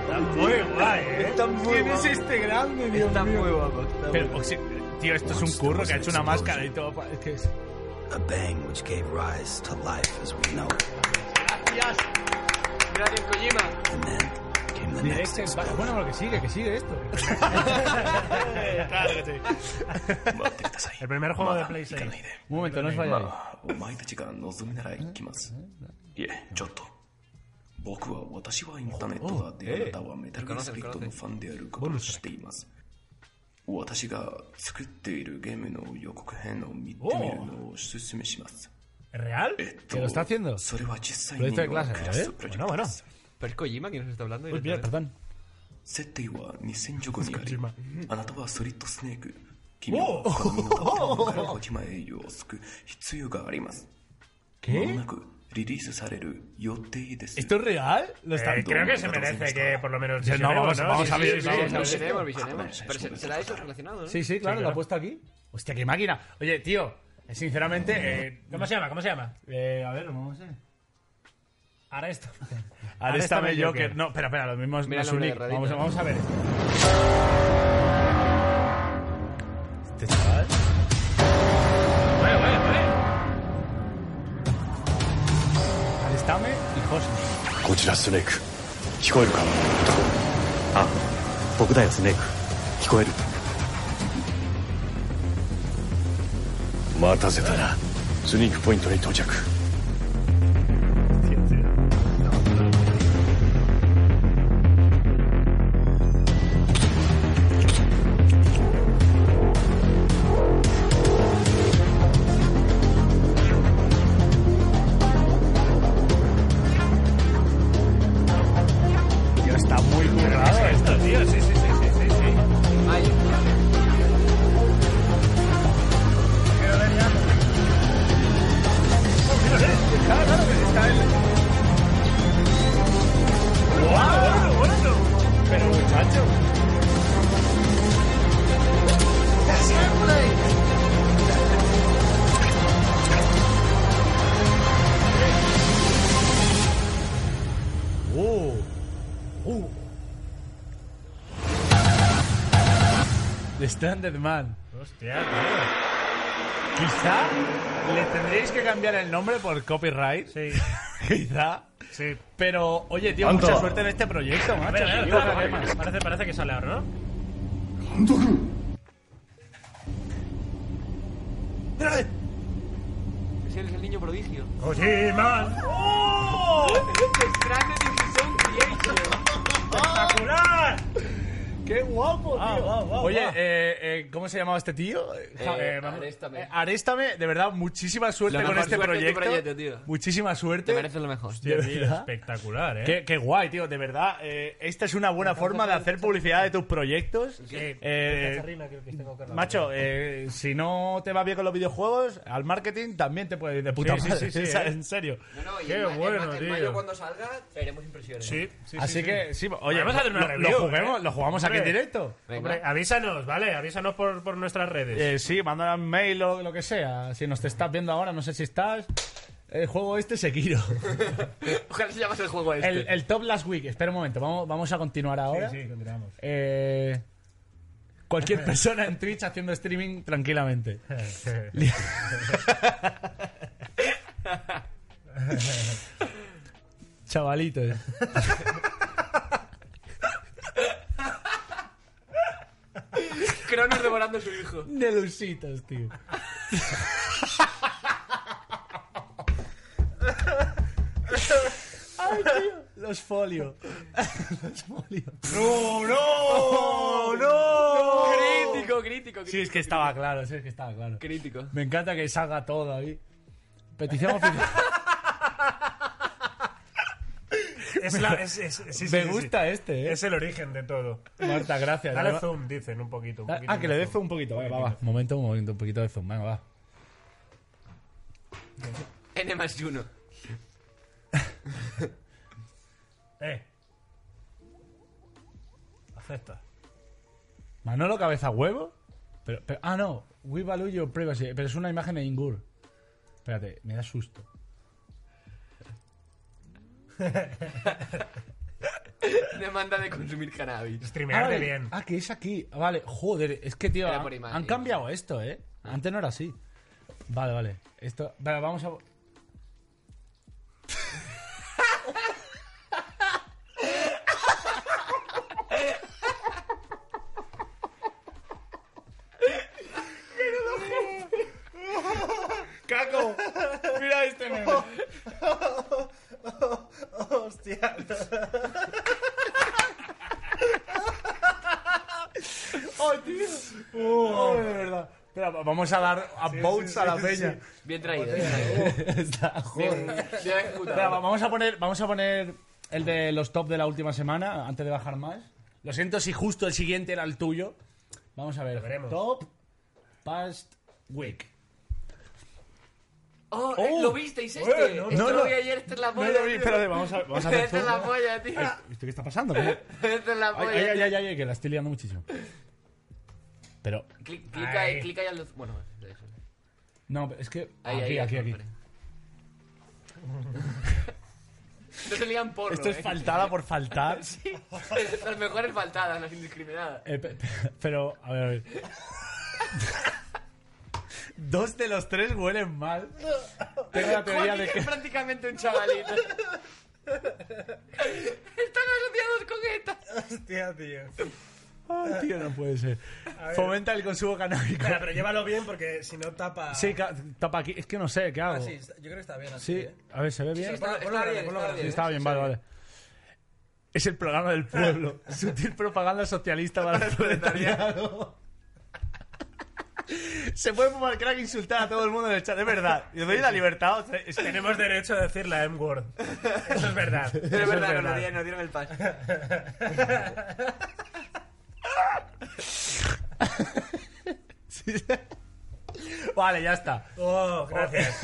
Speaker 4: Está muy guay, ¿eh?
Speaker 2: Está muy
Speaker 3: ¿Quién es este grande, Dios
Speaker 2: Está
Speaker 3: mío?
Speaker 2: muy guapo. Está muy
Speaker 3: Pero, o sea, tío, esto es un curro que ha hecho una máscara y todo. pa- es que es-
Speaker 18: A bang which gave rise to life as we know it.
Speaker 2: Gracias. Gracias, Kojima.
Speaker 18: And then came the next
Speaker 3: Directo, va- este, bueno, lo que sigue, que sigue esto.
Speaker 4: El primer juego de PlayStation.
Speaker 3: Un momento, no os vayáis.
Speaker 12: まあお前たちが望むなら行きますいえちょっと僕は私はインターネットがであなたはメタルギアスピリットのファンであることを知っています私が作っているゲームの予告編を見てみるのをおすすめします、
Speaker 4: ¿Real?
Speaker 12: えっ
Speaker 3: ¿Que lo
Speaker 12: と
Speaker 3: está haciendo?
Speaker 12: それは実際
Speaker 3: Proyecto
Speaker 12: に
Speaker 3: de clase,
Speaker 12: クラス
Speaker 3: ¿eh?
Speaker 12: プロジェ
Speaker 3: Bueno,
Speaker 12: クト
Speaker 3: bueno.
Speaker 2: ¿Pero es Kojima quien nos está hablando?
Speaker 4: Pues
Speaker 3: Uy, mira, perdón.
Speaker 2: directamente?
Speaker 12: 設定は2015にあり
Speaker 4: 島、
Speaker 12: あなたはソリッドスネーク、君は鏡の建物から小島栄誉を救う必要があります。
Speaker 3: え
Speaker 12: まもなくリリースされる予定です。
Speaker 3: ¿Esto es real? Lo está...
Speaker 4: Eh, creo que se merece que por lo menos...
Speaker 3: Sí, no, vamos- vamos a ver, vamos a ver.
Speaker 2: Visionemos,
Speaker 4: Ah,
Speaker 2: visionemos. Pero se- será eso relacionado, ¿no?
Speaker 3: Sí, sí, claro, lo ha puesto aquí. Hostia, qué máquina. Oye, tío, sinceramente... Eh,
Speaker 4: ¿Cómo se llama? ¿Cómo se llama?
Speaker 3: eh, a ver, vamos a ver.
Speaker 4: Ahora esto.
Speaker 3: Arrestame Ah,
Speaker 4: Arrestame,
Speaker 3: Joker.
Speaker 4: Joker.
Speaker 3: No, espera, espera, lo mismo es
Speaker 2: Mira
Speaker 3: no es
Speaker 2: el
Speaker 3: un
Speaker 2: nombre
Speaker 3: leak.
Speaker 2: de
Speaker 3: Vamos,
Speaker 2: Raditz.
Speaker 3: a- vamos a ver. Este chaval. Arrestame y Hosni.
Speaker 20: こちらスネーク聞こえるかあ僕だよスネーク聞こえる待たせたなスニークポイントに到着
Speaker 3: Tío, está muy currado esto, tío. Sí, sí, sí, sí, sí. sí.
Speaker 2: Ay,
Speaker 3: Claro, claro que está él. ¡Guau! Bueno, bueno. Pero muchacho. ¡Uh! ¡Uh! The Standard Man.
Speaker 4: Hostia, tío.
Speaker 3: Quizá le tendréis que cambiar el nombre por copyright.
Speaker 4: Sí,
Speaker 3: Quizá.
Speaker 4: sí.
Speaker 3: Pero, oye, tío,
Speaker 20: ¿Cuánto?
Speaker 3: mucha suerte en este proyecto,
Speaker 4: A
Speaker 3: macho.
Speaker 4: ver, a ver,
Speaker 3: Tío,
Speaker 4: espera,
Speaker 3: ¿qué más?
Speaker 4: parece- parece, parece que sale ahora, ¿no?
Speaker 2: ese es el niño prodigio.
Speaker 4: ¡Kojima! ¡Oh!
Speaker 2: Extraño Division Creation.
Speaker 4: ¡Espectacular!
Speaker 3: ¡Qué guapo, tío!
Speaker 4: Guau, guau,
Speaker 2: Oh,
Speaker 4: guau,
Speaker 3: oye,
Speaker 4: guau.
Speaker 3: eh, eh, ¿cómo se llamaba este tío? Ja-
Speaker 2: Eh,
Speaker 3: vamos-
Speaker 2: Aréstame.
Speaker 3: eh, Aréstame, de verdad, muchísima suerte
Speaker 2: La
Speaker 3: con
Speaker 2: mejor
Speaker 3: este
Speaker 2: suerte en tu
Speaker 3: proyecto.
Speaker 2: proyecto, tío.
Speaker 3: Muchísima suerte.
Speaker 2: Te mereces lo mejor.
Speaker 3: De
Speaker 4: Tío,
Speaker 3: verdad.
Speaker 4: espectacular, ¿eh?
Speaker 3: Qué, qué guay, tío, de verdad. eh, esta es una buena forma de hacer publicidad de tus proyectos.
Speaker 4: Eh,
Speaker 3: Eh,
Speaker 4: cacharrina creo que tengo que hablar.
Speaker 3: Macho, eh, si no te va bien con los videojuegos, al marketing también te puede ir de puta
Speaker 4: Sí, sí,
Speaker 3: madre.
Speaker 4: sí, sí,
Speaker 3: o sea,
Speaker 4: eh.
Speaker 3: En serio.
Speaker 2: No, no, y
Speaker 4: Qué
Speaker 2: en ma- en
Speaker 4: bueno,
Speaker 2: ma- en
Speaker 4: tío.
Speaker 2: mayo cuando salga, veremos impresiones.
Speaker 4: Sí, sí,
Speaker 3: Así
Speaker 4: sí,
Speaker 3: que,
Speaker 4: sí.
Speaker 3: sí, oye,
Speaker 4: Vamos a hacer una
Speaker 3: lo,
Speaker 4: review,
Speaker 3: lo juguemos,
Speaker 4: ¿eh?
Speaker 3: lo jugamos aquí en
Speaker 4: Hombre.
Speaker 3: directo.
Speaker 2: Venga.
Speaker 4: Hombre, avísanos, ¿vale? Avísanos por, por nuestras redes.
Speaker 3: Eh, sí, mándanos un mail o lo que sea. Si nos te estás viendo ahora, no sé si estás. El juego este Sekiro.
Speaker 2: Ojalá se llamase el juego este.
Speaker 3: el, el Top Last Week. Espera un momento, vamos, vamos a continuar ahora.
Speaker 4: sí, continuamos.
Speaker 3: Eh, cualquier persona en Twitch haciendo streaming tranquilamente. Chavalitos.
Speaker 2: Cronos devorando a su hijo.
Speaker 3: De lusitas, tío. Ay, tío. Los folio. Los folio. Oh,
Speaker 2: ¡No, no! ¡No! Crítico, crítico, crítico.
Speaker 3: Sí, es que estaba claro, sí, es que estaba claro.
Speaker 2: Crítico.
Speaker 3: Me encanta que salga todo ahí. Petición oficial.
Speaker 4: Es la- es- es- sí, sí,
Speaker 3: Me
Speaker 4: sí,
Speaker 3: gusta
Speaker 4: sí.
Speaker 3: este, ¿eh?
Speaker 4: Es el origen de todo.
Speaker 3: Marta, gracias.
Speaker 4: Dale
Speaker 3: Yo-
Speaker 4: zoom, dicen, un poquito. un
Speaker 3: Ah,
Speaker 4: poquito
Speaker 3: que le dé
Speaker 4: de
Speaker 3: zoom un poquito. Venga, va, va. Momento, un momento, un poquito de zoom. Venga, va.
Speaker 2: N más uno.
Speaker 4: Eh. Acepta.
Speaker 3: Manolo Cabeza Huevo. Pero, pero- ah, no. We value your privacy. Pero es una imagen de Ingur. Espérate, me da susto.
Speaker 2: Demanda de consumir cannabis.
Speaker 3: Ah, vale. Ah, que es aquí. Ah, Vale, joder. Es que, tío,
Speaker 2: Era
Speaker 3: han,
Speaker 2: por imagen. Ah.
Speaker 3: han cambiado esto, ¿eh? Antes no era así. Vale, vale. Esto... Vale, vamos a...
Speaker 4: ¡Caco! ¡Mira este meme!
Speaker 1: ¡Hostia!
Speaker 3: ¡Oh, tío! Oh, de verdad. Espera, va- vamos a dar upvotes
Speaker 4: sí,
Speaker 3: a la
Speaker 4: sí,
Speaker 3: peña.
Speaker 2: Bien traído.
Speaker 3: Está, joder.
Speaker 2: Bien ejecutado.
Speaker 3: Espera, va- vamos a poner, vamos a poner el de los top de la última semana antes de bajar más. Lo siento si justo el siguiente era el tuyo. Vamos a ver.
Speaker 4: veremos.
Speaker 3: Top past week.
Speaker 2: Oh,
Speaker 3: Oh,
Speaker 2: ¿lo visteis este?
Speaker 3: eh, no,
Speaker 2: Esto
Speaker 3: no,
Speaker 2: lo vi
Speaker 3: no.
Speaker 2: ayer, esta es la
Speaker 3: No
Speaker 2: polla.
Speaker 3: lo vi,
Speaker 2: tío.
Speaker 3: espérate, vamos a- vamos a hacer
Speaker 2: Esta es
Speaker 3: zoom.
Speaker 2: la polla, tío.
Speaker 3: ¿Esto qué está pasando? ¿Cómo?
Speaker 2: Esta es la
Speaker 3: Ay,
Speaker 2: polla.
Speaker 3: ay, ay, ay, ay, que la estoy liando muchísimo. Pero,
Speaker 2: Clic- clica ahí,
Speaker 4: Ay.
Speaker 2: clica ahí al luz. Bueno, eso.
Speaker 3: no, es que.
Speaker 2: Ahí,
Speaker 3: aquí,
Speaker 2: ahí,
Speaker 3: aquí, aquí.
Speaker 2: ahí, hombre. Esto se lían porro.
Speaker 3: Esto es
Speaker 2: eh.
Speaker 3: faltada por faltar.
Speaker 2: Sí. Las mejores faltadas, las indiscriminadas.
Speaker 3: Eh, pe- pe- pero, a ver, a ver. Dos de los tres huelen mal. Tengo la teoría
Speaker 2: Juan
Speaker 3: de
Speaker 2: es
Speaker 3: que.
Speaker 2: prácticamente un chavalito. Están asociados con ETA.
Speaker 4: Hostia, tío.
Speaker 3: Ay, tío, no puede ser.
Speaker 4: ver.
Speaker 3: Fomenta el consumo canábico.
Speaker 4: Espera, pero llévalo bien porque si no tapa.
Speaker 3: Sí, ca- tapa aquí. Es que no sé, ¿qué hago?
Speaker 15: Ah, sí, está- yo creo que está bien así.
Speaker 3: Sí,
Speaker 15: ¿eh?
Speaker 3: a ver, ¿se ve bien?
Speaker 2: Sí, está,
Speaker 15: ponlo
Speaker 2: está
Speaker 15: grande,
Speaker 2: bien,
Speaker 15: ponlo
Speaker 2: está
Speaker 15: grande.
Speaker 3: Sí,
Speaker 2: bien.
Speaker 3: estaba bien, vale, vale. Es el programa del pueblo. Sutil propaganda socialista para el proletariado. Se puede fumar crack e insultar a todo el mundo en el chat, es verdad. Y os doy la libertad. o sea, es que-
Speaker 4: Tenemos derecho a decir la M-word. Eso es verdad.
Speaker 2: Pero es verdad, nos dieron, nos dieron el pas.
Speaker 3: Vale, ya está.
Speaker 4: Oh, gracias.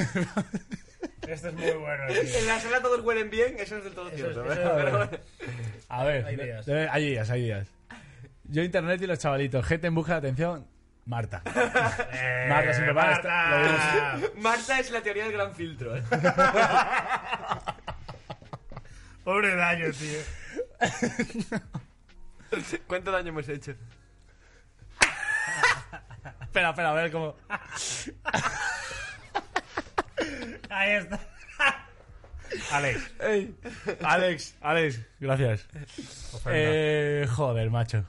Speaker 4: Esto es muy bueno, tío.
Speaker 2: En la sala todos huelen bien, eso no es del todo cierto.
Speaker 4: eso es-
Speaker 2: ¿eh? Pero bueno.
Speaker 3: A ver,
Speaker 4: Hay días.
Speaker 3: de- de- hay días, hay días. Yo, internet y los chavalitos. Gente en busca de atención, Marta.
Speaker 4: Eh,
Speaker 3: Marta, siempre para
Speaker 4: Marta.
Speaker 2: Marta es la teoría del gran filtro. ¿eh?
Speaker 4: Pobre daño, tío.
Speaker 2: ¿Cuánto daño hemos hecho?
Speaker 3: Espera, espera, a ver cómo.
Speaker 4: Ahí está. Alex.
Speaker 3: Ey, Alex, Alex, gracias. Eh, joder, macho.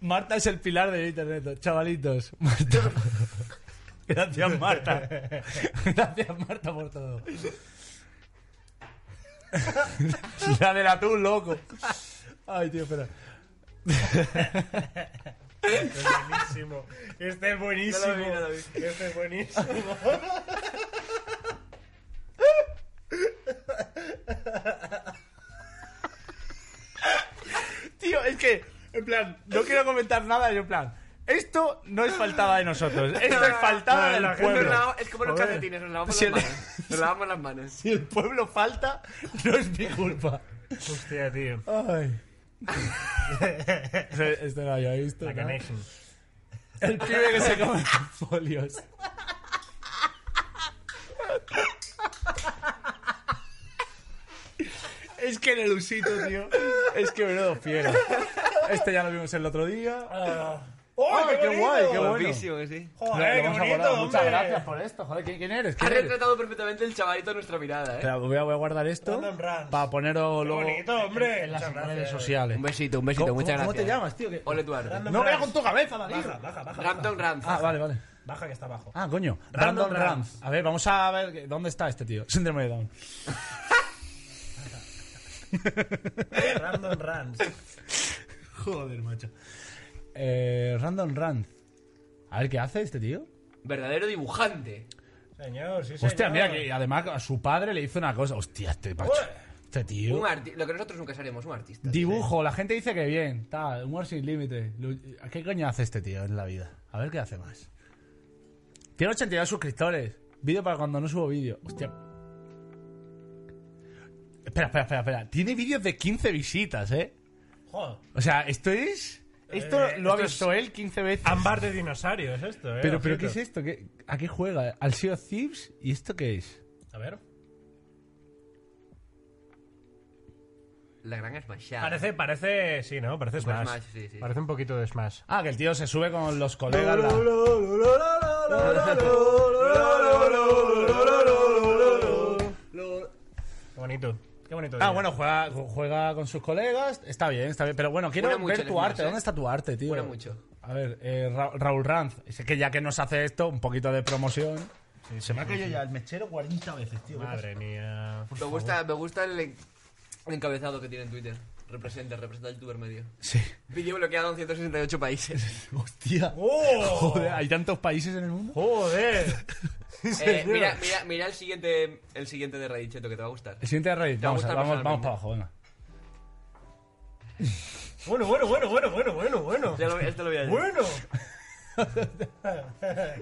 Speaker 3: Marta es el pilar del internet, chavalitos. Marta. Gracias, Marta. Gracias, Marta, por todo. La del atún, loco. Ay, tío, espera.
Speaker 4: Este es buenísimo. Este es buenísimo.
Speaker 2: No lo vi, no lo vi.
Speaker 4: Este es buenísimo.
Speaker 3: Tío, es que, en plan, no quiero comentar nada, yo en plan, esto no es faltada de nosotros, esto es faltada
Speaker 4: No,
Speaker 3: del
Speaker 4: la gente
Speaker 3: pueblo.
Speaker 2: Nos lavamos- es como los
Speaker 3: Joder.
Speaker 2: calcetines, nos lavamos
Speaker 3: Si
Speaker 2: las
Speaker 3: el-
Speaker 2: manos. Nos lavamos las manos.
Speaker 3: Si el pueblo falta, no es mi culpa.
Speaker 4: Hostia, tío.
Speaker 3: Ay. Esto este no lo había visto.
Speaker 4: La
Speaker 3: ¿no?
Speaker 4: connection.
Speaker 3: El pibe que se come folios. Es que en el usito, tío. Es que menudo fiera. Este ya lo vimos el otro día.
Speaker 2: ¡Oh,
Speaker 3: ¡Ay,
Speaker 2: qué
Speaker 3: Ah, qué,
Speaker 2: bonito!
Speaker 3: guay, qué bueno!
Speaker 2: Guapísimo, sí.
Speaker 3: Joder, qué bonito, Muchas
Speaker 2: hombre.
Speaker 3: gracias por esto. Joder, ¿quién, quién eres?
Speaker 2: Ha
Speaker 3: ¿Quién eres?
Speaker 2: retratado perfectamente el chavalito a nuestra mirada, ¿eh?
Speaker 3: Espera, voy, a, voy a guardar esto para ponerlo luego
Speaker 4: hombre.
Speaker 3: en las redes sociales.
Speaker 2: Un besito, un besito,
Speaker 3: ¿Cómo-
Speaker 2: muchas
Speaker 3: cómo-
Speaker 2: gracias.
Speaker 3: cómo te llamas, tío? ¿Qué-
Speaker 2: Ole tu arte.
Speaker 3: No vea con tu cabeza, David.
Speaker 4: Baja, baja, baja.
Speaker 2: Rampton Rams.
Speaker 3: Ah, vale, vale.
Speaker 4: Baja que está abajo.
Speaker 3: Ah, coño. Brandon
Speaker 4: Brandon Rams.
Speaker 3: Rams. A ver, vamos a ver que- dónde está este tío. Síndrome de Down.
Speaker 4: Random Rams.
Speaker 3: Joder, macho. Eh, Random Rams. A ver, ¿qué hace este tío?
Speaker 2: Verdadero dibujante.
Speaker 4: Señor, sí, señor.
Speaker 3: Hostia, mira que además a su padre le hizo una cosa. Hostia, este macho. Este tío.
Speaker 2: Un arti- Lo que nosotros nunca seremos, un artista.
Speaker 3: Dibujo, la gente dice que bien. Tal, humor sin límite. Lu- ¿Qué coño hace este tío en la vida? A ver qué hace más. Tiene 82 suscriptores. Vídeo para cuando no subo vídeo. Hostia. Espera, espera, espera, espera. Tiene vídeos de 15 visitas, ¿eh?
Speaker 4: Joder.
Speaker 3: O sea, esto es. Esto
Speaker 4: Eh,
Speaker 3: lo ha
Speaker 4: esto
Speaker 3: visto
Speaker 4: es
Speaker 3: él 15 veces.
Speaker 4: Ámbar de dinosaurios, esto, eh.
Speaker 3: Pero, pero ¿qué es
Speaker 4: ojito.
Speaker 3: esto? ¿Qué- ¿A qué juega? ¿Al Sea of Thieves? ¿Y esto qué es?
Speaker 4: A ver.
Speaker 2: La gran smashada.
Speaker 4: Parece, parece, sí, ¿no? Parece
Speaker 2: Super
Speaker 4: Smash.
Speaker 2: Smash, sí, sí.
Speaker 4: Parece un poquito de Smash.
Speaker 3: Ah, que el tío se sube con los colegas. la-
Speaker 4: Qué bonito. Qué bonito.
Speaker 3: Ah,
Speaker 4: tío.
Speaker 3: bueno, juega, juega con sus colegas. Está bien, está bien. Pero bueno, quiero
Speaker 2: Mola mucho
Speaker 3: ver
Speaker 2: el
Speaker 3: tu
Speaker 2: Smash,
Speaker 3: arte.
Speaker 2: ¿eh?
Speaker 3: ¿Dónde está tu arte, tío?
Speaker 2: Mola mucho.
Speaker 3: A ver, eh, Ra- Raúl Ranz. Sé que ya que nos hace esto, un poquito de promoción. se me ha caído ya el mechero 40 veces, tío.
Speaker 4: Madre mía.
Speaker 2: Me gusta, me gusta el, en- el encabezado que tiene en Twitter. Representa, representa el youtuber medio.
Speaker 3: Sí.
Speaker 2: Vídeo bloqueado en 168 países.
Speaker 3: Hostia. Joder, hay tantos países en el mundo.
Speaker 4: Joder.
Speaker 2: Eh, mira, mira, mira el siguiente el siguiente de Reddit, Cheto, que te va a gustar.
Speaker 3: El siguiente de Reddit.
Speaker 2: Te va a
Speaker 3: Vamos,
Speaker 2: gustar
Speaker 3: vamos, vamos
Speaker 2: personalmente.
Speaker 3: para abajo, venga.
Speaker 4: Bueno, bueno, bueno, bueno, bueno, bueno, bueno.
Speaker 2: Ya lo- este lo voy a decir.
Speaker 4: Bueno.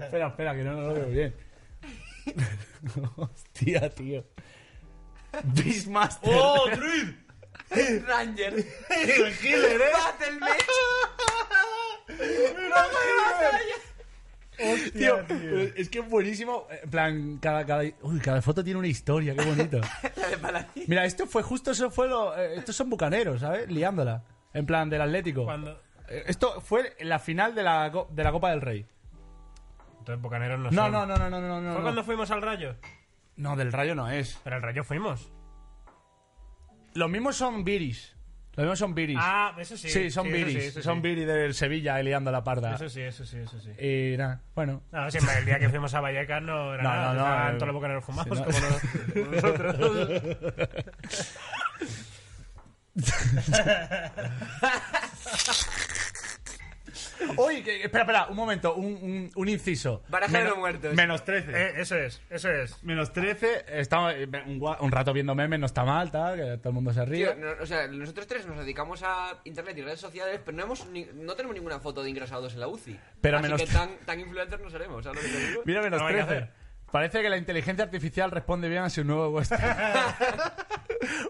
Speaker 3: espera, espera, que no, no lo veo bien. Hostia, tío. Beastmaster.
Speaker 4: ¡Oh, Druid!
Speaker 2: Ranger.
Speaker 4: El killer, eh.
Speaker 2: Battle Mage.
Speaker 4: Mira,
Speaker 3: Tío,
Speaker 4: Hostia, tío.
Speaker 3: pero es que es buenísimo. En plan, cada, cada, uy, cada foto tiene una historia, qué bonito.
Speaker 2: La de Paladín.
Speaker 3: Mira, esto fue justo, eso fue lo. eh, estos son bucaneros, ¿sabes? Liándola. En plan, del Atlético.
Speaker 4: Cuando-
Speaker 3: Eh, Esto fue en la final de la, co- de la Copa del Rey.
Speaker 4: Entonces, Bocaneros no
Speaker 3: No,
Speaker 4: son.
Speaker 3: no, no, no, no, no.
Speaker 4: ¿Fue
Speaker 3: no,
Speaker 4: cuando
Speaker 3: no.
Speaker 4: fuimos al rayo?
Speaker 3: No, del Rayo no es.
Speaker 4: Pero al rayo fuimos.
Speaker 3: Los mismos son Viris. Los mismos son Viris.
Speaker 4: Ah, eso sí.
Speaker 3: sí, son
Speaker 4: Sí, eso
Speaker 3: Viris.
Speaker 4: sí, eso
Speaker 3: son
Speaker 4: sí.
Speaker 3: Viris del Sevilla y liando la parda.
Speaker 4: Eso sí, eso sí, eso sí.
Speaker 3: Y nada, bueno.
Speaker 4: No, siempre el día que fuimos a Vallecas no era
Speaker 3: No,
Speaker 4: nada.
Speaker 3: no, no,
Speaker 4: estaban
Speaker 3: eh,
Speaker 4: todos los bocaneros fumados
Speaker 3: sí, no.
Speaker 4: como los- como nosotros.
Speaker 3: Oye, que- espera, espera, un momento, un, un- un inciso.
Speaker 2: Baraja de los muertos.
Speaker 3: Menos 13.
Speaker 4: Eh, eso es, eso es.
Speaker 3: Menos 13, estamos eh, un, gua- un rato viendo memes, no está mal, tal, que todo el mundo se ríe.
Speaker 2: Tío, no- o sea, nosotros tres nos dedicamos a internet y redes sociales, pero no, hemos ni- no tenemos ninguna foto de ingresados en la UCI.
Speaker 3: Pero
Speaker 2: Así
Speaker 3: menos
Speaker 2: que
Speaker 3: t-
Speaker 2: tan, tan influencers no seremos, ¿sabes lo que te digo?
Speaker 3: Mira, menos
Speaker 4: No hay que
Speaker 3: 13.
Speaker 4: hacer.
Speaker 3: Parece que la inteligencia artificial responde bien a su nuevo huésped.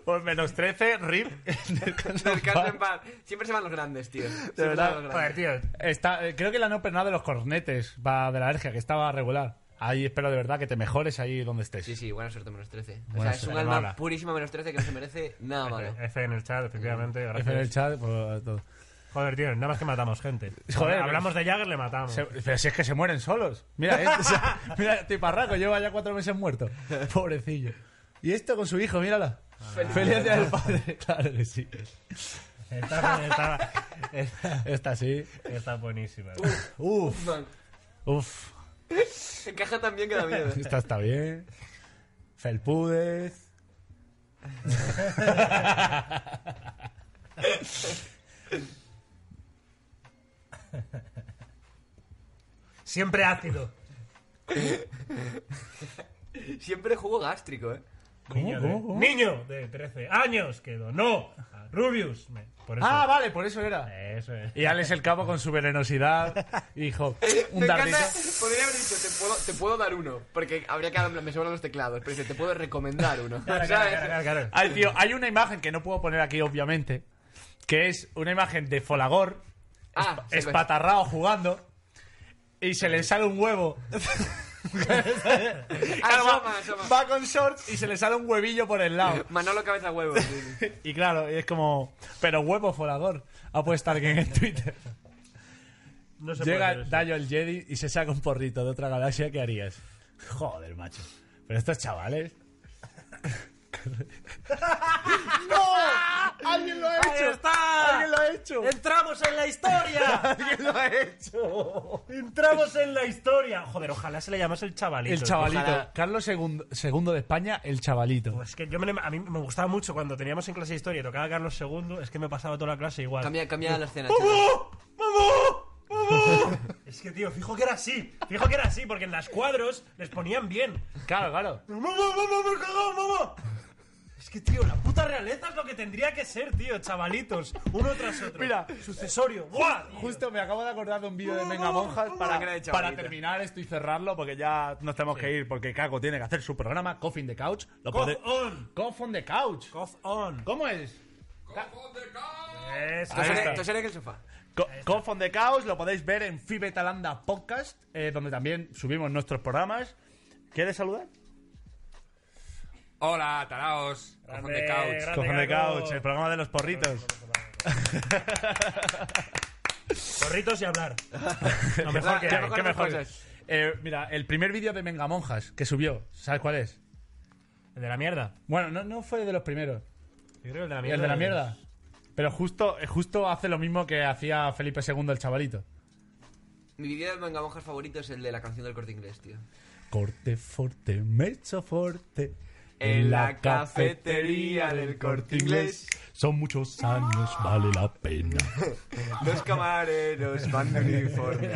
Speaker 3: pues menos 13, RIP.
Speaker 2: Del Carmen Paz. Siempre se van los grandes, tío. Siempre se
Speaker 3: De
Speaker 2: van
Speaker 3: verdad.
Speaker 2: los
Speaker 4: Joder,
Speaker 2: grandes.
Speaker 4: tío.
Speaker 3: Está, eh, creo que la han openado de los cornetes va, de la alergia, que estaba regular. Ahí espero de verdad que te mejores ahí donde estés.
Speaker 2: Sí, sí, buena suerte, menos 13. O
Speaker 3: Buena
Speaker 2: sea, es un
Speaker 3: suerte,
Speaker 2: alma
Speaker 3: mola.
Speaker 2: purísima menos 13 que no se merece nada malo.
Speaker 4: F en el chat, efectivamente.
Speaker 3: F en el
Speaker 4: Gracias.
Speaker 3: chat, pues, todo.
Speaker 4: Joder, tío, nada más que matamos gente.
Speaker 3: Joder,
Speaker 4: hablamos de Jagger, le matamos.
Speaker 3: Se- pero si es que se mueren solos. Mira, este, o sea, mira, este parraco lleva ya cuatro meses muerto. Pobrecillo. Y esto con su hijo, mírala. Feliz, día del padre. Claro que sí.
Speaker 4: Está, está, está,
Speaker 3: Esta sí.
Speaker 4: está buenísima.
Speaker 3: Uf,
Speaker 2: Man,
Speaker 3: uf.
Speaker 2: encaja tan bien ¿eh? que da miedo.
Speaker 3: Esta está bien. Felpúdez.
Speaker 4: Siempre ácido.
Speaker 2: Siempre jugo gástrico, ¿eh?
Speaker 4: Niño, de,
Speaker 3: cómo, cómo?
Speaker 4: niño de 13 años que donó a Rubius. Me- Por eso.
Speaker 3: Ah, vale, por eso era.
Speaker 4: Eso es.
Speaker 3: Y Alex el Cabo con su venenosidad. Hijo, un
Speaker 2: Me
Speaker 3: dardito.
Speaker 2: encanta, podría haber dicho, te puedo, te puedo dar uno, porque habría que hablar, me sobran los teclados, pero dice, te puedo recomendar uno.
Speaker 4: Claro, claro,
Speaker 2: ¿sabes?
Speaker 4: claro, claro, claro.
Speaker 3: Ay, tío, hay una imagen que no puedo poner aquí, obviamente. Que es una imagen de Folagor.
Speaker 2: Ah, sí, pues.
Speaker 3: espatarrado jugando. Y se le sale un huevo.
Speaker 2: Ah,
Speaker 3: Asoma, Va con shorts y se le sale un huevillo por el lado.
Speaker 2: Manolo cabeza huevo.
Speaker 3: y claro, y es como. Pero huevo forador. Ha puesto alguien en Twitter.
Speaker 4: No se puede
Speaker 3: Llega
Speaker 4: hacer eso.
Speaker 3: Dayo el Jedi y se saca un porrito de otra galaxia. ¿Qué harías? Joder, macho. Pero estos chavales.
Speaker 1: ¡No!
Speaker 3: ¡Alguien lo ha
Speaker 1: hecho!
Speaker 3: está! ¡Alguien lo ha hecho!
Speaker 4: ¡Entramos en la historia!
Speaker 3: ¡Alguien lo ha hecho!
Speaker 4: ¡Entramos en la historia! Joder, ojalá se le llamase el chavalito.
Speaker 3: El chavalito.
Speaker 4: Ojalá.
Speaker 3: Carlos II, segundo de España, el chavalito.
Speaker 4: Es que yo me, a mí me gustaba mucho cuando teníamos en clase de historia y tocaba Carlos II, es que me pasaba toda la clase igual.
Speaker 2: Cambia, cambia la escena.
Speaker 4: Es que, tío, fijo que era así. Fijo que era así, porque en las cuadros les ponían bien.
Speaker 3: Claro, claro.
Speaker 4: ¡Mamá, mamá, me he cagado, mamá! Es que, tío, la puta realeza es lo que tendría que ser, tío, chavalitos. Uno tras otro.
Speaker 3: Mira.
Speaker 4: Sucesorio. ¡Guau!
Speaker 3: Justo me acabo de acordar de un vídeo de Venga Monjas para,
Speaker 4: Sangre de chavalito.
Speaker 3: para terminar esto y cerrarlo porque ya nos tenemos que ir porque Caco tiene que hacer su programa Coffin the Couch. Lo
Speaker 4: Cough
Speaker 3: pode-
Speaker 4: on.
Speaker 3: Cough on the Couch.
Speaker 4: Cough on.
Speaker 3: ¿Cómo es?
Speaker 4: Eso.
Speaker 3: Ahí está.
Speaker 2: Esto será que el sofá.
Speaker 3: Co- Cough on the Couch lo podéis ver en Fibe Talanda Podcast, eh, donde también subimos nuestros programas. ¿Quieres saludar?
Speaker 21: Hola, taraos. Cojón de couch.
Speaker 3: Cough on the Couch, el programa de los porritos.
Speaker 4: Corritos y hablar. Lo mejor que
Speaker 3: Qué-
Speaker 4: hay.
Speaker 3: qué
Speaker 4: Qué mejor.
Speaker 3: mejor. Eh, mira, el primer vídeo de Mengamonjas que subió, ¿sabes cuál es?
Speaker 4: El de la mierda.
Speaker 3: Bueno, no, no fue de los primeros.
Speaker 4: Yo creo que el de la mierda.
Speaker 3: El de la mierda. Pero justo, justo hace lo mismo que hacía Felipe II el chavalito.
Speaker 2: Mi video de manga monjas favorito es el de la canción del corte inglés, tío.
Speaker 3: Corte fuerte, mecho fuerte.
Speaker 2: En la cafetería del Corte Inglés.
Speaker 3: Son muchos años, vale la pena.
Speaker 2: Los camareros van de uniforme.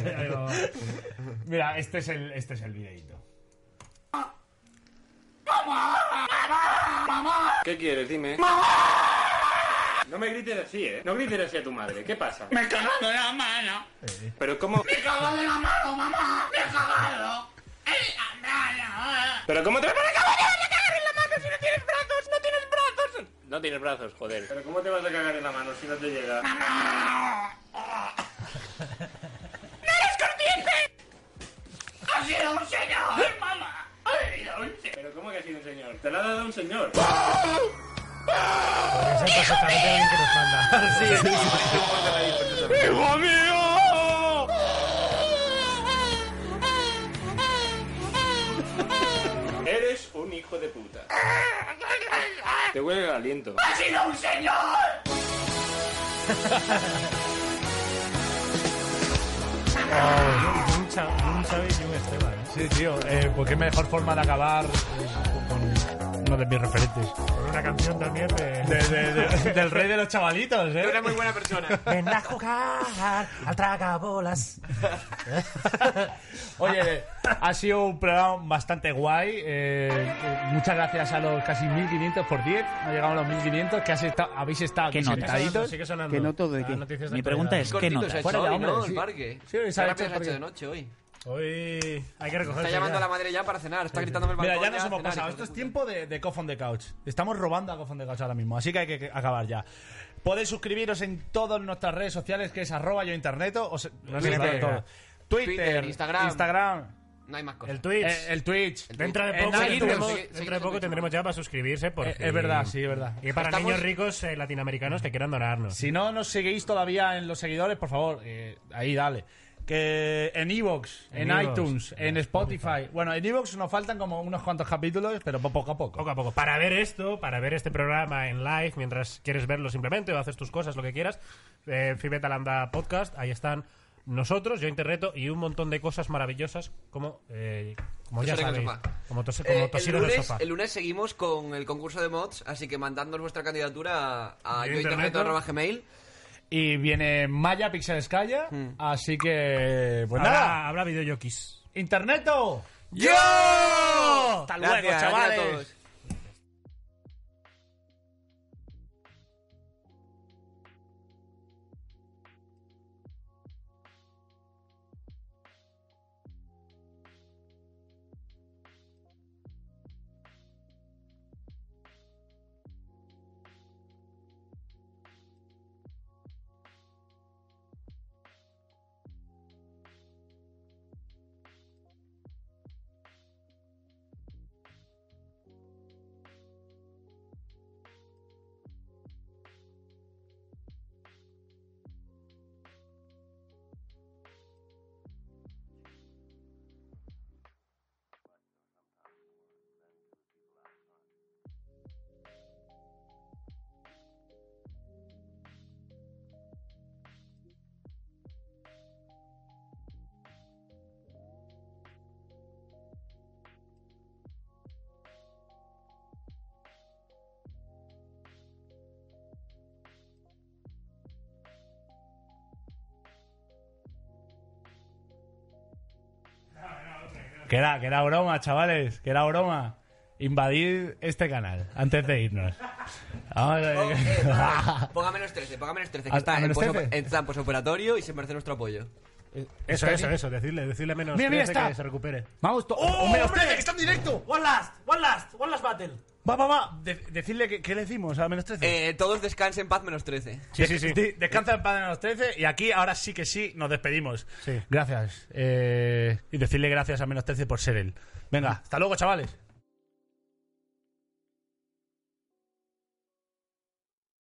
Speaker 3: Mira, este es el, este es el videito.
Speaker 22: ¿Qué quieres? Dime. No me grites así, ¿eh? No grites así a tu madre. ¿Qué pasa?
Speaker 1: Me he cagado en la mano.
Speaker 22: Pero cómo...
Speaker 1: Me he cagado en la mano, mamá. Me he cagado. Eh,
Speaker 22: Pero cómo te...
Speaker 1: cagar en la mano si no tienes brazos. No tienes brazos.
Speaker 22: No tienes brazos, joder. Pero cómo te vas a cagar en la mano si no te llega.
Speaker 1: ¡No eres consciente! ¡Ha sido un señor, mamá! ¡Ha sido un señor!
Speaker 22: Pero cómo que ha sido un señor. Te la ha dado un señor.
Speaker 1: ¡Hijo mío!
Speaker 22: Eres un hijo de puta. Te huele el aliento.
Speaker 1: ¡Ha sido un señor!
Speaker 4: Oh, un, cha- un Xavi y un Esteban. ¿eh?
Speaker 3: Sí, tío, eh, pues qué mejor forma de acabar eh, con uno de mis referentes.
Speaker 4: Con una canción también de...
Speaker 3: De- de- de- del rey de los chavalitos, ¿eh?
Speaker 2: Eres muy buena persona.
Speaker 4: Ven a jugar al tragabolas.
Speaker 3: Oye, ha sido un programa bastante guay. eh, eh, muchas gracias a los casi 1500 por 10. Nos llegamos a los 1500 que has esta- habéis estado aquí
Speaker 23: ¿Qué notas?
Speaker 3: sentaditos.
Speaker 4: Sigue sonando.
Speaker 23: ¿Qué noto de
Speaker 4: Ah,
Speaker 23: qué?
Speaker 4: noticias de
Speaker 23: Mi pregunta es, ¿qué
Speaker 2: Cortito se ha
Speaker 23: notas?
Speaker 2: hecho hoy,
Speaker 3: hombre,
Speaker 2: ¿no?
Speaker 3: sí.
Speaker 2: El parque.
Speaker 3: Sí, se ha
Speaker 2: Qué
Speaker 3: hecho
Speaker 2: rápido
Speaker 3: el
Speaker 2: se ha hecho
Speaker 3: parque.
Speaker 2: de noche hoy.
Speaker 4: Hoy hay que recoger.
Speaker 2: Está llamando a la madre ya para cenar. Está gritándome el
Speaker 3: Mira,
Speaker 2: balcón.
Speaker 3: ya nos hemos
Speaker 2: cenar,
Speaker 3: pasado.
Speaker 2: hijo
Speaker 3: Esto es tiempo de, de Cough on the Couch. Estamos robando a Cough on the Couch ahora mismo, así que hay que que acabar ya. Podéis suscribiros en todas nuestras redes sociales, que es arroba yo interneto. O se- no sé,
Speaker 2: Twitter.
Speaker 3: todo. Twitter,
Speaker 2: Twitter, Instagram.
Speaker 3: Instagram.
Speaker 2: de- No hay más cosas.
Speaker 4: El Twitch.
Speaker 3: eh, el Twitch.
Speaker 4: Dentro de
Speaker 3: en
Speaker 4: poco,
Speaker 3: iTunes.
Speaker 4: tendremos,
Speaker 2: Seguid-
Speaker 4: dentro de poco tendremos ya para suscribirse. Porque...
Speaker 3: Eh, es verdad, sí, es verdad.
Speaker 4: Y para
Speaker 3: Estamos-
Speaker 4: niños ricos eh, latinoamericanos que quieran donarnos.
Speaker 3: Si no nos seguís todavía en los seguidores, por favor, eh, ahí dale. Que en Evox, en,
Speaker 4: En iVoox,
Speaker 3: iTunes, en Spotify. Bueno, en Evox nos faltan como unos cuantos capítulos, pero po- poco a poco.
Speaker 4: Poco a poco. Para ver esto, para ver este programa en live, mientras quieres verlo simplemente o haces tus cosas, lo que quieras, eh, Fibetalanda Podcast, ahí están nosotros, yo interreto, y un montón de cosas maravillosas como, eh, como ya
Speaker 2: Tosero en el
Speaker 4: sabéis,
Speaker 2: sofá.
Speaker 4: como, tos, como
Speaker 2: Eh, el,
Speaker 4: Tosiro en el
Speaker 2: lunes,
Speaker 4: sofá.
Speaker 2: el lunes seguimos con el concurso de mods, así que mandadnos vuestra candidatura a, a
Speaker 4: Yo interneto.
Speaker 2: yointerneto.gmail.
Speaker 3: Y viene Maya Pixel Skya, así que. Pues
Speaker 4: Habrá-
Speaker 3: nada.
Speaker 4: habrá videoyokis.
Speaker 3: ¡Interneto!
Speaker 2: ¡Yo!
Speaker 3: ¡Hasta luego,
Speaker 2: Gracias, gracias a
Speaker 3: chavales!
Speaker 2: todos.
Speaker 3: Que era, que era broma, chavales, que era broma. Invadir este canal antes de irnos. Vamos a
Speaker 2: Pon- eh, ponga- Ponga menos 13, ponga menos 13, que
Speaker 3: Ah,
Speaker 2: está
Speaker 3: ah,
Speaker 2: en,
Speaker 3: menos
Speaker 2: posoper-
Speaker 3: 13.
Speaker 2: está en posoperatorio y se merece nuestro apoyo.
Speaker 4: Eso, eso, eso. Decirle, decirle menos
Speaker 3: Mira, mira,
Speaker 4: 13
Speaker 3: está.
Speaker 4: que se recupere.
Speaker 3: Vamos, to-
Speaker 4: ¡Oh,
Speaker 3: menos
Speaker 4: hombre,
Speaker 3: 13.
Speaker 4: que está
Speaker 3: en directo!
Speaker 6: One last, one last, one last battle.
Speaker 3: Va, va, va. De- decirle que, ¿qué le decimos a menos 13.
Speaker 2: Eh, todos descansen en paz menos 13.
Speaker 3: De- de- descansa en paz de los 13 y aquí ahora sí que sí nos despedimos. Gracias. Eh, y decirle gracias a menos 13 por ser él. Venga, hasta luego, chavales.